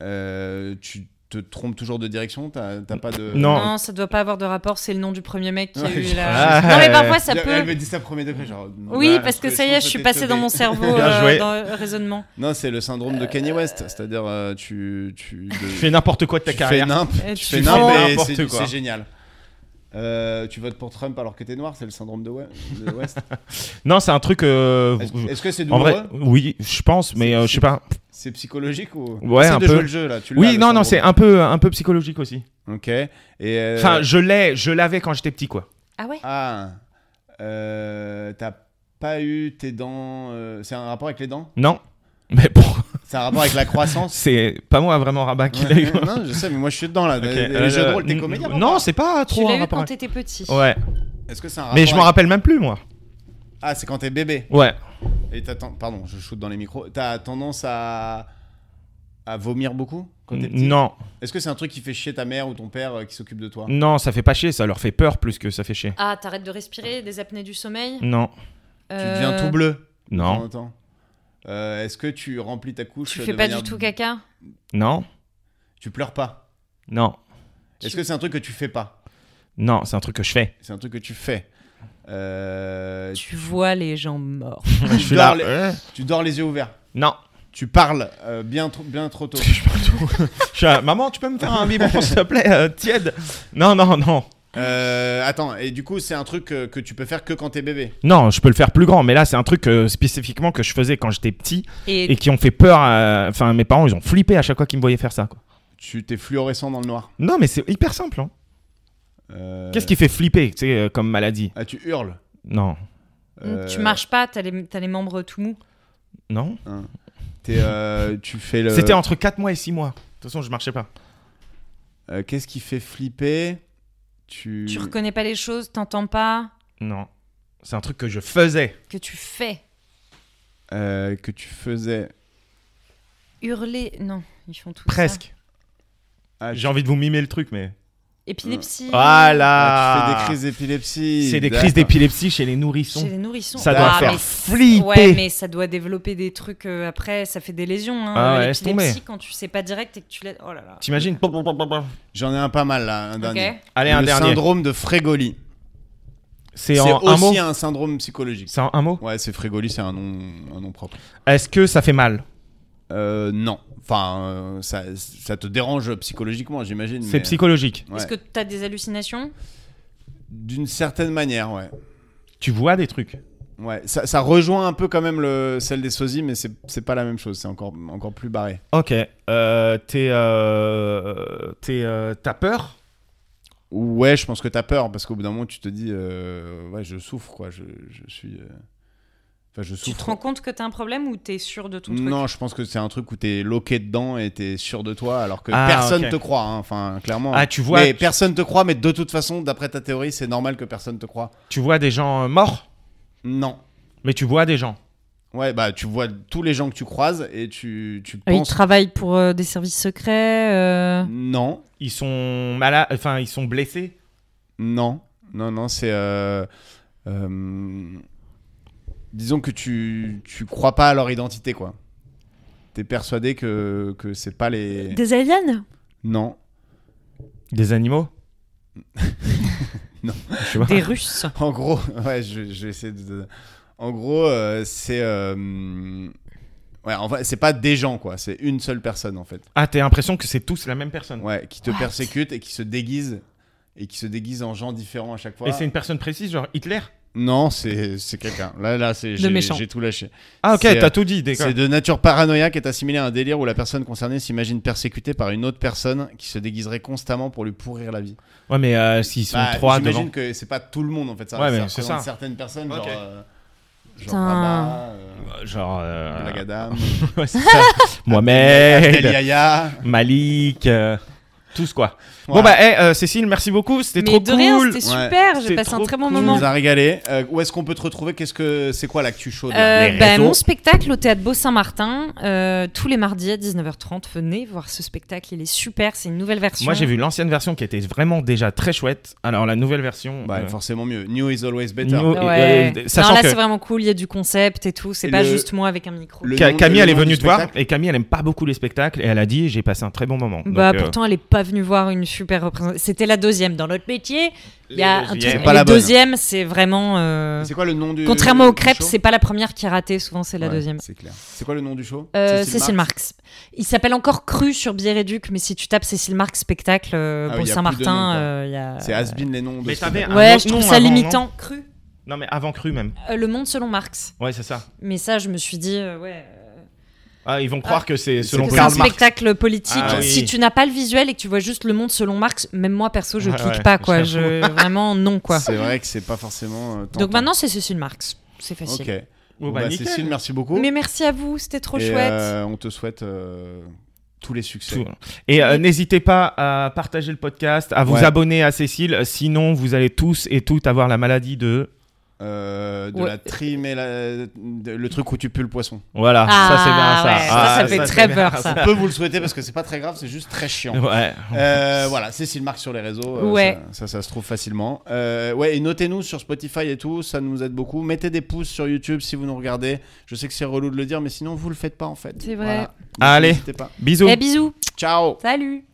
C: Euh, tu te trompes toujours de direction, t'as t'as pas de.
D: Non.
B: Non, ça doit pas avoir de rapport, c'est le nom du premier mec qui a
C: Ouais,
B: eu
C: je-
B: la.
D: Ah,
B: non, mais parfois ça
C: Elle- Elle
B: peut.
C: me dit ça premier degré, genre. non,
B: Oui,
C: bah,
B: parce que
C: je
B: ça y
C: pense
B: est,
C: que
B: je suis
C: t'es
B: passé dans
C: teubé.
B: mon cerveau
D: Bien
B: euh,
D: joué.
B: dans le raisonnement.
C: Non, c'est le syndrome de Kanye West, c'est-à-dire euh, tu tu de-
D: Tu fais n'importe quoi de ta
C: tu
D: carrière.
C: fais nimp,
B: Et
C: tu
B: tu
C: fais
B: fais
C: nimp et
D: n'importe
C: c'est-
D: quoi.
C: c'est génial. Euh, tu votes pour Trump alors que t'es noir, c'est le syndrome de We- de West.
D: Non, c'est un truc. euh,
C: Est-ce est-ce que c'est
D: en
C: douloureux
D: vrai, oui, je pense, mais
C: C'est-
D: euh, je sais pas.
C: C'est psychologique ou
D: Ouais,
C: Essaie
D: un
C: de
D: peu.
C: jouer le jeu là. Tu l'as,
D: Oui,
C: le
D: non, non, c'est
C: syndrome.
D: un peu, euh, un peu psychologique aussi.
C: Ok. Et euh,
D: Enfin, je l'ai, je l'avais quand j'étais petit, quoi.
B: Ah ouais
C: ah, euh, t'as pas eu tes dents. euh, C'est un rapport avec les dents
D: Non. Mais bon,
C: C'est un rapport avec la croissance.
D: C'est pas moi vraiment Rabat qui l'a eu.
C: Ouais, non, je sais, mais moi je suis dedans là.
D: Ok,
C: Les- Les
D: euh,
C: jeux de rôle, t'es
D: n-
C: comédien
D: Non, c'est pas
B: Tu
D: trop
B: l'as
D: un
B: eu
D: rapport
B: quand
D: avec-
B: t'étais petit.
D: Ouais,
C: Est-ce que c'est un rapport
D: mais je m'en
C: avec-
D: rappelle même plus moi.
C: Ah, c'est quand t'es bébé.
D: Ouais.
C: Et t'as ten- Pardon, je shoot dans les micros. T'as tendance à. à vomir beaucoup quand t'es petit
D: Non,
C: Est-ce que c'est un truc qui fait chier ta mère ou ton père euh, qui s'occupe de toi
D: non, ça fait pas chier, ça leur fait peur plus que ça fait chier.
B: Ah, t'arrêtes de respirer, des apnées du sommeil. euh,
D: Non,
C: Tu deviens tout bleu. de temps
D: non,
C: en temps. Euh, Est-ce que tu remplis ta couche
B: Tu
C: de
B: fais pas
C: manière-
B: du tout caca.
D: non,
C: Tu pleures pas.
D: non,
C: Est-ce
B: Tu-
C: que c'est un truc que tu fais pas
D: non, c'est un truc que je fais.
C: C'est un truc que tu fais. Euh,
B: Tu vois les gens morts.
D: je suis là.
C: dors
D: euh,
C: tu dors les yeux ouverts.
D: Non.
C: Tu parles euh, bien, trop, bien trop tôt.
D: Je suis là, Maman, tu peux me faire un biberon s'il te plaît, euh, tiède. Non, non, non.
C: Euh, attends, et du coup, c'est un truc que, que tu peux faire que quand t'es bébé.
D: Non, je peux le faire plus grand, mais là c'est un truc euh, spécifiquement que je faisais quand j'étais petit et
B: Et
D: qui ont fait peur. à- Enfin, mes parents ils ont flippé à chaque fois qu'ils me voyaient faire ça. quoi.
C: Tu t'es fluorescent dans le noir.
D: Non, mais c'est hyper simple. hein.
C: Euh,
D: Qu'est-ce qui fait flipper, tu sais, euh, comme maladie
C: ah, tu hurles.
D: Non,
C: Euh,
B: Mm, tu marches pas, t'as les, t'as les membres tout mous.
D: non.
C: t'es, euh, tu fais le.
D: C'était entre 4 mois et 6 mois. De toute façon, je marchais pas.
C: Euh, Qu'est-ce qui fait flipper Tu.
B: Tu reconnais pas les choses, t'entends pas,
D: Non. C'est un truc que je faisais.
B: que tu fais.
C: euh, que tu faisais.
B: Hurler. Non, ils font tout ça.
D: Presque.
C: Ah, tu-
D: J'ai envie de vous mimer le truc, mais.
B: Épilepsie.
C: Ah,
D: Voilà
C: tu fais des crises d'épilepsie.
D: C'est des
C: D'accord.
D: crises d'épilepsie chez les
B: Chez
D: nourrissons.
B: les nourrissons.
D: Ça doit
B: Ah,
D: faire
B: mais c'est-
D: flipper.
B: Ouais, mais ça doit développer des trucs euh, après, ça fait des lésions. Hein.
D: Ah ouais, laisse
B: L'épilepsie,
D: tomber.
B: quand tu sais pas direct et que tu l'as. Oh là là.
D: T'imagines
C: J'en ai un pas mal là, un
B: Ok.
C: dernier.
D: Allez, un
C: le
D: dernier.
C: syndrome de Frégoli.
D: C'est
C: C'est
D: en un mot
C: aussi un syndrome psychologique.
D: C'est en un mot
C: Ouais, c'est Frégoli, c'est un nom, un nom propre.
D: Est-ce que ça fait mal
C: Euh, non. Enfin, euh, ça, ça te dérange psychologiquement, j'imagine.
D: C'est
C: mais-
D: psychologique.
C: Ouais.
B: Est-ce que t'as des hallucinations
C: D'une certaine manière, ouais.
D: Tu vois des trucs.
C: Ouais, ça, ça rejoint un peu quand même le, celle des sosies, mais c'est c'est pas la même chose, c'est encore, encore plus barré.
D: Ok. Euh, T'es. euh, T'es. euh, T'as peur
C: Ouais, je pense que t'as peur, parce qu'au bout d'un moment, tu te dis, euh, ouais, je souffre, quoi, je, je suis... euh, Enfin, je
B: Tu te
C: souffre.
B: rends compte que t'as un problème ou t'es sûr de ton truc
C: Non, je pense que c'est un truc où t'es loqué dedans et t'es sûr de toi, alors que
D: Ah,
C: personne
D: ok.
C: te croit. hein. Enfin, clairement.
D: Ah, tu vois,
C: Mais
D: tu-
C: personne te croit, mais de toute façon, d'après ta théorie, c'est normal que personne te croit.
D: Tu vois des gens euh, morts
C: Non.
D: Mais tu vois des gens.
C: Ouais, bah, tu vois tous les gens que tu croises et tu, tu
B: Euh, Ils
C: penses.
B: travaillent pour euh, des services secrets. euh,
C: Non,
D: Ils sont malades. Enfin, ils sont blessés.
C: non, non, non, c'est. euh, euh, Disons que tu, tu crois pas à leur identité, quoi. T'es persuadé que, que c'est pas les.
B: Des aliens
C: Non.
D: Des animaux
C: Non.
D: Tu vois
B: Des Russes
C: En gros, ouais, je, je vais essayer de. En gros, euh, c'est. euh, Ouais, en vrai, c'est pas des gens, quoi. C'est une seule personne, en fait.
D: Ah, t'as l'impression que c'est tous la même personne.
C: Ouais, qui te
B: What
C: persécute et qui se déguise. Et qui se déguise en gens différents à chaque fois.
D: Et c'est une personne précise, genre Hitler
C: Non, c'est c'est quelqu'un. Là, là, c'est j'ai-
B: méchant.
C: j'ai tout lâché.
D: Ah, ok,
C: C'est,
D: t'as
C: euh,
D: tout dit, d'accord.
C: C'est de nature paranoïaque est assimilé à un délire où la personne concernée s'imagine persécutée par une autre personne qui se déguiserait constamment pour lui pourrir la vie.
D: Ouais, mais euh, s'ils sont
C: Bah,
D: trois devant.
C: J'imagine que c'est pas tout le monde en fait. Ça,
D: Ouais, mais
C: ça
D: c'est
C: représente
D: ça.
C: certaines personnes,
D: Ok.
C: genre. euh, genre
B: Putain.
C: Rabat, euh,
D: Euh, Genre. euh,
C: Black Adam,
D: ouais, c'est ça.
C: El
D: Mohamed,
C: Yaya.
D: Malik, euh, tous quoi. Bon,
C: Voilà.
D: bah, hey, euh, Cécile, merci beaucoup, c'était
B: Mais
D: trop
B: de rien,
D: cool.
B: c'était
C: Ouais.
B: super,
D: C'est
B: j'ai passé un
D: trop
B: très bon
D: cool.
C: Tu
B: moment.
C: nous as régalé. Euh, où est-ce qu'on peut te retrouver Qu'est-ce que c'est quoi l'actu chaude là
B: Euh,
D: Les
B: bah,
D: réseaux.
B: mon spectacle au théâtre Beau-Saint-Martin, euh, tous les mardis à 19h30, venez voir ce spectacle, il est super, c'est une nouvelle version.
D: Moi, j'ai vu l'ancienne version qui était vraiment déjà très chouette. Alors, la nouvelle version.
C: Bah,
D: euh,
C: forcément mieux. New is always better.
D: New-
B: Ouais.
D: Et, euh, sachant
B: non, là
D: que-
B: c'est vraiment cool, il y a du concept et tout, c'est
C: Et
B: pas
C: le-
B: juste moi avec un micro.
C: Le
D: Ca-
C: nom-
D: Camille,
C: le
D: elle est
C: nom
D: venue
C: du
D: te voir
C: spectacle
D: et Camille, elle aime pas beaucoup les spectacles et elle a dit j'ai passé un très bon moment.
B: Bah,
D: Donc, euh,
B: pourtant, elle est pas venue voir une super représentation. C'était la deuxième dans notre métier. Il y a
D: les
B: un
D: deuxièmes.
B: truc.
C: Pas
B: les
C: la bonne.
B: deuxièmes, c'est vraiment. euh,
C: C'est quoi le nom du
B: Contrairement aux
C: du
B: crêpes,
C: show
B: c'est pas la première qui est ratée. Souvent, c'est la
C: Ouais,
B: deuxième.
C: C'est clair. C'est quoi le nom du show
B: Euh,
C: Cécile
B: Cécile
C: Marx
B: Marx. Il s'appelle encore Cru sur Biéréduc, mais si tu tapes Cécile Marx spectacle euh,
C: Ah oui,
B: pour
C: y a plus de nom,
B: Saint-Martin,
C: quoi.
B: euh, il y a.
C: C'est Asbin les noms de
D: Mais
C: ce
D: t'avais
C: spectacle.
D: un
B: Ouais,
D: autre
B: je trouve
D: nom
B: ça
D: avant, non
B: limitant. Cru.
D: Non, mais avant cru même.
B: Euh, le monde selon Marx.
D: Ouais, c'est ça.
B: Mais ça, je me suis dit, euh, ouais. euh,
D: Ah, ils vont croire que c'est selon
B: que c'est un
D: Karl Marx.
B: spectacle politique.
D: Ah oui.
B: Si tu n'as pas le visuel et que tu vois juste le monde selon Marx, même moi perso, je
D: Ouais,
B: clique
D: ouais,
B: pas quoi.
D: j'avoue.
B: Je vraiment non quoi.
C: C'est vrai que c'est pas forcément. euh, tentant.
B: Donc maintenant, c'est Cécile Marx. C'est facile.
C: Ok.
D: Bon,
C: Bon,
D: bah,
C: bah,
D: nickel.
C: Cécile, merci beaucoup.
B: Mais merci à vous, c'était trop
C: Et,
B: chouette.
C: euh, on te souhaite euh, tous les succès.
D: Tout. Et euh, n'hésitez pas à partager le podcast, à vous
C: Ouais.
D: abonner à Cécile, sinon vous allez tous et toutes avoir la maladie de...
C: Euh, de
B: Ouais.
C: la trim et la- de- le truc où tu pues le poisson.
D: Voilà, ça c'est bien ça.
B: ouais,
D: Ah,
B: ça, ça fait très
D: c'est bien,
B: peur, ça.
C: On peut vous le souhaiter parce que c'est pas très grave, c'est juste très chiant.
D: Ouais.
C: Euh, voilà, Cécile marque sur les réseaux. euh,
B: Ouais.
C: Ça, ça, ça se trouve facilement. Euh, ouais, et notez-nous sur Spotify et tout, ça nous aide beaucoup. Mettez des pouces sur YouTube si vous nous regardez. Je sais que c'est relou de le dire, mais sinon vous le faites pas en fait.
B: C'est vrai.
C: Voilà.
D: Allez.
C: N'hésitez pas.
D: Bisous.
B: Eh, bisous,
C: Ciao.
B: salut